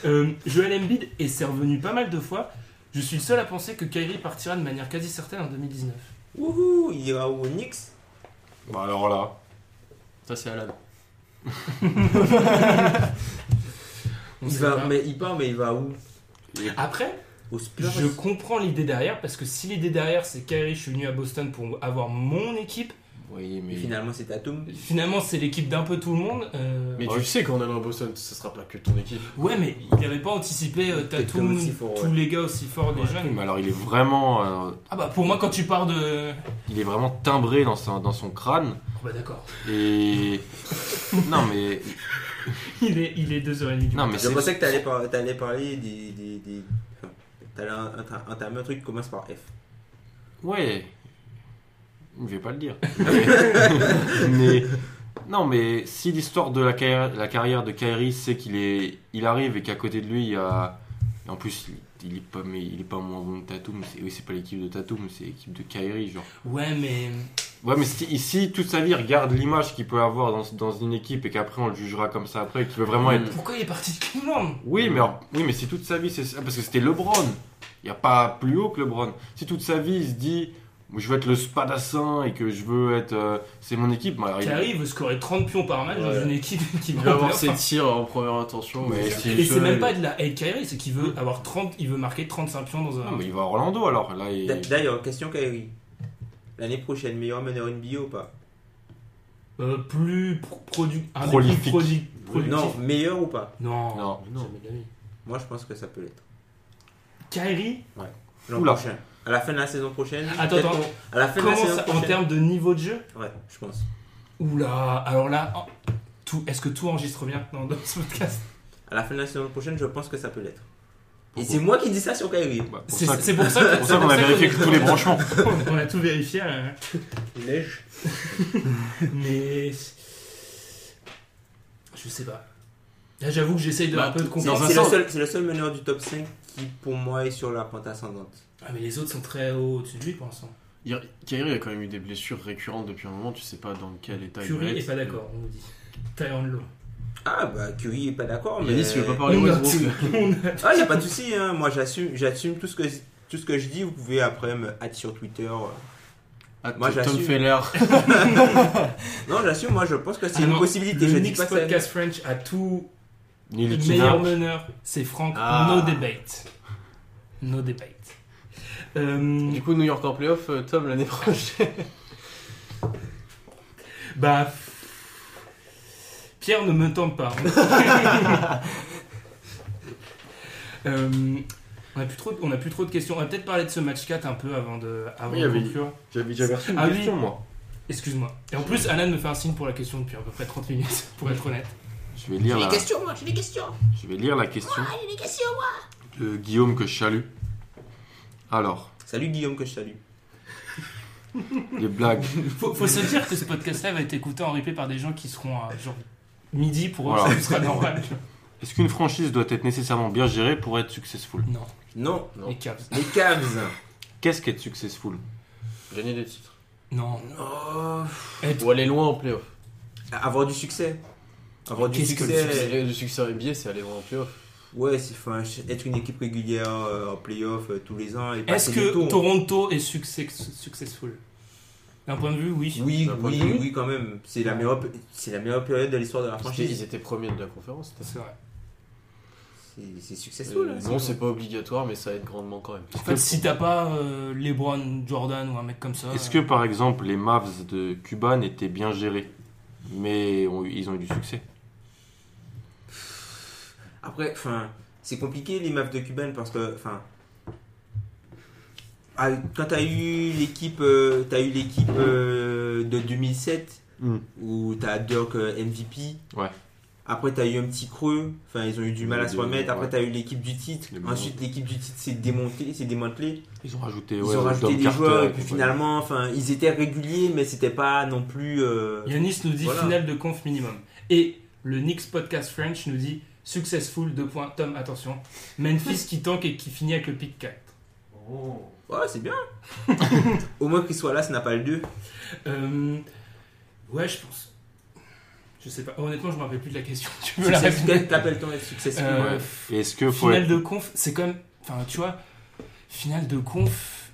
D: Euh, Joel Embiid, et c'est revenu pas mal de fois, je suis le seul à penser que Kyrie partira de manière quasi certaine en 2019.
E: Wouhou, il ira au Knicks
G: Bah alors là.
H: Ça, c'est Alan.
D: On
E: il
D: sait
E: va,
D: pas.
E: mais il part, mais il va où
D: Après,
E: Au Spurs
D: je comprends l'idée derrière, parce que si l'idée derrière c'est Kyrie, je suis venu à Boston pour avoir mon équipe,
G: Oui mais.
E: Et Finalement, c'est Tatum.
D: finalement c'est l'équipe d'un peu tout le monde. euh,
H: Mais tu sais qu'en allant à Boston, ce sera pas que ton équipe.
D: Ouais, mais il n'avait pas anticipé euh,
E: Quelqu'un
D: Tatum,
E: aussi fort, ouais.
D: tous les gars aussi forts des jeunes.
G: Mais alors il est vraiment, euh,
D: Ah bah pour moi quand tu pars de...
G: il est vraiment timbré dans son, dans son crâne
D: Oh bah d'accord.
G: et non mais
D: Il est, il est 2h30 du
G: non
D: matin.
G: mais
E: Je
G: c'est
E: pensais que t'allais, par- t'allais parler des. des, des... enfin, T'allais enta- entamer un truc qui commence par F.
G: Ouais. Je vais pas le dire. Mais- mais- non, mais si l'histoire de la carrière, la carrière de Kyrie, c'est qu'il est, il arrive et qu'à côté de lui, il y a. En plus, il est pas, mais il est pas moins bon que Tatum. C'est- Oui, c'est pas l'équipe de Tatum, c'est l'équipe de Kyrie, genre.
D: Ouais mais...
G: Ouais, mais si, si toute sa vie, il regarde l'image qu'il peut avoir dans, dans une équipe et qu'après, on le jugera comme ça après, et qu'il veut vraiment être.
D: Pourquoi il est parti de Cleveland
G: Oui, mais, alors- oui, mais si toute sa vie, c'est ça, parce que c'était LeBron. Il n'y a pas plus haut que LeBron. Si toute sa vie, il se dit, je veux être le spadassin et que je veux être. euh, c'est mon équipe, bah, alors, il-
D: Kyrie veut scorer 30 pions par match dans
H: Ouais.
D: une équipe qui
H: Il
D: va
H: va
D: en
H: avoir
D: playoff.
H: ses tirs en première intention.
G: Mais
H: Mais
G: si-
D: Et c'est même pas de la hate Kyrie, c'est qu'il veut avoir 30, il veut marquer 35 pions dans
G: Non,
D: un.
G: Ah, mais il va à Orlando alors. Là, il-
E: D'a- D'ailleurs, question Kyrie. L'année prochaine, meilleur meneur NBA ou pas
D: Euh, plus pro- produ- un des
G: Prolifique.
D: plus produ- productif.
E: Non, meilleur ou pas
D: Non.
G: Non.
D: Mais jamais de la vie.
E: Moi, je pense que ça peut l'être.
D: Kyrie,
E: L'an
G: Oula.
E: prochain. À la fin de la saison prochaine.
D: Attends,
E: Ah, peut-être
D: attends.
E: qu'on- À la fin de la
D: comment
E: saison
D: ça, en
E: prochaine.
D: termes de niveau de jeu
E: Ouais, je pense.
D: Oula, alors là, oh, tout, est-ce que tout enregistre bien dans, dans ce podcast
E: À la fin de la saison prochaine, je pense que ça peut l'être. Et c'est moi qui dis ça sur Kyrie.
G: Bah, pour
D: C'est
G: ça,
D: c'est pour ça que-
G: pour
D: c'est
G: ça qu'on a vérifié
D: qu'on-
G: tous les branchements.
D: On a tout vérifié. euh,
E: Neige.
D: mais. Je sais pas. Là, j'avoue que j'essaye de
H: Bah,
D: un peu de
E: C'est
H: Dans un
D: comprendre.
E: c'est le,
H: sens-
E: seul- c'est le seul meneur du top 5 qui, pour moi, est sur la pente ascendante.
D: Ah, mais les autres sont très hauts au-dessus de lui pour l'instant.
H: Il- Kyrie a quand même eu des blessures récurrentes depuis un moment, tu sais pas dans quel
G: Bah,
H: état il va
D: Curry
H: être.
D: est pas d'accord, on nous dit. Tyrone Lowe.
E: Ah, bah, Curry est pas d'accord, mais.
H: Yanis, tu veux pas parler
D: On a
H: Westbrook là
E: Ah, y a pas de souci, hein. moi j'assume, j'assume tout ce que tout ce que je dis. Vous pouvez après me hâte sur Twitter.
H: Ah,
E: Moi,
H: Tom
E: j'assume.
H: Feller.
E: Non, j'assume. Moi, je pense que c'est
D: Ah
E: une
D: non,
E: possibilité.
D: Le
E: je dis
D: Knicks
E: pas ça.
D: Podcast French a tout.
G: Ni
D: Le
G: les
D: meilleur
G: Knicks.
D: meneur, c'est Franck.
H: Ah.
D: No debate. No debate. Euh,
H: Du coup, New York en playoff, euh, Tom l'année prochaine.
D: bah. f- Pierre ne me tente pas. Euh, on a plus trop, on a plus trop de questions. On va peut-être parler de ce match 4 un peu avant de, avant
G: Oui,
D: de
G: oui.
D: conclure.
G: J'avais j'avais reçu une
D: Ah oui.
G: question, moi.
D: Excuse-moi. Et en plus, Alan me fait un signe pour la question depuis à peu près 30 minutes, pour être honnête.
G: Je vais lire la,
E: moi, j'ai des questions.
G: je vais lire la question de Guillaume que je salue. Alors,
E: Salut Guillaume que je salue.
G: les blagues.
D: Faut, faut se dire que ce podcast-là va être écouté en replay par des gens qui seront à genre midi pour eux,
G: Voilà.
D: ça sera normal. tu vois.
G: Est-ce qu'une franchise doit être nécessairement bien gérée pour être successful
D: Non,
E: Non,
H: Non.
D: les Cavs.
E: les Cavs.
G: Qu'est-ce qu'être successful
H: Gagner des titres.
D: Non.
E: Oh,
H: Ou aller loin en playoff.
E: avoir du succès. Avoir du
D: Qu'est-ce que le
E: succès.
H: Le succès NBA, c'est aller loin en playoff.
E: Ouais, c'est enfin, être une équipe régulière euh, en playoff euh, tous les ans
G: bah,
E: et
D: Est-ce
E: passer des
D: que
G: hein.
E: tours.
D: Toronto est success- successful D'un point de vue, oui.
E: Oui,
H: D'un point
E: oui,
H: de vue,
E: oui, quand même. C'est la meilleure, c'est la meilleure période de l'histoire de la
H: Ils étaient-
E: franchise.
H: Ils étaient premiers de la conférence. t'as-
D: C'est vrai.
E: C'est- C'est
H: Euh,
E: successful. hein,
H: non,
E: c'est-
H: c'est pas obligatoire, mais ça aide grandement quand même.
D: En fait, si t'as pas euh, LeBron, Jordan ou un mec comme ça.
G: Est-ce que
D: euh,
G: par exemple les Mavs de Cuba n'étaient bien gérés mais ont eu- ils ont eu du succès
E: Après, enfin, c'est compliqué les meufs de Cuban parce que, enfin, ah, quand t'as eu l'équipe, euh, t'as eu l'équipe euh, de 2007
G: Mm.
E: où t'as Dirk euh, MVP.
G: Ouais.
E: Après t'as eu un petit creux. Enfin, ils ont eu du mal à se
G: Des-
E: remettre. Après
G: ouais.
E: t'as eu l'équipe du titre.
G: Des
E: Ensuite, l'équipe du titre s'est démontée, s'est démantelée.
G: Ils ont rajouté,
E: Ils
G: ouais,
E: ont rajouté
G: Dom
E: des
G: Carter
E: joueurs
G: et
E: et puis
G: compagnie.
E: finalement, enfin, ils étaient réguliers, mais c'était pas non plus. euh,
D: Yanis nous dit
E: Voilà.
D: finale de conf minimum. Et le Knicks Podcast French nous dit successful, deux points. Tom, attention. Memphis qui tank et qui finit avec le pick 4.
E: Ouais, c'est bien. Au moins qu'il soit là, ça n'a pas le deux.
D: Euh, ouais, je pense. Je sais pas. Honnêtement, je me rappelle plus de la question. Tu veux la
E: Success-
D: répéter
E: T'appelles ton successful.
D: Euh,
G: Ouais. Et Est-ce que faut
D: Finale
G: être-
D: de conf, c'est quand même. Enfin, tu vois, finale de conf.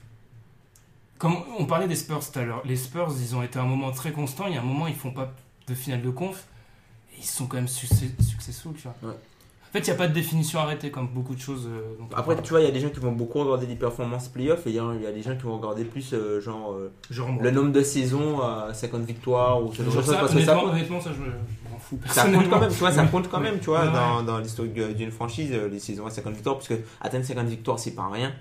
D: Comme on parlait des Spurs tout à l'heure, les Spurs, ils ont été à un moment très constant. Il y a un moment, ils font pas de finale de conf. Et ils sont quand même succès, successful, tu vois.
E: Ouais.
D: En fait, il n'y a pas de définition arrêtée, comme beaucoup de choses. euh, dont on
E: Après,
D: parle.
E: tu vois, il y a des gens qui vont beaucoup regarder les performances playoffs et il y, a il y a des gens qui vont regarder plus euh, genre euh,
D: genre, moi,
E: le nombre de saisons, euh, 50 victoires ou ce genre de
D: genre
E: choses
D: ça,
E: parce que
D: honnêtement,
E: ça compte.
D: honnêtement, ça, je, me- je m'en fous.
E: Ça compte quand même, tu vois, ça
D: Oui.
E: compte quand
D: Oui.
E: même, tu vois,
D: Ouais.
E: dans, dans l'historique de- d'une franchise, euh, les saisons à 50 victoires, parce que atteindre 50 victoires, c'est pas rien.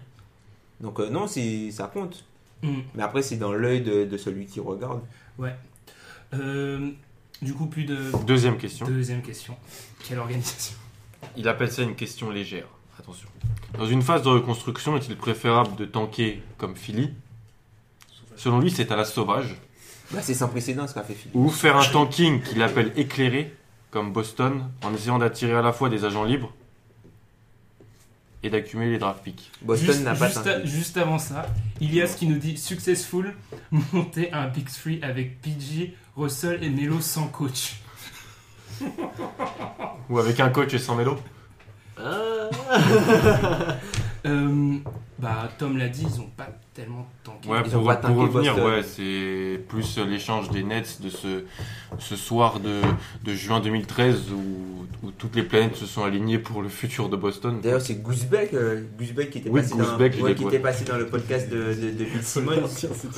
E: Donc, euh, non, c'est- ça compte.
D: Mm.
E: Mais après, c'est dans l'œil de, de celui qui regarde.
D: Euh, du coup, plus de.
G: Deuxième question.
D: Deuxième question. Quelle organisation
G: Il appelle ça une question légère. Attention. Dans une phase de reconstruction, est-il préférable de tanker comme Philly Selon lui, c'est à la sauvage.
E: Bah, c'est sans précédent ce qu'a fait Philippe.
G: Ou faire un tanking qu'il appelle éclairé, comme Boston, en essayant d'attirer à la fois des agents libres et d'accumuler les draft picks.
E: Boston
D: Juste-
E: n'a pas
D: juste,
E: tanké.
D: a- juste avant ça, Ilias qui nous dit Successful, monter un Big Three avec PG, Russell et Melo sans coach.
G: Ou avec un coach et sans mélo
D: Euh, bah, Tom l'a dit, ils ont pas tellement tanké.
G: Ouais,
E: Ils
G: pour,
E: ont pas
G: pour
E: tanké
G: revenir,
E: Boston.
G: ouais, c'est plus l'échange des Nets de ce, ce soir de, de juin 2013 où, où toutes les planètes se sont alignées pour le futur de Boston.
E: D'ailleurs, c'est Goosbeck, euh, Goosbeck qui était
G: Oui,
E: passé
G: Goosbeck,
E: dans,
G: je
E: ouais,
G: l'ai-
E: qui
G: ouais.
E: était passé dans le podcast de, de, de Bill Simmons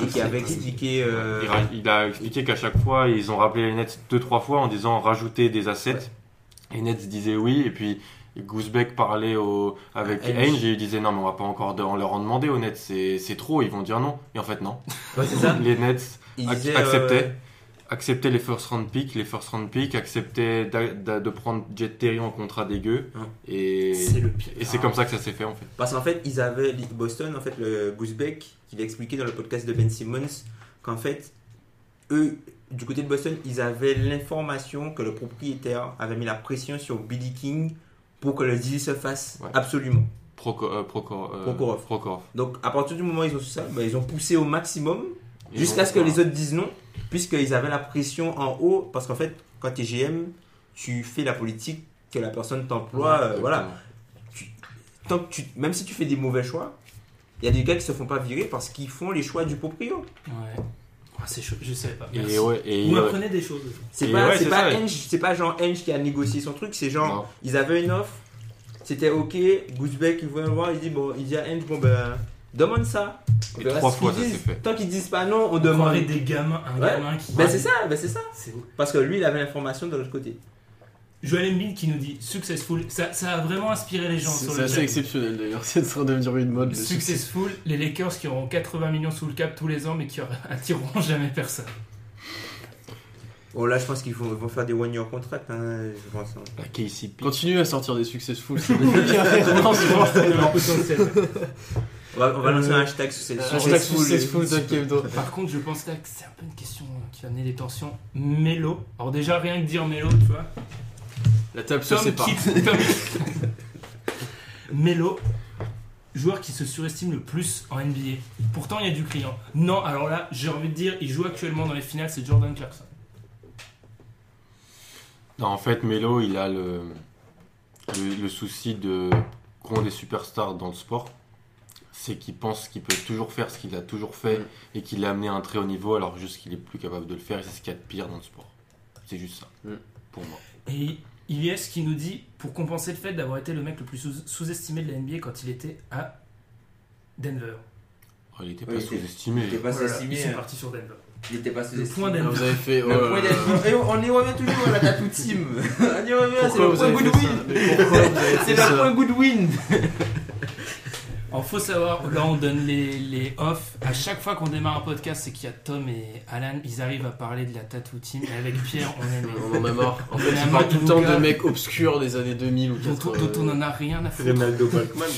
E: et qui avait expliqué. euh,
G: Il, ra- il a expliqué qu'à chaque fois, ils ont rappelé les Nets deux trois fois en disant rajouter des assets.
E: Ouais.
G: Les Nets disaient oui, et puis Goosbeck parlait au, avec
E: Ah, Ainge.
G: Ainge et il disait non, mais on va pas encore de- en leur en demander aux Nets, c'est c'est trop, ils vont dire non. Et en fait, non.
E: ouais, c'est ça.
G: Les Nets
E: Il
G: ac-
E: disait, euh,
G: acceptaient. acceptaient les first round picks, les first round picks acceptaient d'a- d'a- de prendre Jet Terry en contrat dégueu.
E: Hein. Ah.
G: Et
D: C'est le pire.
G: et c'est comme ça que ça s'est fait en fait.
E: Parce qu'en fait, ils avaient Boston, en fait, le Goosbeck, qu'il a expliqué dans le podcast de Ben Simmons, qu'en fait, eux, du côté de Boston, ils avaient l'information que le propriétaire avait mis la pression sur Billy King pour que le deal se fasse
G: Ouais.
E: absolument.
G: Proco- euh, Proco- euh,
E: Prokhorov.
G: Prokhorov.
E: Donc, à partir du moment où ils ont su ça, ben, ils ont poussé au maximum
G: Ils
E: jusqu'à
G: ont-
E: ce que les autres disent non, puisqu'ils avaient la pression en haut. Parce qu'en fait, quand tu es GM, tu fais la politique que la personne t'emploie. euh, voilà.
G: Exactement.
E: tant que tu, même si tu fais des mauvais choix, il y a des gars qui se font pas virer parce qu'ils font les choix du proprio.
D: Ouais. Oh, c'est chaud, je savais pas. Merci.
G: Et ouais, et euh,
D: Vous
G: ouais.
D: m'apprenez des choses.
E: C'est
G: Et
E: pas,
G: ouais,
E: c'est
G: c'est
E: pas
G: ça.
E: Henge- c'est pas genre Henge qui a négocié son truc, c'est genre
G: Non.
E: ils avaient une offre, c'était ok, Goosbeck il voulait voir, il dit bon, il dit à Henge bon ben demande ça. On
G: Et
E: verra
G: trois
E: ce qu'ils
G: fois, ça
E: disent.
G: s'est fait.
E: Tant qu'ils disent pas non, on
D: On
E: demande.
D: parlait des gamins, un
E: Ouais.
D: gamin qui.
E: Ben c'est ça, ben c'est ça.
D: C'est ouf.
E: Parce que lui il avait l'information de l'autre côté.
D: Joel Embiid qui nous dit Successful, ça, ça a vraiment inspiré les gens sur
H: C'est
D: le
H: assez
D: chat.
H: exceptionnel d'ailleurs, c'est en train de devenir une mode. le succès.
D: Successful, les Lakers qui auront 80 millions sous le cap tous les ans mais qui attireront jamais personne.
E: Oh là je pense qu'ils vont, vont faire des one year contract, hein, je pense. hein.
G: La KCP.
H: Continue à sortir des successful. c'est-
E: On va, on va lancer
H: Euh,
E: un hashtag sur cette sur
H: Hashtag
E: cette foule.
H: successful Doc Hebdo.
D: Par contre, je pense là que c'est un peu une question euh, qui va amener des tensions. Mélo. Alors, déjà, rien que dire mélo, tu vois.
H: La table se
D: Tom
H: sépare.
D: Kidd- Tom- Melo, joueur qui se surestime le plus en NBA. Pourtant, il y a du client. Non, alors là, j'ai envie de dire, il joue actuellement dans les finales, c'est Jordan Clarkson.
G: Non, en fait, Melo, il a le, le, le souci de qu'ont des superstars dans le sport. C'est qu'il pense qu'il peut toujours faire ce qu'il a toujours fait
E: Mm.
G: et qu'il l'a amené à un très haut niveau alors juste qu'il est plus capable de le faire et c'est ce qu'il y a de pire dans le sport. C'est juste ça,
H: Mm.
G: pour moi.
D: Et il y a ce qui nous dit, pour compenser le fait d'avoir été le mec le plus sous- sous-estimé de la NBA quand il était à Denver.
G: Oh, il était
E: Oui,
G: pas
E: il était-
G: sous-estimé.
E: Il était pas
D: Oh là là,
E: sous-estimé,
D: ils sont
E: hein.
D: partis sur Denver.
E: Il était pas
D: Le point
E: sous-estimé.
H: Ah,
D: Denver.
H: Vous avez fait.
E: Le
H: ouais,
E: point
H: ouais, ouais.
E: d'être- Et on y revient toujours à la tatou team. On y revient, c'est
H: Pourquoi
E: le
H: vous
E: point
H: avez fait ça
E: Goodwin.
H: Mais pourquoi vous avez fait
E: C'est le
H: ça
E: point Goodwin.
D: Alors, faut savoir, là, on donne les, les off. À chaque fois qu'on démarre un podcast, c'est qu'il y a Tom et Alan, ils arrivent à parler de la tatou team. Et avec Pierre, on est mais-
H: On en a marre. En
D: On en a
H: fait,
D: marre
H: il parle tout le
D: du
H: temps
D: gars.
H: de mecs obscurs des années 2000 ou euh.
D: dont,
H: 80.
D: dont on en a rien à foutre.
F: Ronaldo Balkman.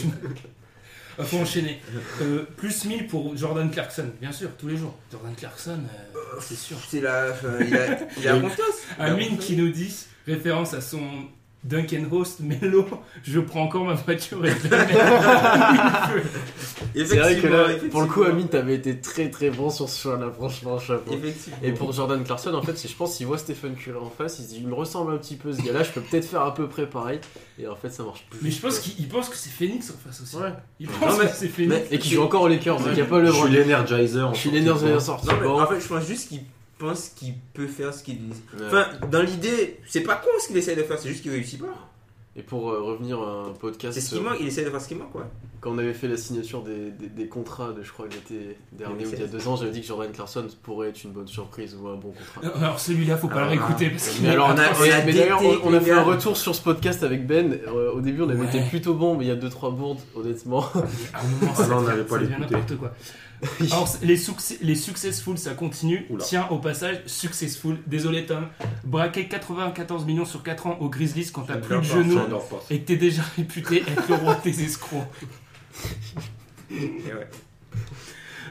D: Euh, Faut enchaîner. Euh, plus 1000 pour Jordan Clarkson, bien sûr, tous les jours. Jordan Clarkson, euh, c'est sûr.
E: C'est la, enfin, il a, il a
H: Le-
E: confiance. Il a
D: Amine
E: confiance.
D: qui nous dit, référence à son Duncan Host, Melo, je prends encore ma voiture et je la mets où il veut.
H: C'est vrai que
E: Effectivement,
H: là, pour le coup,
E: effectivement.
H: Amine, t'avais été très très bon sur ce choix-là, franchement, chapeau.
E: Effectivement.
H: Et pour Jordan Clarkson, en fait, c'est- je pense qu'il voit Stephen Curry en face, il se dit, il me ressemble un petit peu ce gars-là, je peux peut-être faire à peu près pareil. Et en fait, ça marche plus.
D: Mais je pense qu'il il pense que c'est Phoenix en face aussi.
H: Ouais.
D: Il pense
E: Non, mais-
D: que c'est Phoenix.
H: Et qui joue encore aux Lakers, donc il n'y a pas le
F: Je suis
H: Je
F: l'Energizer. en
H: suis
F: sortie de
H: l'énergie de
F: coin.
H: sortie.
E: Non, mais
H: Bon.
E: en fait, je pense juste qu'il pense qu'il peut faire ce qu'il.
H: Ouais.
E: Enfin, dans l'idée, c'est pas con ce qu'il essaie de faire, c'est juste qu'il réussit pas.
H: Et pour euh, revenir à un podcast,
E: C'est ce qui
H: euh,
E: manque, il essaie de faire ce qui manque, quoi.
H: quand on avait fait la signature des, des- des contrats de, je crois, l'été dernier ou il y a
E: 2016.
H: deux ans, j'avais dit que Jordan Clarkson pourrait être une bonne surprise ou un bon contrat.
D: Non, Alors celui-là, faut pas
H: Bah, Ah.
E: Alors,
D: le réécouter parce qu'il
H: Mais
D: est
H: alors, on
D: pas
H: a,
D: trop-
E: on a
H: mais d'ailleurs,
E: dété,
H: on, on a
E: les
H: fait un
E: gars.
H: retour sur ce podcast avec Ben. Euh, au début, on avait
D: Ouais.
H: été plutôt bon, mais il y a 2-3 bourdes, honnêtement.
D: à un moment, ça
F: Ah non, on
D: devient-
F: n'avait pas
D: ça devient
F: l'écouté.
D: n'importe quoi. Alors, c'est- les, succès, les successful, ça continue. Tiens, au passage, successful. Désolé, Tom. Braquer 94 millions sur 4 ans aux Grizzlies quand t'as plus de genoux
F: J'adore pas.
D: et que t'es déjà réputé être le roi des escrocs.
E: Et ouais.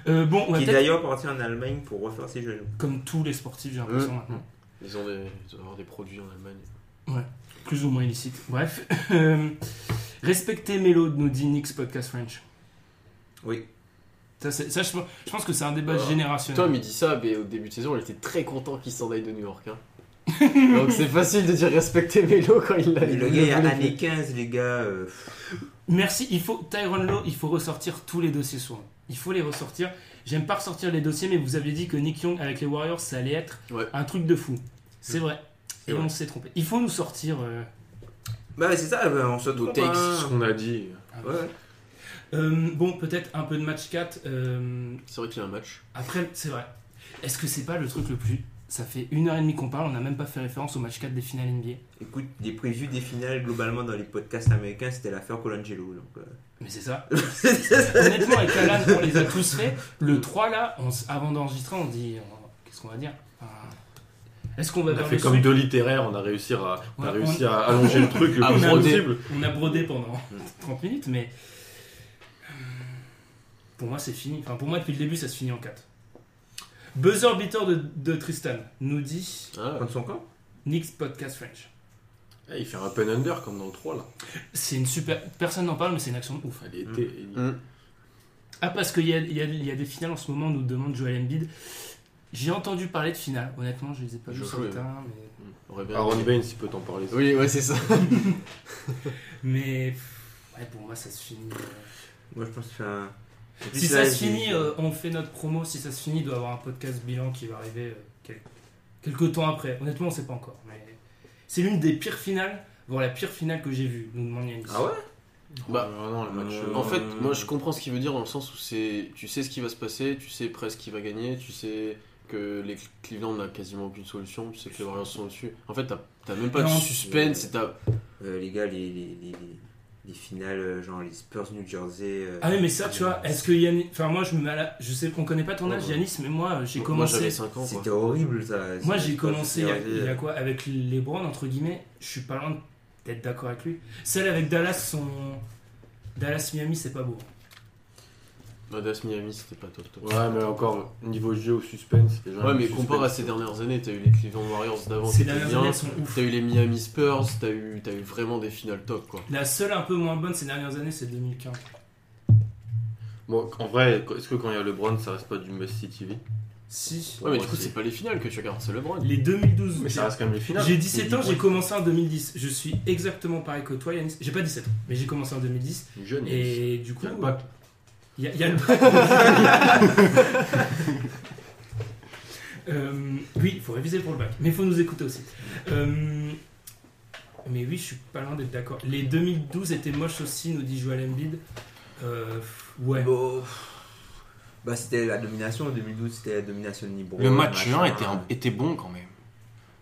D: Euh, bon, on va
E: Qui
D: peut-être,
E: d'ailleurs parti en Allemagne pour refaire ses genoux.
D: comme tous les sportifs, j'ai l'impression
F: Mmh.
D: hein. maintenant,
H: Ils ont des, ils doivent avoir des produits en Allemagne.
D: plus ou moins illicites. Bref. Euh, respectez Melo, nous dit Nix Podcast French.
E: Oui.
D: Ça, c'est- ça, je, pense- je pense que c'est un débat
F: Oh.
H: Ah.
D: générationnel.
H: Tom, il dit ça, mais au début de saison, il était très content qu'il s'en aille de New York. hein. Donc c'est facile de dire respecter Melo quand il l'a
E: Mais le
H: il
E: gars, il a
H: voulait
E: année 15, les gars. euh, pff,
D: Merci, il faut Tyron Lowe, il faut ressortir tous les dossiers souvent. Il faut les ressortir. J'aime pas ressortir les dossiers, mais vous aviez dit que Nick Young avec les Warriors, ça allait être
H: Ouais.
D: un truc de fou. C'est vrai. Et
E: C'est vrai.
D: on s'est trompé. Il faut nous sortir. euh,
E: Bah, c'est ça, bah, on se trompe.
H: takes,
F: C'est ce
E: hein.
F: qu'on a dit.
E: Ouais, ouais.
D: euh, bon, peut-être un peu de match 4. euh,
H: faire. C'est vrai qu'il y a un match.
D: Après, c'est vrai. Est-ce que c'est pas le truc le plus. Ça fait une heure et demie qu'on parle, on n'a même pas fait référence au match 4 des finales NBA.
E: Écoute, les prévus des finales, globalement, dans les podcasts américains, c'était l'affaire Colangelo. Donc, euh,
D: Mais c'est ça. Honnêtement, avec Alan, on les a tous faits. Le 3 là, on s- avant d'enregistrer, on dit. euh, Qu'est-ce qu'on va dire Enfin, Est-ce qu'on va
F: On a
D: vers
F: fait
D: le
F: comme
D: sud
F: deux littéraires, on a réussi à, on a
D: Ouais,
F: réussi
D: on-
F: à allonger le truc le
H: À
F: plus
H: broder.
F: possible.
D: On a brodé pendant 30 minutes, mais euh, pour moi c'est fini. Enfin, pour moi depuis le début ça se finit en 4. Buzzer beater de, de Tristan nous dit
H: Ah,
E: contre son camp
D: Nick's Podcast French.
F: Eh, il fait un pen under comme dans le 3 là.
D: C'est une super. Personne n'en parle, mais c'est une action de ouf.
F: Elle était.
H: Mm.
D: Ah, parce qu'il y a, il y a- il y a des finales en ce moment, nous demande Joel Embiid. J'ai entendu parler de finales, honnêtement, je les ai pas
H: Je
D: vues sur
H: jouais,
D: le
H: ouais.
D: terrain, mais.
H: on aurait bien
F: Aaron
H: aimé.
F: Baines, il peut t'en parler.
H: Oui, ouais, c'est ça.
D: Mais. pff, Ouais, pour moi ça se finit. euh,
E: Moi, je pense que c'est un. En plus,
D: Si ça
E: là,
D: se
E: j'ai-
D: finit, euh, on fait notre promo. Si ça se finit, il doit y avoir un podcast bilan qui va arriver euh, quel- quelques temps après. Honnêtement, on sait pas encore. Mais c'est l'une des pires finales, voire la pire finale que j'ai vue. Nous demande Yannis.
E: Ah ouais
H: Bah,
G: Euh, non, le match.
E: euh,
H: En fait, moi je comprends ce qu'il veut dire dans le sens où c'est tu sais ce qui va se passer, tu sais presque qui va gagner, tu sais que les Cl- Cleveland n'a quasiment aucune solution, tu sais que les Warriors sont au-dessus. En fait, t'as t'as même pas de
D: Non.
H: suspense, et t'as-
E: Euh, les gars, les, les, les, les- les finales, euh, genre les Spurs New Jersey. euh,
D: Ah oui, mais ça, tu vois, est-ce que Yannis. Enfin, moi, je me mets à la- Je sais qu'on connaît pas ton âge,
H: Ouais, ouais.
D: Yannis, mais moi, euh, j'ai
H: Moi
D: commencé.
H: j'avais 5 ans. quoi.
E: C'était horrible ça.
D: Moi,
E: C'était
D: j'ai
E: pas
D: commencé il y, a,
E: Jersey,
D: il y a
E: euh,
D: quoi Avec les Browns, entre guillemets, je suis pas loin d'être d'accord avec lui. Celle avec Dallas, son. Dallas-Miami, c'est pas beau.
H: Dallas Miami, c'était pas top top.
F: Ouais, mais encore, niveau jeu au suspense, déjà.
H: Ouais, mais compare à ces dernières années, t'as eu les Cleveland Warriors d'avant,
D: Ces
H: c'était
D: dernières
H: bien.
D: années, elles sont ouf.
H: T'as eu les Miami Spurs, t'as eu, t'as eu vraiment des finales top quoi.
D: La seule un peu moins bonne ces dernières années, c'est 2015.
G: Bon, en vrai, est-ce que quand il y a LeBron, ça reste pas du Must See TV
D: Si.
H: Ouais, mais
G: Moi
H: du coup,
G: aussi.
H: c'est pas les finales que tu regardes, c'est LeBron.
D: Les 2012.
F: Mais ça reste quand même les finales.
D: J'ai 17 ans,
F: Il-
D: j'ai commencé en 2010. Je suis exactement pareil que toi, Yanis. J'ai pas 17 ans, mais j'ai commencé en 2010.
F: Jeune, il-
D: Et du
F: il
D: coup.
F: a le bac.
D: Il y a, il y a le bac. Euh, oui, il faut réviser pour le bac, mais il faut nous écouter aussi. Euh, mais oui, je suis pas loin d'être d'accord. Les 2012 étaient moches aussi, nous dit Joel Embiid. Euh, ouais.
E: bon, Bah, c'était la domination en 2012, c'était la domination de Nibro.
G: Le match 1
E: machin. euh,
G: était, un- était bon quand même.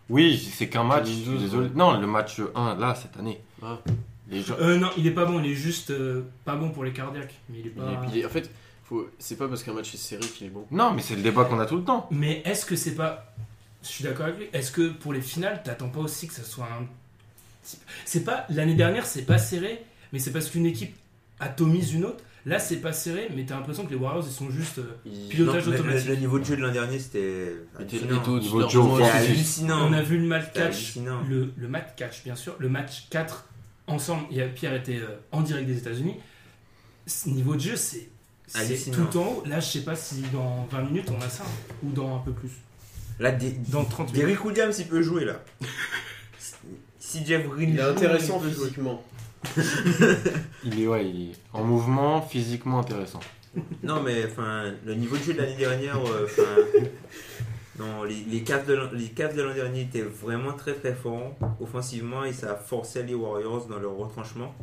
G: Oui, c'est qu'un match.
H: 2012,
G: désolé.
H: ouais.
G: Non, le match 1, là, cette année.
H: Ah. Les gens-
D: Euh, non, il est pas bon, il est juste euh, pas bon pour les cardiaques. Mais il est pas.
H: il est- il est- en fait, faut- c'est pas parce qu'un match est serré qu'il est bon.
G: Non, mais c'est le débat qu'on a tout le temps.
D: Mais est-ce que c'est pas. Je suis d'accord avec lui. Est-ce que pour les finales, t'attends pas aussi que ça soit un. petit peu- C'est pas. L'année dernière, c'est pas serré, mais c'est parce qu'une équipe atomise une autre. Là, c'est pas serré, mais t'as l'impression que les Warriors, ils sont juste. euh, Pilote-
H: Il-
D: Pilotage
E: Non, mais
D: automatique.
E: Le, le niveau de jeu de l'an dernier, c'était
H: était-
E: hallucinant.
H: était au-dessus
G: Niveau
H: de
G: Joe
H: leur-
E: C'était
G: Francis.
E: hallucinant.
D: On a vu le match
E: C'est
D: 4,
E: hallucinant.
D: le, le match 4, bien sûr, le match 4 ensemble. Et Pierre était euh, en direct des États-Unis. Ce niveau de jeu, c'est c'est
E: Hallucinant.
D: tout en haut. Là, je sais pas si dans 20 minutes on a ça, ou dans un peu plus.
E: Là, des,
D: Dans 30 minutes.
E: Derrick Williams, il peut jouer là. si Jeff Green
H: Il est
E: joue,
H: intéressant
E: peut jouer.
H: physiquement.
G: Il est, ouais, il est en mouvement, physiquement intéressant.
E: Non, mais enfin, le niveau de jeu de l'année dernière, euh, enfin. non, les, les Cavs de l'an- les Cavs de l'an dernier étaient vraiment très très forts offensivement et ça forçait les Warriors dans leur retranchement.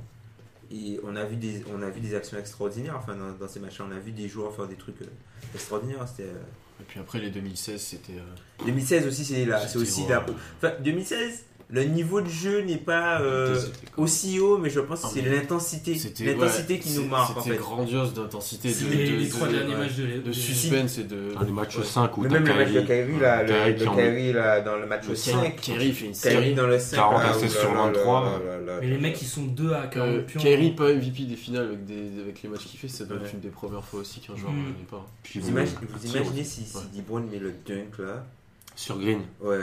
E: Et on a vu des, on a vu des actions extraordinaires enfin, dans, dans ces matchs-là. On a vu des joueurs faire des trucs euh, extraordinaires. C'était. euh,
H: Et puis après, les 2016, c'était. euh,
E: 2016 aussi, c'est là. C'est
H: c'était,
E: aussi
H: ouais,
E: là. Enfin, 2016, le niveau de jeu n'est pas euh,
H: C'était-
E: aussi haut, mais je pense que
H: Ah,
E: c'est
H: mais
E: l'intensité.
H: c'était-
E: L'intensité
H: ouais,
E: qui nous
H: c'est-
E: marque en
H: C'était
E: fait.
H: grandiose d'intensité.
D: Les,
H: de-
D: les
H: de-
D: trois
H: de-
D: derniers
H: ouais.
D: matchs de l'é-
H: de
D: de-
H: suspense et de.
G: Dans les matchs
H: Ouais.
G: 5 ou
E: Mais même le match de Kyrie, là, le, le
G: qui en-
E: Kyrie, là, dans le match
H: Le
E: 5,
H: 5, Kerry fait une
E: Kyrie
H: série.
E: dans le 5.
G: a
E: là,
G: remplacé
E: oh là
G: sur
E: là
G: 23,
E: là là là là.
D: Mais les mecs, ils sont deux à 40
H: Euh,
D: pions.
H: Kerry pas MVP des finales avec, des, avec les matchs qu'il fait, ça doit
E: Ouais.
H: être une des premières fois aussi qu'un joueur
D: Mm.
H: n'en est pas.
G: Puis
E: Vous
G: bon,
E: imaginez,
G: un
E: vous
G: tir
E: imaginez
G: aussi.
E: si, si
H: Ouais.
E: Dibron met le dunk là
G: Sur Green.
E: Ouais,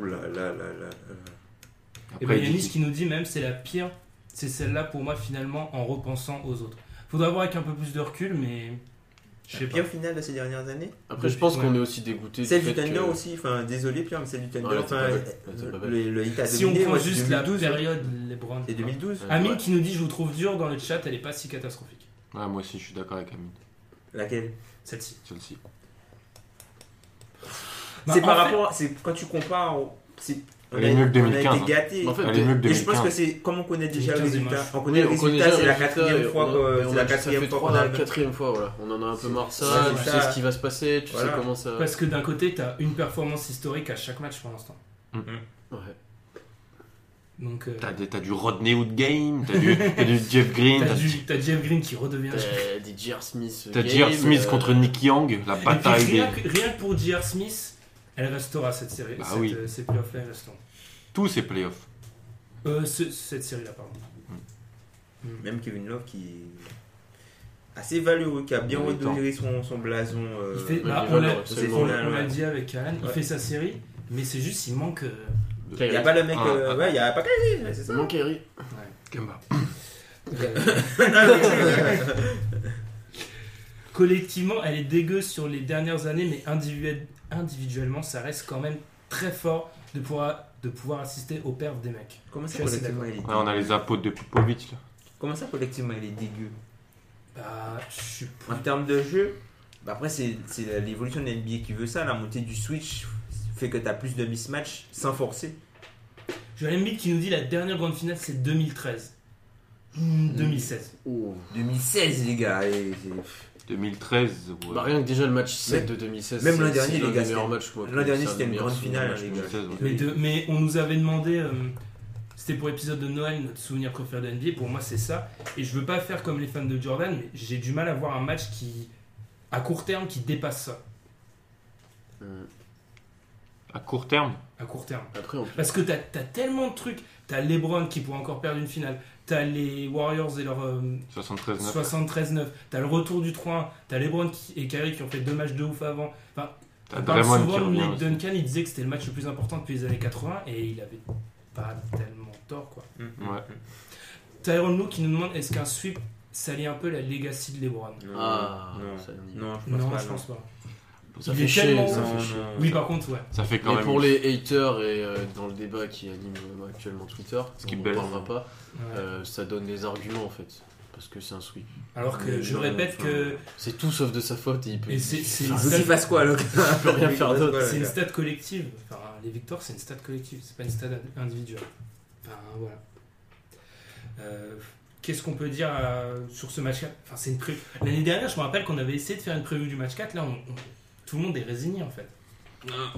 E: ouh là là là là.
G: Après,
D: Et ben,
G: il
D: il y a
G: dit-
D: Nice qui nous dit même c'est la pire, c'est celle-là pour moi finalement en repensant aux autres. Faudra voir avec un peu plus de recul, mais je sais
E: Le
D: pas.
E: pire final de ces dernières années
H: Après, je pense
D: Ouais.
H: qu'on est aussi dégoûté.
E: Celle
H: fait
E: du Thunder
H: que-
E: aussi, enfin désolé Pierre, mais celle du Thunder,
H: Ouais, c'est
E: enfin,
H: pas belle. Ouais, c'est pas belle.
E: le, le hit à
D: Si on prend
E: ouais, c'est
D: juste
E: 2012,
D: la période les Browns.
E: C'est 2012
H: Ouais.
D: Amine qui nous dit je vous trouve dur dans le chat, elle est pas si catastrophique.
G: Ouais, moi aussi, je suis d'accord avec Amine.
E: Laquelle
D: Celle-ci.
G: Celle-ci.
D: Bah,
E: c'est
D: en
E: par
D: fait-
E: rapport, c'est quand tu compares, c'est on
G: Elle est mieux que
E: on a
G: 2015,
E: été gâtés.
H: hein. En fait,
G: Elle est mieux que
E: et je pense
G: 2015.
E: que c'est comme on connaît déjà le
D: 2015,
E: résultat.
D: dommage.
E: On connaît
H: Oui,
E: le
H: on connaît
E: résultat,
H: déjà
E: c'est
H: le
E: la
H: résultat,
E: quatrième
H: et
E: fois
H: on a- et
E: que
H: on
E: c'est
H: a-
E: la
H: Ça
E: quatrième
H: fait
E: fois
H: trois
E: qu'on a
H: la
E: le même-
H: quatrième fois, voilà. On en a un peu
E: C'est-
H: marre de ça,
E: ouais,
H: tu
E: c'est
H: sais
E: ça.
H: ce qui va se passer, tu
E: Voilà.
H: sais comment ça.
D: Parce que d'un côté, t'as une performance historique à chaque match pour l'instant.
H: Ouais.
D: Donc, euh,
G: T'as, des- t'as du Rodney Hood Game, t'as du, t'as du Jeff Green,
D: t'as
G: t'as,
D: du- t'as Jeff Green qui redevient.
E: Euh,
H: T'as des J.R. Smith.
G: t'as
H: game,
G: J.R. Smith
H: euh,
G: contre Nick Young, la
D: Et puis,
G: bataille
D: rien,
G: des...
D: que, rien que pour J.R. Smith, elle restera cette série.
G: Bah
D: cette,
G: oui.
D: euh, ces playoffs-là, elles resteront.
G: Tous ces playoffs.
D: Euh, ce- cette série-là, pardon.
E: Même Kevin Love qui est assez valeureux, qui a bien
G: Il est
E: redonné son, son blason. euh,
D: Il fait-
H: mais
D: bah,
H: il
D: on
H: va
D: l'a
H: le-
D: on-
E: absolument.
D: on l'a- on l'a dit avec Alan, il
E: Ouais.
D: fait sa série, mais c'est juste il manque. euh,
E: Il n'y a pas le mec,
G: Ah,
E: euh,
G: ah.
E: ouais, il n'y a pas Kyrie, ouais, c'est ça.
H: Mon Kerry.
G: Kemba.
D: euh, collectivement, elle est dégueu sur les dernières années, mais individuel- individuellement, ça reste quand même très fort de pouvoir, de pouvoir assister aux perfs des mecs.
E: Comment
D: Je
E: ça
D: suis assez
E: collectivement il est
G: Ouais, on a les apôtres de Popovic, là.
E: Comment ça collectivement il est dégueu
D: Bah, je suis.
E: En termes de jeu, bah après c'est c'est l'évolution de l'NBA qui veut ça, la montée du switch fait que tu as plus de mismatch sans forcer.
D: Joël Embiid qui nous dit la dernière grande finale, c'est 2013. Hmm, 2016.
E: 2016 les gars, et c'est-
G: 2013, ouais.
H: Bah, rien que déjà le match
E: Mais-
H: 7 de 2016.
E: même
H: c'est-
E: l'an dernier,
H: c'est l'un
E: les gars,
H: des meilleurs
E: c'était-
H: matchs, moi,
E: L'an dernier,
H: c'est un
E: c'était
H: des
E: une
H: meilleurs
E: grande
H: souvenirs
E: finale,
H: de
E: les
H: match.
E: gars.
G: française, ouais.
D: Mais, de- mais on nous avait demandé, euh, c'était pour l'épisode de Noël, notre souvenir préféré de NBA. Pour moi, c'est ça. Et je veux pas faire comme les fans de Jordan, mais j'ai du mal à voir un match qui, à court terme, qui dépasse ça.
G: À court terme,
D: À court terme.
H: Après, on-
D: Parce que t'as as tellement de trucs. T'as LeBron qui pourrait encore perdre une finale. T'as les Warriors et leur euh,
G: 73-9.
D: 73-9. T'as le retour du 3-1. T'as LeBron qui- et Kyrie qui ont fait deux matchs de ouf avant. Enfin,
G: T'as
D: on parle
G: Draymond qui
D: souvent de
G: revient.
D: Nate
G: aussi.
D: Duncan. Il disait que c'était le match le plus important depuis les années 80 et il avait pas tellement tort, quoi.
G: Ouais.
D: Tyrone Lou qui nous demande est-ce qu'un sweep salit un peu la legacy de LeBron
E: Non,
H: Ah,
E: non,
H: ça, on y-
E: non, je pense
D: Non,
E: pas.
D: je
E: non.
D: pense pas.
H: ça
D: Il
H: fait
D: est
H: chier.
D: tellement-
H: ça
E: Non,
H: fait
E: non,
H: chier.
E: non.
D: Oui, bah. par contre, ouais.
G: Ça fait quand
H: Mais
G: même...
H: pour les haters et euh, dans le débat qui anime euh, actuellement Twitter,
G: Ce qui
H: on en
G: baise.
H: parlera pas,
D: Ouais.
H: euh, ça donne les arguments en fait. Parce que c'est un sweep.
D: Alors que je répète que
H: C'est tout sauf de sa faute et il peut.
D: et c'est c'est une,
E: Je sais
D: stat,
E: pas ce quoi, là.
H: il peut rien faire d'autre.
D: c'est une stat collective. Enfin, les victoires, c'est une stat collective, c'est pas une stat individuelle. Enfin, voilà. Euh, Qu'est-ce qu'on peut dire euh, sur ce match 4 Enfin, c'est une pré- L'année dernière, je me rappelle qu'on avait essayé de faire une preview du match 4. Là, on- on- tout le monde est résigné en fait.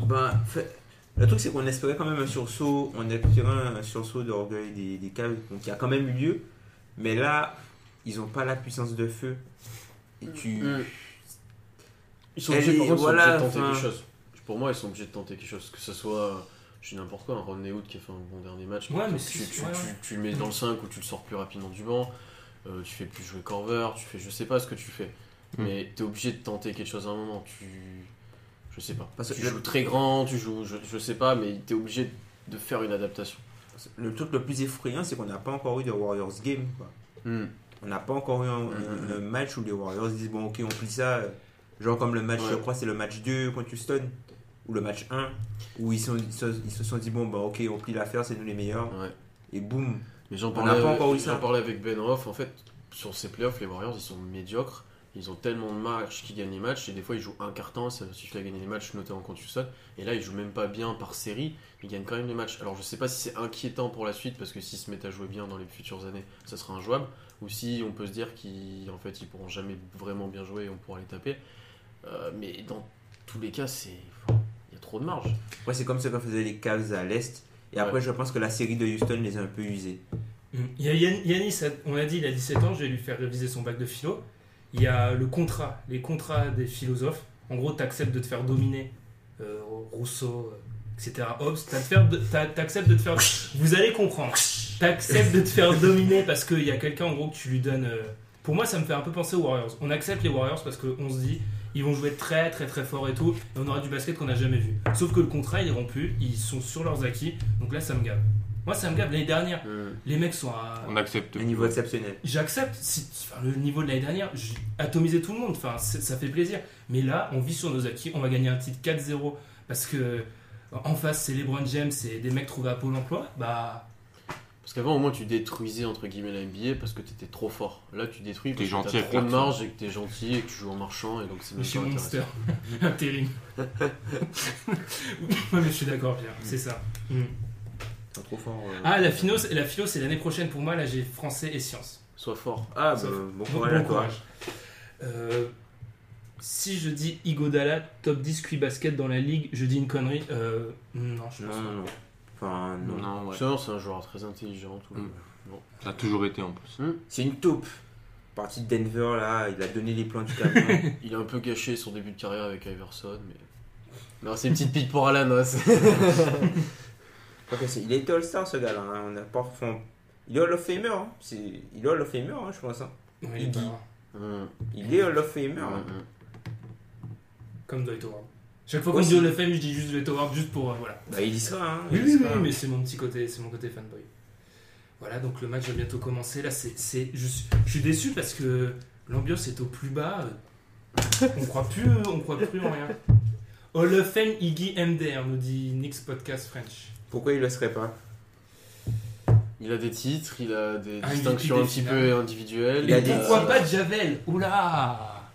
E: Ben, fait- Le truc, c'est qu'on espérait quand même un sursaut, on espérait un sursaut de l'orgueil des, des Cavs, donc il y a quand même eu lieu. Mais là, ils ont pas la puissance de feu. Et tu.
H: Mm.
F: Ils sont
E: Elle
F: obligés, par
E: est-
F: contre, ils sont
E: voilà,
F: obligés de tenter
E: enfin-
H: quelque chose. Pour moi, ils sont obligés de tenter quelque chose. Que ce soit, euh, je dis n'importe quoi, un Rodney Hood qui a fait un bon dernier match.
D: Ouais,
H: tu,
D: mais
H: tu,
D: si,
H: tu-
D: ouais,
H: tu-
D: ouais.
H: tu le mets dans le 5 ou tu le sors plus rapidement du banc. euh, tu fais plus jouer Corver. Tu fais, je sais pas ce que tu fais.
G: Mm.
H: Mais t'es obligé de tenter quelque chose à un moment. Tu. Je sais pas.
E: Parce que
H: tu
E: le-
H: joues très grand, tu joues, je, je sais pas, mais t'es obligé de faire une adaptation.
E: Le truc le plus effrayant, c'est qu'on n'a pas encore eu de Warriors game. Quoi. On n'a pas encore eu un, un- un match où les Warriors disent bon, ok, on plie ça. euh, Genre comme le match,
H: Ouais.
E: je crois, c'est le match 2 contre Houston, ou le match 1, où ils, sont, ils, se, ils se sont dit bon, bah ok, on plie l'affaire, c'est nous les meilleurs,
H: Ouais.
E: et boum.
H: Mais j'en
E: On
H: parlais,
E: n'a pas encore eu ça.
H: j'en parlais avec Ben Hoff. En fait, sur ces playoffs, les Warriors, ils sont médiocres. Ils ont tellement de matchs qu'ils gagnent les matchs. Et des fois, ils jouent un quart temps. Ça suffit à gagner les matchs, notamment contre Houston. Et là, ils jouent même pas bien par série. Ils gagnent quand même les matchs. Alors, je sais pas si c'est inquiétant pour la suite. Parce que s'ils se mettent à jouer bien dans les futures années, ça sera injouable. Ou si on peut se dire qu'ils en fait, ils pourront jamais vraiment bien jouer et on pourra les taper. Euh, mais dans tous les cas, c'est. Il y a trop de marge.
E: Ouais, c'est comme ça qu'on faisait les Cavs à l'Est. Et après,
H: Ouais.
E: je pense que la série de Houston les a un peu usés.
D: Mm. Il y a Yann- Yanis, a- on l'a dit, il a 17 ans, je vais lui faire réviser son bac de philo. Il y a le contrat, les contrats des philosophes. En gros, t'acceptes de te faire dominer euh, Rousseau, euh, etc. Hobbes, t'as de faire de- t'as- t'acceptes de te faire. Vous allez comprendre. T'acceptes de te faire dominer parce qu'il y a quelqu'un, en gros, que tu lui donnes. euh, Pour moi, ça me fait un peu penser aux Warriors. On accepte les Warriors parce qu'on se dit, ils vont jouer très, très, très fort et tout. Et on aura du basket qu'on n'a jamais vu. Sauf que le contrat, il est rompu. Ils sont sur leurs acquis. Donc là, ça me gave. Moi, ça me gave. L'année dernière, les mecs sont à.
G: On accepte.
E: Un niveau exceptionnel.
D: J'accepte si, enfin, le niveau de l'année dernière, j'ai atomisé tout le monde, enfin, c'est- ça fait plaisir. Mais là, on vit sur nos acquis, on va gagner un titre 4-0 parce que en face, c'est LeBron James et des mecs trouvés à Pôle emploi. Bah,
H: Parce qu'avant, au moins, tu détruisais entre guillemets la NBA parce que t'étais trop fort. Là, tu détruis parce
G: T'es gentil
H: que t'as
G: avec
H: trop de
G: la
H: marge et que t'es gentil et que tu joues en marchant et donc c'est même
D: chez
H: pas intéressant.
D: Monster, intérim. ouais, mais je suis d'accord, Pierre, c'est ça. Mm.
E: Pas trop fort. euh.
D: Ah, la philo, la philo, c'est l'année prochaine pour moi. Là, j'ai français et sciences.
H: Sois fort.
E: Ah, bah,
D: Sauf-
E: bon
D: Bon,
E: courage
D: bon
E: à toi.
D: courage. Euh, si je dis Igodala, top 10 QI basket dans la ligue, je dis une connerie. Euh, non, je pense pas.
E: Non, non, non. Enfin, non.
G: Non, Ah, ouais.
H: Sinon, c'est un joueur très intelligent. Tout le-
G: Mm. Ça a toujours été en plus.
E: C'est une taupe. Parti de Denver, là, il a donné les plans du camion.
H: Il a un peu gâché son début de carrière avec Iverson, mais. Non, c'est une petite pique pour Alan. hein, c'est-
E: Quoique c'est- il a été All-Star, ce gars-là. hein. On a pas fond- Il est Hall of Famer. hein. C'est- Il est Hall of Famer, hein, je pense. hein.
D: Ouais, il est pas loin.
H: Mm,
E: Il est Hall of Famer.
H: mm,
E: hein.
H: mm.
D: Comme Dwight Howard. Chaque fois qu'on
E: Aussi.
D: dit le fame, je dis juste Dwight Howard juste pour. euh, voilà.
E: Bah, il y sera. hein.
D: Oui,
E: Il y
D: oui, oui,
E: sera.
D: mais c'est mon petit côté, c'est mon côté fanboy. Voilà, donc le match va bientôt commencer. Là, c'est, c'est- je, suis- je suis déçu parce que l'ambiance est au plus bas. Euh, On croit plus, on croit plus en rien. Hall of Fame Iggy MDR nous dit Nix Podcast French.
E: Pourquoi il le serait pas
H: Il a des titres, il a des
D: MVP
H: distinctions
D: des
H: un petit
D: finales.
H: peu individuelles.
E: Il a
D: Et
E: des-
D: pourquoi pas Javel Oula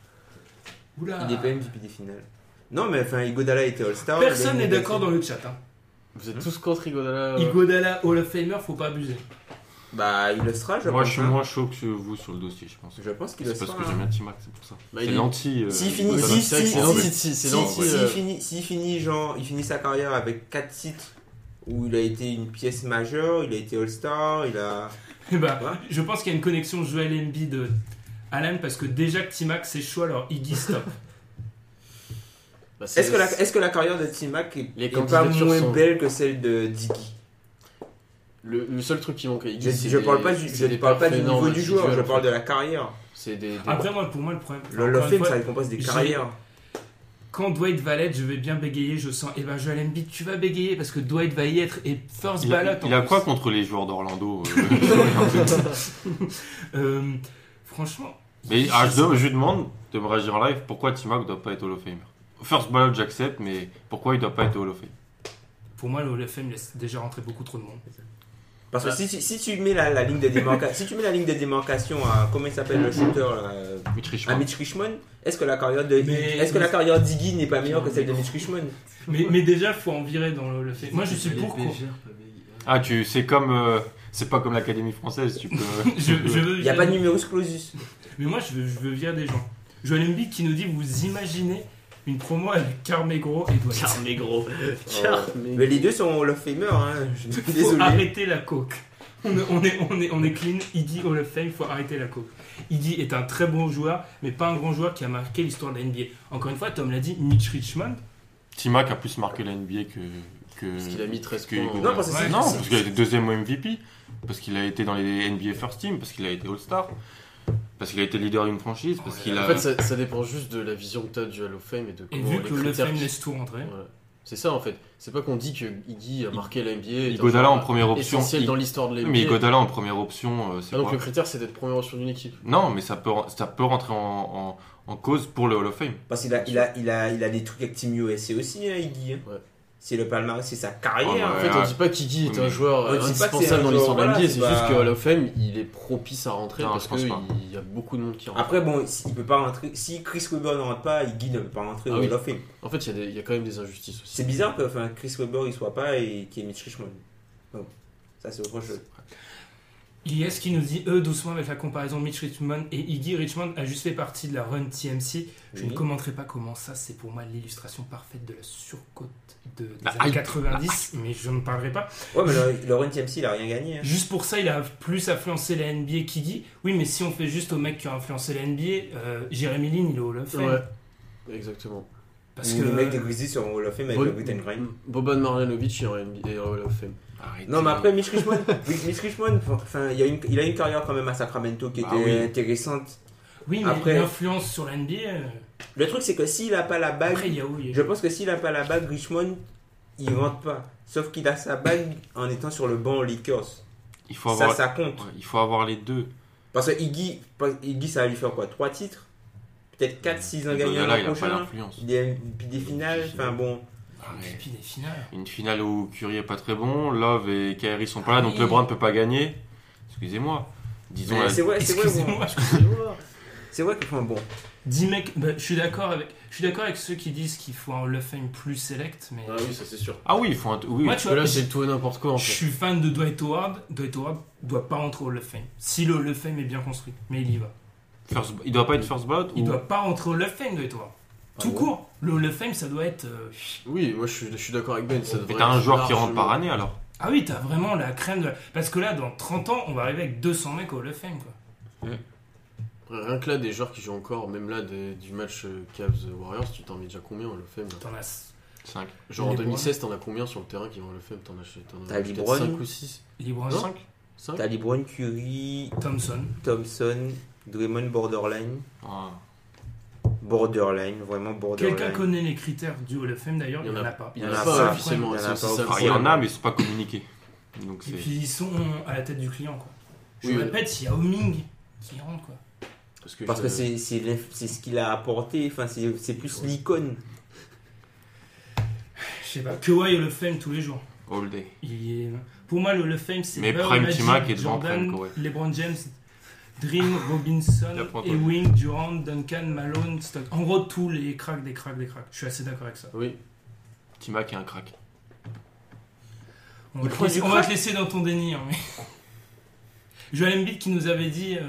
D: Oula
E: Il
D: Ah.
E: est pas MVP des finales. Non, mais enfin, Igodala était All-Star.
D: Personne
E: Ah, Il a
D: n'est
E: été-
D: d'accord dans le chat. Hein.
H: Vous êtes tous contre
E: Euh.
H: euh, Igodala. ouais.
D: Igodala Hall of Famer, faut pas abuser.
E: Bah, il le sera, je
G: Moi,
E: pense.
G: je suis
E: hein.
G: moins chaud que vous sur le dossier, je pense.
E: Je pense qu'il le
G: C'est
E: sera.
G: parce que
E: hein.
G: j'aime bien T-Mac, c'est pour ça.
H: Bah,
G: c'est
H: il est-
G: l'anti. euh,
E: S'il finit,
H: Igodala,
E: si,
H: c'est vrai que
E: si,
H: c'est
E: si,
H: l'anti- si, c'est
E: Si-
H: l'anti,
E: S'il
H: euh,
E: finit, s'il finit, genre, il finit sa carrière avec 4 titres où il a été une pièce majeure, il a été All-Star, il a.
D: Eh ben,
E: Ouais.
D: je pense qu'il y a une connexion Joel Embiid euh, Alan parce que déjà que Timac c'est chaud alors Iggy stop.
H: bah, c'est-
E: Est-ce que, la, est-ce que la carrière de Timac est,
H: Les
E: est pas
H: candidatures
E: moins
H: sont-
E: belle que celle de Dicky
H: le, le seul truc qui manque à
E: Je
H: Iggy, c'est
E: je
H: des-
E: parle pas du,
H: c'est
E: je ne
H: des
E: parle pas du
H: perfs
E: niveau
H: énormes
E: du joueur, je
H: individuels, en
E: parle
H: fait.
E: de la carrière.
H: C'est des, des-
D: Après moi pour moi le problème. encore
E: Le Hall
D: une
E: of Fame,
D: fois,
E: ça récompense des
D: j'ai-
E: carrières.
D: Quand Dwight va l'être, je vais bien bégayer, je sens. Eh ben Joel Embiid tu vas bégayer parce que Dwight va y être et first
G: Il a,
D: ballot.
G: il
D: en
G: a
D: plus.
G: quoi contre les joueurs d'Orlando euh,
D: Euh, Franchement.
G: Mais
D: je-
G: ah,
D: je-
G: je, dem- je lui demande de me réagir en live pourquoi Timac doit pas être Hall of Famer. First ballot, j'accepte, mais pourquoi il doit pas être Hall of Fame
D: Pour moi le Hall of Fame laisse déjà rentrer beaucoup trop de monde.
E: Parce que
D: Ah.
E: si, tu- si tu mets la, la ligne de démarcation, si tu mets la ligne de démarcation à comment il s'appelle le shooter là, euh,
G: Mitch
E: à
G: Richmond.
E: Mitch Richmond, est-ce que la carrière de
D: Mais-
E: est-ce que la carrière d'Iggy n'est pas meilleure que celle de Mitch Richmond
D: Mais, mais déjà faut en virer dans le Hall of Fame. Moi je suis pour. qu'on-
H: Oh.
G: Ah, tu, c'est comme, euh, c'est pas comme l'Académie française, tu peux.
D: Je, je veux.
E: Il n'y a pas de numerus clausus.
D: Mais moi, je veux, je veux virer des gens. Joël Embiid qui nous dit Vous imaginez une promo avec Carmegro et Dwight.
F: Carmegro.
E: Mais les deux sont Hall of Famer, hein. Je suis
D: faut
E: désolé.
D: arrêter la coke. On est, on est, on est, on est clean, Iggy Hall of Fame, faut arrêter la coke. Iggy est un très bon joueur, mais pas un grand joueur qui a marqué l'histoire de la NBA. Encore une fois, Tom l'a dit, Mitch Richmond,
G: Timac a plus marqué la NBA que. que
H: Parce qu'il a mis 13
G: que-
H: points. hein.
G: que-
H: Non,
E: parce que c'est-
G: non,
E: c'est-
G: parce qu'il a été deuxième au MVP, parce qu'il a été dans les NBA First Team, parce qu'il a été All-Star, parce qu'il a été leader d'une franchise, parce qu'il
H: En
G: a.
H: fait, ça, ça dépend juste de la vision que tu as du Hall of Fame et de
D: et
H: comment
D: vu
H: les
D: que Hall of
H: critères
D: Fame
H: qui-
D: laisse tout rentrer.
H: Voilà. C'est ça en fait. C'est pas qu'on dit que Iggy a marqué la NBA. est un
G: Iguodala
H: joueur
G: en première option.
H: Essentiel
G: I-
H: dans l'histoire de la NBA.
G: Mais Godala en première option, euh, c'est
H: Ah, donc
G: quoi
H: le critère c'est d'être première option d'une équipe.
G: Non, mais ça peut, ça peut rentrer en, en- en cause pour le Hall of Fame.
E: Parce qu'il a, il a, il a, il a des trucs avec Team USA aussi, hein, Iggy. hein.
H: Ouais.
E: C'est le palmarès, c'est sa carrière.
D: Ah,
G: Ouais,
H: En
E: en
H: fait,
E: fait.
H: on dit pas qu'Iggy
G: Oui.
H: est un joueur
E: On dit pas que c'est un
H: indispensable dans
E: joueur,
H: l'histoire de la
E: voilà,
H: NBA.
E: c'est
H: C'est
E: pas-
H: juste que Hall of Fame il est propice à rentrer
G: Non,
H: parce
G: je pense
H: qu'il
G: pas.
H: y a beaucoup de monde qui rentre.
E: Après, bon, il peut pas rentrer. Si Chris Webber ne rentre pas, Iggy ne peut pas rentrer
H: Ah
E: au
H: oui.
E: Hall of Fame.
H: En fait, il y a des- il y, a quand même des injustices aussi.
E: C'est bizarre que enfin, Chris Webber il soit pas et qu'il y ait Mitch Richmond. Bon, ça c'est autre chose.
D: Il y a ce qui nous dit, eux, doucement, avec la comparaison Mitch Richmond et Iggy. Richmond a juste fait partie de la run TMC. Je
E: Oui.
D: ne commenterai pas comment ça, c'est pour moi l'illustration parfaite de la surcote de, des
G: La
D: années
G: hype.
D: 90, mais je ne parlerai pas.
E: Ouais, mais le, le Run TMC il a rien gagné. hein.
D: Juste pour ça, il a plus influencé la NBA qu'Iggy. Oui, mais si on fait juste au mec qui a influencé la NBA, euh, Jeremy Lin, il est Hall of Fame.
H: Ouais. Exactement.
D: Parce
E: Ou
D: que Mm.
E: les mecs des Grizzlies sont au Hall of Fame avec
H: Bo-
E: le Britain Grind.
H: Boban Marjanovic est en NBA et en Hall of Fame.
E: Non, mais après, Mitch Richmond, oui, Mitch Richmond enfin, il, y a une, il a une carrière quand même à Sacramento qui
G: Bah
D: Ah
E: était
G: oui.
E: intéressante.
D: Oui, mais
E: Après-
D: l'influence sur la NBA, euh,
E: Le truc, c'est que s'il a pas la bague,
D: après, il y a où il y a-
E: je pense que s'il a pas la bague, Richmond, il rentre pas. Sauf qu'il a sa bague en étant sur le banc aux Lakers.
G: il faut
E: Ça,
G: avoir,
E: ça compte.
G: ouais, il faut avoir les deux.
E: Parce que Iggy, parce- Iggy, ça va lui faire quoi 3 titres Peut-être 4-6 ans gagnés
G: Godala,
E: l'an
G: il a pas
E: prochain
G: d'influence.
E: des, puis des finales, enfin bon.
D: Et
G: Arrête.
D: puis des finales.
G: Une finale où Curry est pas très bon, Love et Kyrie sont pas là, donc
D: Oui.
G: LeBron peut pas gagner. Excusez-moi. Disons.
E: Mais
G: la-
E: C'est vrai, c'est vrai, bon.
D: Excusez-moi.
E: C'est vrai que, enfin bon.
D: 10 mecs, bah, je suis d'accord avec, je suis d'accord avec ceux qui disent qu'il faut un Hall of Fame plus select, mais
H: Ah oui, ça c'est sûr.
G: Ah oui, il faut un. Oui,
D: Moi,
H: Parce
D: tu
H: que
D: vois,
H: là,
D: je
H: c'est tout et n'importe quoi en
D: je
H: fait.
D: suis fan de Dwight Howard. Dwight Howard doit pas rentrer au Hall of Fame. Si le Hall of Fame est bien construit, mais il y va.
G: first- il doit pas être first ballot.
D: Il
G: ou-
D: doit pas rentrer au Hall of Fame, Dwight Howard. Tout
E: bon
D: court. Le Hall of Fame, ça doit être. euh,
H: Oui, moi je suis, je suis d'accord avec Ben. Ça
G: Mais
H: devrait
G: t'as un
H: être
G: joueur qui rentre par
H: largement-
G: année alors.
D: Ah oui, t'as vraiment la crème de. la- Parce que là, dans 30 ans, on va arriver avec 200 mecs au Hall of Fame, quoi.
H: Rien que là, des joueurs qui jouent encore, même là des- du match euh, Cavs-Warriors, tu t'en mets déjà combien en le fait là
D: T'en as
G: 5.
H: Genre en
D: LeBron.
H: 2016, t'en as combien sur le terrain qui vont le faire T'en as, t'en
E: T'as
H: as
E: LeBron.
H: 5 ou 6
D: LeBron,
H: Non. Cinq
E: T'as LeBron Curry,
D: Thompson.
E: Thompson, Draymond Borderline. Borderline, vraiment borderline.
D: Quelqu'un connaît les critères du Hall of Fame d'ailleurs, il n'y en, a pas.
H: Il y en a pas officiellement.
E: Il y en a
H: c'est
E: pas
H: aussi ça le
E: officiellement.
G: il y en a,
H: problème.
G: mais c'est pas communiqué. Donc
D: Et
G: c'est.
D: puis ils sont à la tête du client, quoi. Je
H: Oui,
D: le
H: oui.
D: répète, il y a Homing qui rentre, quoi.
E: Parce que c'est c'est l'inf- c'est ce qu'il a apporté, enfin c'est c'est plus l'icône.
D: Je sais pas. Kawhi Hall of Fame tous les jours.
G: All day.
D: Il y est- Pour moi, le Hall of Fame, c'est
G: Mais
D: Bird,
G: Prime
D: Magic,
G: Timac est devant
D: Jordan,
G: Prime Kawhi.
D: LeBron James, Dream, Robinson,
G: Il apprend pas.
D: Ewing, Durant, Duncan, Malone, Stock. En gros, tous les cracks, des cracks, des cracks. Je suis assez d'accord avec ça.
H: Oui,
G: Timac est un crack.
D: On va,
E: Il
D: te
E: prend
D: laisser,
E: du
D: on va
E: crack.
D: te laisser dans ton déni. hein, mais... Joel Embiid qui nous avait dit euh,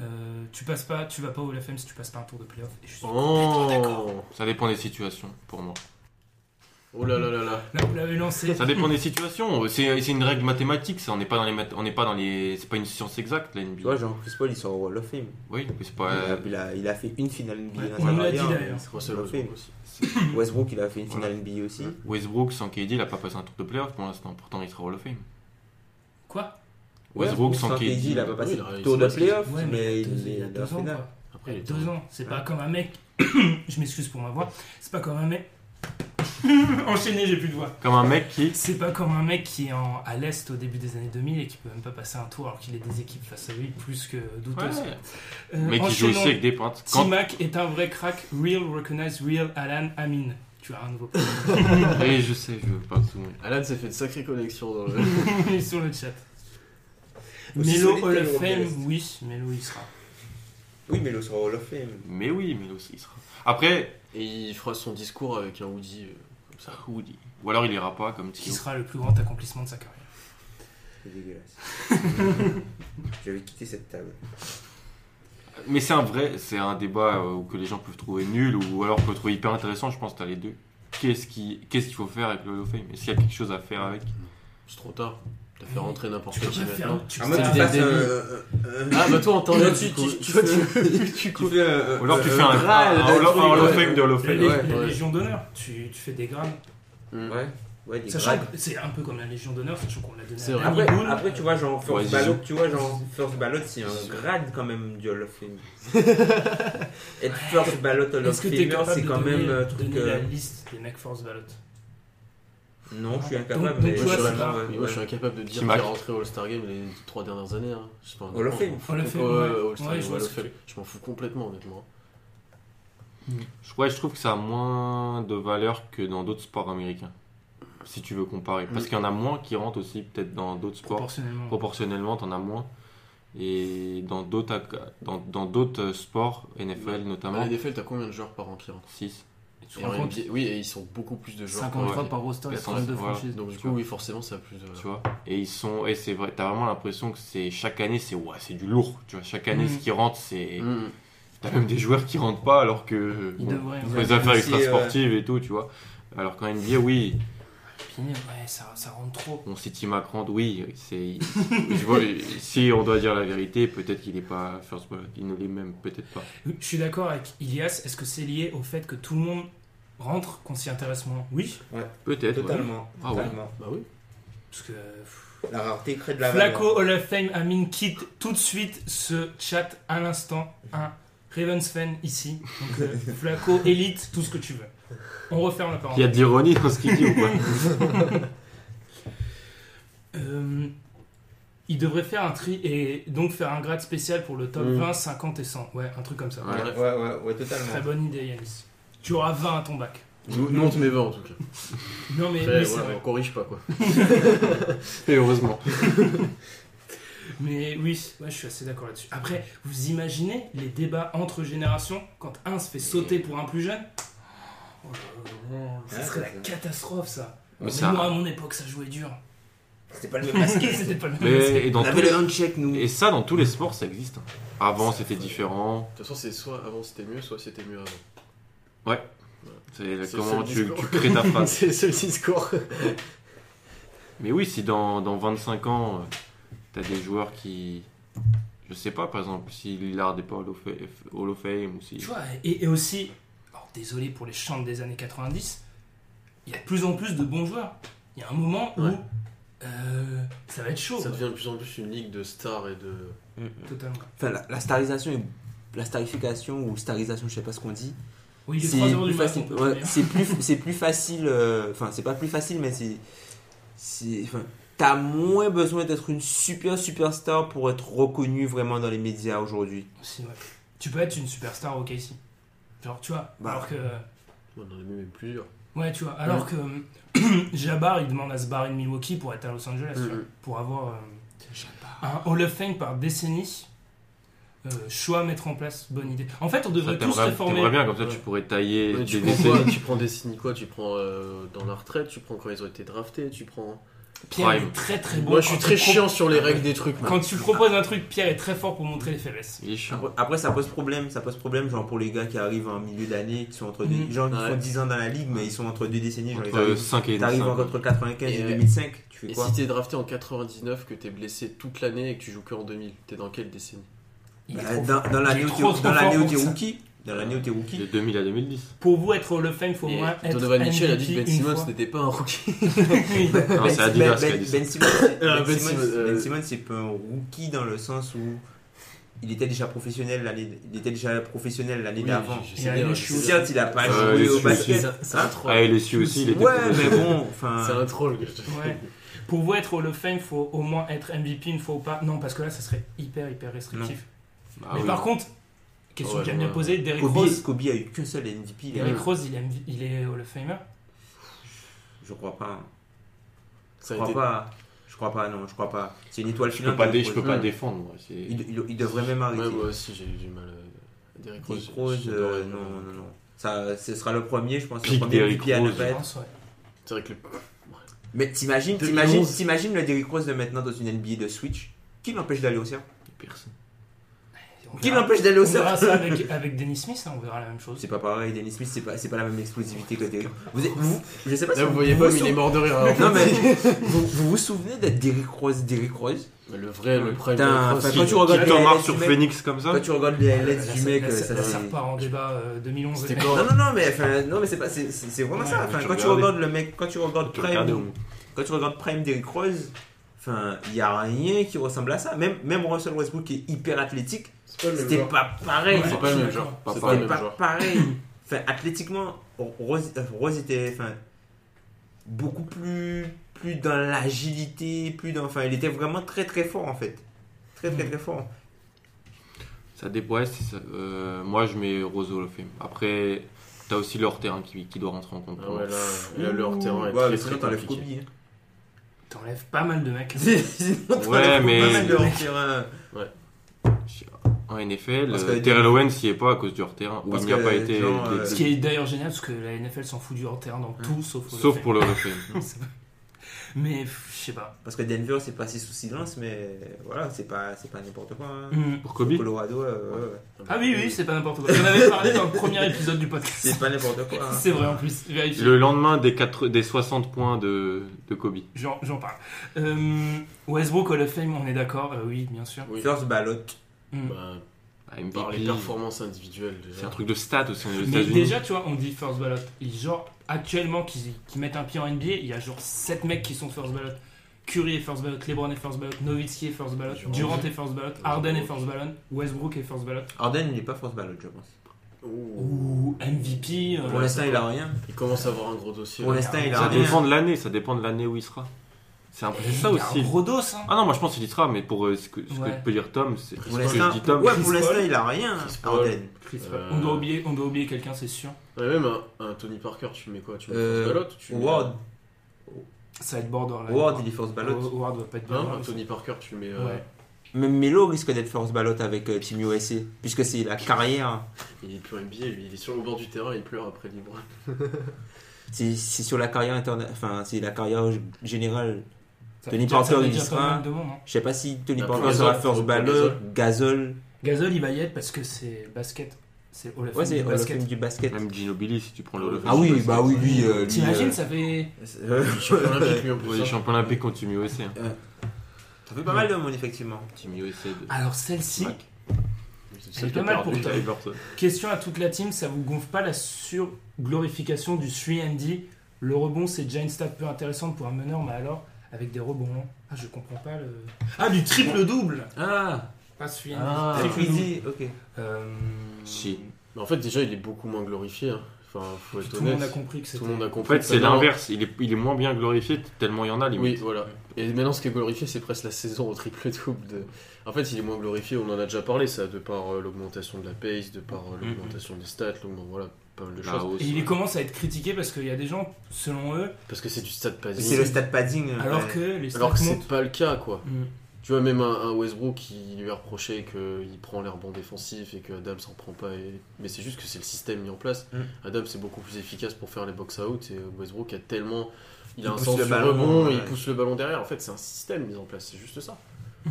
D: euh, tu passes pas, tu vas pas au Hall of Fame si tu passes pas un tour de playoff. Et je suis-
H: Oh
G: Ça dépend des situations pour moi.
H: Oh là là là là
D: Là, vous l'avez lancé.
G: Ça dépend des situations. C'est c'est une règle mathématique. Ça, on n'est pas dans les math- on n'est pas dans les. C'est pas une science exacte la
E: Tu
G: NBA.
E: vois, Jean-Chris Paul, il sort au Hall of Fame.
G: Oui, mais c'est
E: Il
G: pas.
E: a- Il, a, il a fait une finale NBA.
D: Ouais,
E: dans
D: on
E: sa
D: nous l'a dit
E: carrière,
D: d'ailleurs.
E: il sort au
H: Russell
E: Hall of Fame.
H: Westbrook aussi.
E: Westbrook, il a fait une finale NBA aussi.
G: hein. Westbrook sans KD, il a pas passé un tour de playoff pour l'instant. Pourtant, il sera Hall of Fame.
D: Quoi
G: Westbrook sans KD,
E: KD, il a pas passé
H: oui,
E: le
H: il a-
E: tour de
H: il a-
E: playoff,
D: Ouais, il
E: mais
D: y a deux,
E: il
D: il y a
E: est dans la
D: deux ans.
E: finale.
D: quoi.
H: Après,
D: Il y a
H: il est
D: deux ans. C'est pas comme un mec. je m'excuse pour ma voix. C'est pas comme un mec. Enchaîné, j'ai plus de voix.
G: Comme un mec qui.
D: C'est pas comme un mec qui est en- à l'Est au début des années 2000 et qui peut même pas passer un tour alors qu'il est des équipes face à lui plus que douteuses.
G: Ouais.
D: Euh,
G: Mais qui joue
D: enchaînons.
G: aussi avec des pointes. Quand
D: T-Mac est un vrai crack, real, recognize, real, Alan, Amin. Tu as un nouveau problème.
G: Oui, je sais, je veux pas tout.
H: Alan s'est fait de sacrées connexions dans le
D: Il est sur le chat.
E: Aussi
D: Melo
E: solide
D: Hall
E: que le
D: of
E: Rockets.
D: Fame, oui, Melo il sera.
E: Oui, mais le sort au Hall of Fame.
G: Mais oui, mais aussi, il sera. Après,
H: Et il fera son discours avec un hoodie euh, comme ça.
G: Woody. Ou alors il ira pas comme
D: Qui
G: Tio.
D: sera le plus grand accomplissement de sa carrière.
E: C'est dégueulasse. Je vais quitter cette table.
G: Mais c'est un vrai, c'est un débat euh, que les gens peuvent trouver nul ou alors peuvent trouver hyper intéressant. Je pense que tu as les deux. Qu'est-ce qui- qu'est-ce qu'il faut faire avec le Hall of Fame Est-ce qu'il y a quelque chose à faire avec
H: C'est trop tard. T'as fait rentrer n'importe
D: Tu peux
H: qui
D: pas faire-
H: maintenant.
D: tu
E: Ah,
D: peux
E: moi,
D: pas
E: tu
H: Dès le
E: passes,
H: début.
E: euh, euh,
H: Ah bah toi en tant que
E: tu- tu- tu-
H: tu vois, tu- tu
E: tu
H: coupes.
E: fais, euh,
G: Ou alors tu
E: euh,
G: fais un,
E: Graal,
G: un- un Hall of- un
E: ouais.
G: Hall of Fame de Hall of
D: La,
G: Fame.
D: lég-
E: Ouais.
D: la
H: ouais.
D: Légion d'honneur, tu, tu fais des grammes.
E: Ouais, ouais, des
D: Sachant
E: Graal.
D: que c'est un peu comme la Légion d'honneur, sachant qu'on l'a donné
H: C'est
D: à
H: vrai.
D: Danny
E: Après,
D: Boone.
E: après, tu vois, genre,
G: Ouais,
E: First
G: disons.
E: Ballot, tu vois, genre, First Ballot, c'est un grade quand même du Hall of Fame. Être First Ballot Hall of
D: Est-ce que t'es
E: Famer,
D: capable
E: c'est
D: de
E: quand
D: donner,
E: même un truc.
D: donner la
E: euh,
D: liste des mecs force ballot
E: Non, je suis
D: Donc-
E: incapable,
D: donc,
E: mais
D: tu
H: Moi, je
D: vois, c'est
H: suis incapable-
D: pas-
E: ouais,
H: moi, je suis incapable de dire qu'il
G: Mac.
H: est rentré au All-Star Game les trois dernières années. hein. Je sais pas,
E: Hall of Fame.
D: On l'a fait.
H: Ouais,
D: Ouais,
H: All-Star
D: ouais,
H: Game,
D: je vois
H: Hall
D: ce
H: of
D: que
H: Fame.
D: tu-
H: Je m'en fous complètement honnêtement.
G: Je, Mm. ouais, je trouve que ça a moins de valeur que dans d'autres sports américains, si tu veux comparer. Parce
H: Mm.
G: qu'il y en a moins qui rentrent aussi, peut-être dans d'autres sports.
D: Proportionnellement.
G: Proportionnellement, t'en as moins. Et dans d'autres ac- dans, dans d'autres sports, NFL notamment,
H: À la NFL, t'as combien de joueurs par an qui rentrent
G: 6.
D: Tu te
H: Et
D: rends
H: en
D: compte
H: NBA, Oui, et ils sont beaucoup plus de joueurs.
D: 53
G: ouais.
D: par roster, il y a
G: Ouais,
D: 32
G: voilà.
D: franchises.
H: Donc du
G: Tu
H: coup,
G: vois.
H: oui, forcément, ça a plus de
G: Tu vois Et ils sont et c'est vrai, t'as vraiment l'impression que c'est chaque année c'est ouais, c'est du lourd, tu vois. Chaque année
D: Mm.
G: ce qui rentre c'est
H: Mm.
G: t'as même des joueurs qui rentrent pas alors que euh,
D: Il
G: bon,
D: devrait.
G: pour
D: ouais.
G: les affaires
E: Si,
G: extra sportives et tout, tu vois. Alors qu'en NBA, oui,
D: Puis, ouais, ça, ça rentre trop.
G: Bon, si Tim Akrand, oui, c'est. je vois, si on doit dire la vérité, peut-être qu'il n'est pas first ballot. Il ne l'est même peut-être pas.
D: Je suis d'accord avec Ilias. Est-ce que c'est lié au fait que tout le monde rentre, qu'on s'y intéresse moins Oui.
G: Peut-être. ouais.
E: Totalement.
G: Ah ouais.
E: totalement.
H: Bah oui.
D: Parce que pff,
E: La rareté crée de la valeur.
D: Flacco Hall of Fame Amine quitte tout de suite ce chat à l'instant. Un Ravens fan ici. Donc euh, Flacco élite, tout ce que tu veux. On referme la parole.
G: Il y a de l'ironie dans ce qu'il dit ou pas
D: Euh, il devrait faire un tri et donc faire un grade spécial pour le top
E: Mm.
D: 20, 50 et 100. Ouais, un truc comme ça.
E: Ouais, ouais, ouais, ouais, totalement.
D: Très bonne idée, Yanis. Tu auras 20 à ton bac.
H: Nous, nous, on te met 20 en tout cas.
D: Non, mais,
H: Après,
D: mais c'est
H: voilà,
D: vrai.
H: on corrige pas quoi.
G: Et heureusement.
D: Mais oui, ouais, je suis assez d'accord là-dessus. Après, vous imaginez les débats entre générations quand un se fait sauter pour un plus jeune Oh là là là,
E: Ouais,
D: Ça serait la
E: c'est ça.
D: catastrophe, ça.
G: Mais
D: Mais
G: ça-
D: moi, à mon époque, ça jouait dur.
E: C'était pas le même masque.
D: C'était pas le même basket.
G: Mais, et, dans
E: On
G: tous
E: avait le
G: les-
E: handshake, nous.
G: et ça, dans tous les sports, ça existe. hein. Avant, c'était différent.
H: De toute façon, c'est soit avant c'était mieux, soit c'était mieux avant.
G: C'est
H: C'est le
G: comment
H: seul
G: tu,
H: discours.
G: tu crées ta phrase.
H: c'est ce discours.
G: Mais oui, si dans, dans 25 ans, tu as des joueurs qui. Je sais pas, par exemple, si Lillard n'est pas Hall of Fa- Hall of Fame ou si.
D: Tu vois, et, et aussi, alors, désolé pour les chants des années 90, il y a de plus en plus de bons joueurs. Il y a un moment où
H: Ouais.
D: euh, ça va être chaud.
H: Ça
D: ouais.
H: devient de plus en plus une ligue de stars et de.
D: Mm, Totalement.
E: Enfin, la, la starisation est- La starification ou starisation, je sais pas ce qu'on dit.
D: Oui, il est
E: C'est
D: 3 heures du
E: plus
D: matin.
E: facile. ouais, c'est plus, c'est plus facile. euh, Enfin, c'est pas plus facile, mais c'est. c'est- enfin, T'as moins besoin d'être une super superstar pour être reconnu vraiment dans les médias aujourd'hui.
D: Aussi, ouais. Tu peux être une superstar au KC. Genre, tu vois,
E: Bah.
D: alors que. euh,
H: On en a même eu plusieurs.
D: Ouais, tu vois, alors que Jabbar, il demande à se barrer de Milwaukee pour être à Los Angeles,
G: Mm-hmm.
D: tu vois, pour avoir euh, un Hall of Fame par décennie. Euh, choix à mettre en place, bonne idée. En fait, on
G: Ça,
D: devrait tous se
G: T'aimerais
D: former.
G: t'aimerais bien, comme ça, tu
H: Ouais.
G: pourrais tailler
H: Ouais,
G: des
H: tu, prends
G: décennies.
H: quoi, tu prends des signes quoi Tu prends euh, dans la retraite, tu prends quand ils ont été draftés, tu prends.
D: Pierre est
G: Prime.
D: très très bon.
H: Moi je suis
D: quand
H: très
D: tu pro-
H: chiant sur les règles des trucs. moi.
D: Quand tu proposes un truc, Pierre est très fort pour montrer les faiblesses.
G: Il est chiant.
E: Après, après, ça pose problème, ça pose problème, genre pour les gars qui arrivent en milieu d'année, qui sont entre deux,
D: Mhm.
E: gens qui
H: Ouais.
E: font 10 ans dans la ligue, mais ils sont entre deux décennies, genre ils
G: Entre
E: arrivent,
G: 5 et
E: t'arrives
G: 5.
E: entre 95 et,
H: Et, euh,
E: 2005, tu fais
H: Et
E: quoi
H: si t'es drafté en 99, que t'es blessé toute l'année et que tu joues que en 2000, t'es dans quelle décennie
D: Il est
E: Bah,
D: trop
E: Dans
D: fort.
E: dans
D: Il est
E: l'année où
D: trop,
E: t'es-
D: trop
E: dans l'année
D: fort
E: où t'es
D: pour ça.
E: rookie, dans l'année où t'es
G: De
E: rookie,
G: 2000 à 2010.
D: Pour vous, être Hall of Fame, faut au moins
H: Et
D: être.
H: Donovan Mitchell a dit que
D: MVP
H: Ben
D: une
H: Simmons
D: fois.
H: n'était pas un rookie.
D: Oui.
G: Non, c'est Adidas qui a
E: Ben,
G: dit ça.
E: Ben Simmons, c'est-
H: Ah,
E: Ben
H: Ben
E: Simmons-
H: Simmons, euh,
E: Ben Simmons, c'est pas un rookie dans le sens où il était déjà professionnel l'année, il était déjà professionnel l'année d'avant.
H: je
D: Et
H: sais
D: allez,
H: bien.
D: les
H: je sais
D: chiots.
H: bien.
E: Certes, il a pas
G: Euh,
E: joué
G: les
E: au
G: chiots,
E: basket.
H: C'est un- c'est un
E: Hein
G: Ah, et
H: troll.
G: les Sioux aussi, il était
E: Ouais, mais
G: professionnel.
E: bon, enfin.
H: C'est un troll. que je te dis.
D: Ouais. Pour vous, être Hall of Fame, faut au moins être MVP une fois ou pas. Non, parce que là, ça serait hyper hyper restrictif.
G: Bah
D: Mais
G: oui.
D: par contre, question
H: Ouais,
D: qu'il a bien
H: ouais.
D: posée, Derrick
E: Kobe,
D: Rose.
E: Kobe a eu qu'un seul MVP, il est-
D: Derrick Rose, il est, MV- il est Hall of Famer.
E: je crois pas. hein. Je
H: Ça a
E: crois
H: été-
E: pas. Je crois pas, non, je crois pas. C'est une étoile
G: Je
E: filante. hein,
G: peux pas,
E: de
G: dé- je peux
E: Rose.
G: pas
H: Mm.
G: défendre. moi, c'est-
E: Il, il- il devrait même arrêter.
H: Ouais, moi aussi j'ai eu du mal. à- Derrick Rose.
E: Derrick Rose,
H: j'adorais,
E: euh,
H: mais-
E: non, non, non. Ça, ce sera le premier, je pense.
G: Pique
E: le premier
G: Derrick
E: MVP à ne
G: Rose.
E: pas
D: Je
E: être.
D: pense, ouais.
H: C'est vrai que le-
E: Mais t'imagines,
H: 2011.
E: t'imagines, t'imagines le Derrick Rose de maintenant dans une NBA de Switch Qui l'empêche d'aller au cercle
G: Personne.
D: On
E: Qui
D: verra-
E: l'empêche d'aller au
D: Ah. on verra
E: cercle
D: ça avec, avec Dennis Smith, hein, on verra la même chose.
E: C'est pas pareil, Dennis Smith, c'est pas, c'est pas la même explosivité que Derrick Rose. Vous, êtes- vous- je sais pas si
H: Là, vous voyez pas, mais il
E: sou-
H: est mort de rire. hein.
E: Non, mais vous, vous vous souvenez d'être Derrick Rose, Derrick Rose
H: Mais le vrai, le vrai.
E: Putain,
H: Derrick Rose,
E: enfin,
H: il-
E: quand tu regardes
G: Qui
E: les
G: marre
E: LS
G: sur
E: du mec-
G: Phoenix comme ça
E: Quand tu regardes les
D: Là,
E: LS
D: ça-
E: du mec, euh,
D: là, ça,
E: ça
D: là,
E: c'est-
D: ça repart en débat euh, 2011.
H: C'était
E: Non,
H: quand
E: non, non, mais, enfin, non, mais c'est pas, c'est, c'est- c'est vraiment
G: Ouais,
E: ça.
G: mais
E: Enfin,
G: tu
E: quand tu
G: regardais.
E: regardes le mec, quand tu regardes
G: Tu regardais au
E: Prime,
G: moins.
E: quand tu regardes Prime Derrick Rose, enfin, il y a rien qui ressemble à ça. Même, même Russell Westbrook qui est hyper athlétique,
F: C'est pas le même
E: c'était
F: genre.
E: pas pareil.
D: Ouais,
H: C'est pas le même
D: d'accord.
H: genre. Pas
G: C'est
H: pas le
E: C'était
H: même
E: pas
H: genre.
E: pareil. enfin, athlétiquement, Rose, euh, Rose était enfin, beaucoup plus, plus dans l'agilité, plus dans. Enfin, il était vraiment très très fort en fait. Très très très fort.
G: Ça dépend. ouais, c'est ça. Euh, moi, je mets Rose au Fame. Après, t'as aussi leur terrain qui, qui doit rentrer en compte.
H: Ah ouais, là, là, leur terrain est
E: Ouais, mais
H: très
E: sinon
H: très
E: t'enlèves
H: compliqué.
E: Kobe, hein.
D: T'enlèves pas mal de mecs.
E: Sinon, t'enlèves
G: Ouais,
E: pas
G: mais-
E: mal de leur terrain.
G: En NFL,
E: Parce
G: euh,
E: que-
G: Terrell Owens n'y est pas à cause du hors-terrain. Ou
E: Parce
G: il n'y a
E: que,
G: pas été.
E: genre,
G: dé-
E: euh,
D: Ce qui est d'ailleurs génial parce que la NFL s'en fout du hors-terrain dans
E: Mm.
D: tout sauf au
G: Sauf
D: NFL.
G: pour le Hall of Fame.
D: Mais pff, je sais pas.
E: Parce que Denver, c'est passé sous silence, mais voilà, c'est pas, c'est pas n'importe quoi. hein.
D: Hmm.
G: Pour Kobe
E: Colorado, euh, ouais, ouais.
D: Ah oui, oui, c'est pas n'importe quoi. J'en avais parlé dans le premier épisode du podcast.
E: c'est pas n'importe quoi. hein.
D: C'est vrai en plus, vérifiez.
G: Le lendemain des, quatre- des 60 points de, de Kobe.
D: J'en j'en parle. Euh, Westbrook Hall of Fame, on est d'accord, euh, oui, bien sûr.
H: Oui.
E: First ballot.
D: Hmm.
H: Bah,
G: Ah,
H: Par les
G: MVP.
H: performances individuelles,
G: C'est
H: déjà.
G: un truc de stats aussi aux
D: Mais
G: États-Unis.
D: déjà, tu vois, on dit first ballot. Et genre, actuellement, qui, qui mettent un pied en NBA, il y a genre 7 mecs qui sont first ballot. Curry est first ballot, LeBron est first ballot, Nowitzki est first ballot,
H: Durant.
D: Durant est first ballot, Harden est first ballot, Westbrook est first ballot.
E: Arden, il est pas first ballot, je pense.
D: Ou MVP. euh,
E: Pour l'instant, il a rien.
H: Il commence à avoir un gros dossier.
E: Pour
H: là.
E: l'instant, il a
G: Ça
E: rien.
G: dépend de l'année, ça dépend de l'année où il sera. C'est un peu
D: il
G: ça
D: y a un
G: aussi.
D: gros dos, hein.
G: Ah non, moi je pense qu'il y sera, mais pour euh, ce que, ce que
D: Ouais.
G: peut dire Tom, c'est
E: Pour
G: ce que
E: l'instant,
G: je dis Tom.
E: ouais, pour
D: Chris
E: l'instant,
D: Paul.
E: il a rien.
H: Chris Paul.
E: Arden.
D: Chris
H: Euh,
D: Paul. On doit oublier, on doit oublier quelqu'un, c'est sûr.
H: Ouais, même un, un Tony Parker, tu mets quoi Tu mets
E: Euh,
H: First Ballot ou tu mets...
E: Ward,
D: Ça va être borderline.
E: Ward, il est first ballot.
D: Howard doit pas être
H: Non,
D: borderline.
H: hein, un Tony Parker, tu mets... euh,
D: Ouais.
E: Même Melo risque d'être first ballot avec euh, Team USA, puisque c'est la carrière.
H: Il est plus NBA, lui. Il est sur le bord du terrain, il pleure après libre.
E: C'est c'est sur la carrière interna... enfin, c'est la carrière g- générale.
D: Ça
E: Tony
D: fait déjà-
E: Parker,
D: ça fait
E: il
D: déjà
E: sera.
D: pas mal de monde, hein.
E: Je sais pas si Tony
H: Ah,
E: Parker
H: pour
E: sera
H: Gasol,
E: first
H: pour
E: ballot,
H: Gasol.
E: Gazol.
D: Gazol, il va y être parce que c'est basket. C'est Hall of Fame
E: Ouais, c'est
D: du
E: Hall of
D: basket.
E: Fame du basket.
G: Même Ginobili, si tu prends le Hall of Fame.
E: Ah oui, bah oui, lui. euh, lui,
D: T'imagines,
E: euh,
D: ça fait.
E: euh,
H: Champion olympique, lui, en
G: Pour
H: plus.
G: les
H: hein.
G: champions olympiques contre Team USA. hein.
E: Ça fait pas mal de monde, effectivement.
G: Team USA de.
H: Ah,
D: Alors, celle-ci,
G: Mac.
D: elle est pas mal pour toi.
G: Iverson.
D: Question à toute la team ça vous gonfle pas la surglorification du 3D Le rebond, c'est déjà une stat peu intéressante pour un meneur, mais alors, avec des rebonds. Ah, je comprends pas le. Ah, du triple-double
E: Ah,
D: Pas 3D.
H: Ah,
E: c'est
D: triple-double.
E: easy, ok.
D: Euh,
G: Si.
H: Mais en fait, déjà, il est beaucoup moins glorifié. hein. Enfin, faut être
D: Tout le
H: honnête.
D: monde a compris que
H: Tout
D: c'était.
H: le monde a
G: En
H: compris.
G: fait, c'est
H: Maintenant-
G: l'inverse. Il est, il est moins bien glorifié tellement il y en a,
H: Oui,
G: limite.
H: voilà. Et maintenant, ce qui est glorifié, c'est presque la saison au triple-double. De... En fait, il est moins glorifié, on en a déjà parlé, ça, de par euh, l'augmentation de la pace, de par euh,
G: Mhm.
H: l'augmentation des stats, l'augment- voilà, pas mal de
G: La
H: choses.
G: hausse.
D: Et il commence à être critiqué parce qu'il y a des gens, selon eux,
H: Parce que c'est du stat passing.
E: C'est le stade padding. euh,
D: alors
E: ouais.
D: que les stats
H: Alors que c'est
D: montent.
H: pas le cas, quoi.
D: Mm.
H: Tu vois, même un, un Westbrook qui lui a reproché qu'il prend l'air bon défensif et que Adam s'en prend pas. et- Mais c'est juste que c'est le système mis en place.
E: Mm.
H: Adam, c'est beaucoup plus efficace pour faire les box-out et Westbrook a tellement. Il, a
E: Il
H: un
E: pousse
H: sens
E: le
H: du
E: ballon,
H: rebond,
E: ouais,
H: il
E: ouais.
H: pousse le ballon derrière. En fait, c'est un système mis en place, c'est juste ça.
D: Mm.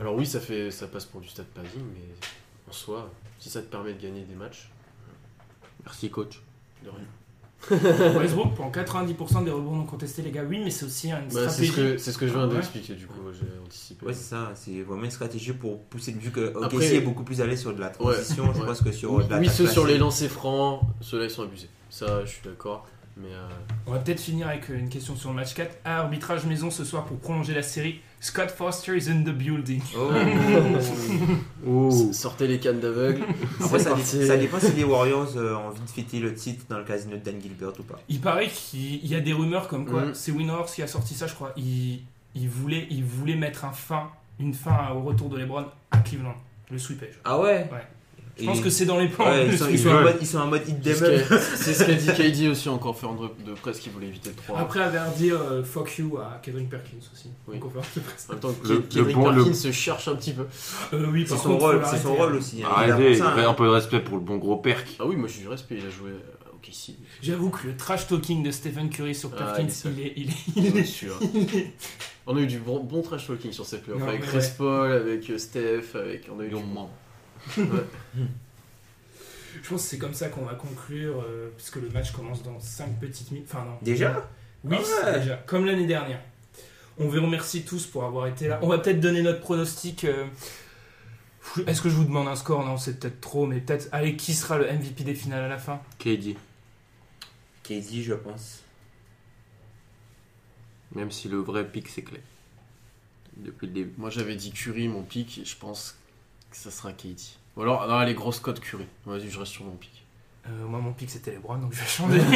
H: Alors oui, ça, fait, ça passe pour du stat passing, mais en soi, si ça te permet de gagner des matchs,
G: Merci, coach.
H: de rien.
D: Westbrook prend 90% des rebonds non contestés, les gars. Oui, mais c'est aussi une
H: Bah, c'est
D: stratégie.
H: ce que, c'est ce que je viens
D: Ouais.
H: d'expliquer, du coup, j'ai anticipé.
E: Ouais, c'est ça, c'est vraiment une stratégie pour pousser, vu que OKC
H: Après-
E: est beaucoup plus allé sur de la transition, je
H: ouais.
E: pense que sur
H: oui,
E: de la
H: oui, ceux sur les lancers francs, ceux-là, ils sont abusés. Ça, je suis d'accord, mais... euh,
D: On va peut-être finir avec euh, une question sur le match 4. À arbitrage maison ce soir pour prolonger la série. Scott Foster is in the building.
E: Oh.
D: Oh.
H: S- Sortez les cannes d'aveugle.
E: Après, ça, dé- ça dépend si les Warriors euh, ont envie de fêter le titre dans le casino de Dan Gilbert ou pas.
D: Il paraît qu'il y a des rumeurs comme quoi
E: Mm.
H: Mhm.
D: c'est Winhorse qui a sorti ça, je crois. Il, il voulait, il voulait mettre un fin, une fin au retour de LeBron à Cleveland. Le sweepage.
E: Ah ouais
D: Ouais. Je pense que c'est dans les plans.
E: Ouais,
D: le
E: ils, sont, ils
D: sweep.
E: sont en
G: Ouais.
E: mode, ils sont en mode hit
H: C'est
E: them up.
H: ce qu'a dit KD aussi en conférence de, de presse qu'il voulait éviter le 3.
D: Après avoir dit euh, fuck you à Kevin Perkins aussi.
H: Oui.
D: en conférence de presse.
H: en même temps,
G: Le-
H: Ke- Kendrick
G: le bon- le-
H: Perkins se cherche un petit peu.
D: Euh, oui,
E: C'est
D: par
E: son
D: contre, faut
E: rôle, c'est son
D: l'arrêter.
E: rôle aussi. hein. Il a pour
G: Arrêtez,
E: ça,
G: Ah, un
E: hein.
G: peu de respect pour le bon gros perk.
H: Ah oui, moi j'ai du respect, il a joué euh, au KC.
D: J'avoue que le trash talking de Stephen Curry sur
H: Ah,
D: Perkins,
H: il est-
D: il est, il est,
H: Il
D: il
H: est
D: est-
H: sûr.
D: il est-
H: On a eu du bon, bon trash talking sur ces playoffs.
D: Non,
H: avec
D: mais
H: Chris
D: ouais.
H: Paul, avec euh, Steph, avec. On a eu du...
D: Je pense que c'est comme ça qu'on va conclure, euh, puisque le match commence dans 5 petites minutes. Enfin, non.
E: Déjà
D: Oui,
E: Ah ouais.
D: c'est déjà. Comme l'année dernière. On vous remercie tous pour avoir été là. On va peut-être donner notre pronostic. euh, Est-ce que je vous demande un score Non, c'est peut-être trop, mais peut-être. Allez, qui sera le MVP des finales à la fin
G: KD.
E: KD, je pense.
G: Même si le vrai pic, c'est Clay. Depuis le début.
H: Moi j'avais dit Curry, mon pic, et je pense que ça sera Katie. Ou alors, non, les grosses cotes Curry. Vas-y, je reste sur mon pic.
D: Euh, Moi, mon pic, c'était les bras, donc je vais changer.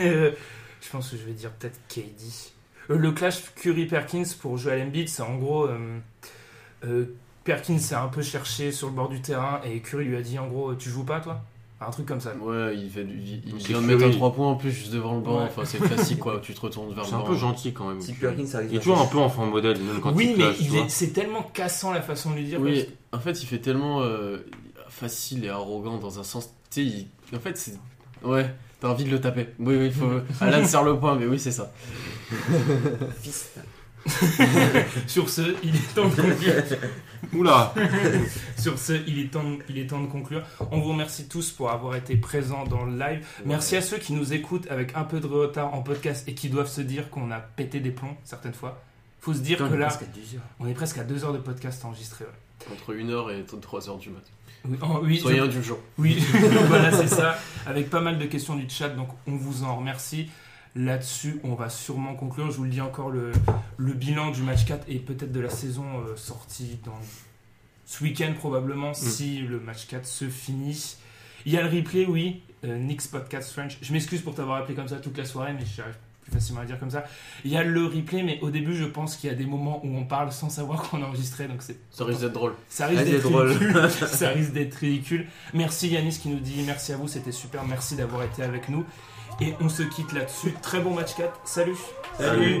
D: Euh, je pense que je vais dire peut-être KD. Euh, le clash Curry-Perkins pour Joel Embiid, c'est en gros. euh, euh, Perkins s'est un peu cherché sur le bord du terrain et Curry lui a dit en gros, tu joues pas toi Un truc comme ça.
H: Ouais, il, fait, il, il
G: C'est
H: vient de mettre un
G: Curry.
H: 3 points en plus juste devant le banc.
D: Ouais.
H: Enfin, c'est classique quoi. Tu te retournes vers le
G: C'est un
H: banc.
G: peu gentil quand même.
E: Si Perkins arrive
G: Il est
E: à
G: toujours un
E: faire-
G: peu enfant modèle, même quand
D: euh, oui,
G: il
D: mais
G: clash,
D: il
G: tu
D: est-
G: vois.
D: c'est tellement cassant la façon de lui dire.
H: Oui, en fait, il fait tellement euh, facile et arrogant dans un sens. Tu sais, il- en fait, c'est. Ouais, t'as envie de le taper. Oui, oui, il faut. Alan serre le point, mais oui, c'est ça.
E: Fist.
D: parce que- Sur ce, il est temps de conclure.
G: Oula
D: Sur ce, il est, temps, il est temps de conclure. On vous remercie tous pour avoir été présents dans le live. Merci à ceux qui nous écoutent avec un peu de retard en podcast et qui doivent se dire qu'on a pété des plombs certaines fois. Faut se dire
E: Putain,
D: que
E: on est
D: là,
E: presque à deux heures.
D: on est presque à deux heures de podcast enregistré. ouais.
H: Entre 1h et 3h du mat.
D: Oui, en- oui,
H: Soyez
D: je-
H: indulgents.
D: oui. Donc voilà, c'est ça. Avec pas mal de questions du chat, donc on vous en remercie. Là-dessus, on va sûrement conclure. Je vous le dis encore, le, le bilan du match 4 et peut-être de la saison euh, sortie dans ce week-end probablement, si le match 4 se finit. Il y a le replay, oui. euh, Nick's Podcast French. Je m'excuse pour t'avoir appelé comme ça toute la soirée, mais j'arrive plus facilement à dire comme ça. Il y a le replay, mais au début, je pense qu'il y a des moments où on parle sans savoir qu'on enregistrait, donc c'est
H: Ça risque d'être drôle.
D: ça risque
E: Ah, c'est
D: d'être
E: drôle.
D: ridicule. Ça risque d'être ridicule. Merci Yanis qui nous dit merci à vous, c'était super, merci d'avoir été avec nous. Et on se quitte là-dessus. Très bon match 4. Salut.
E: Salut.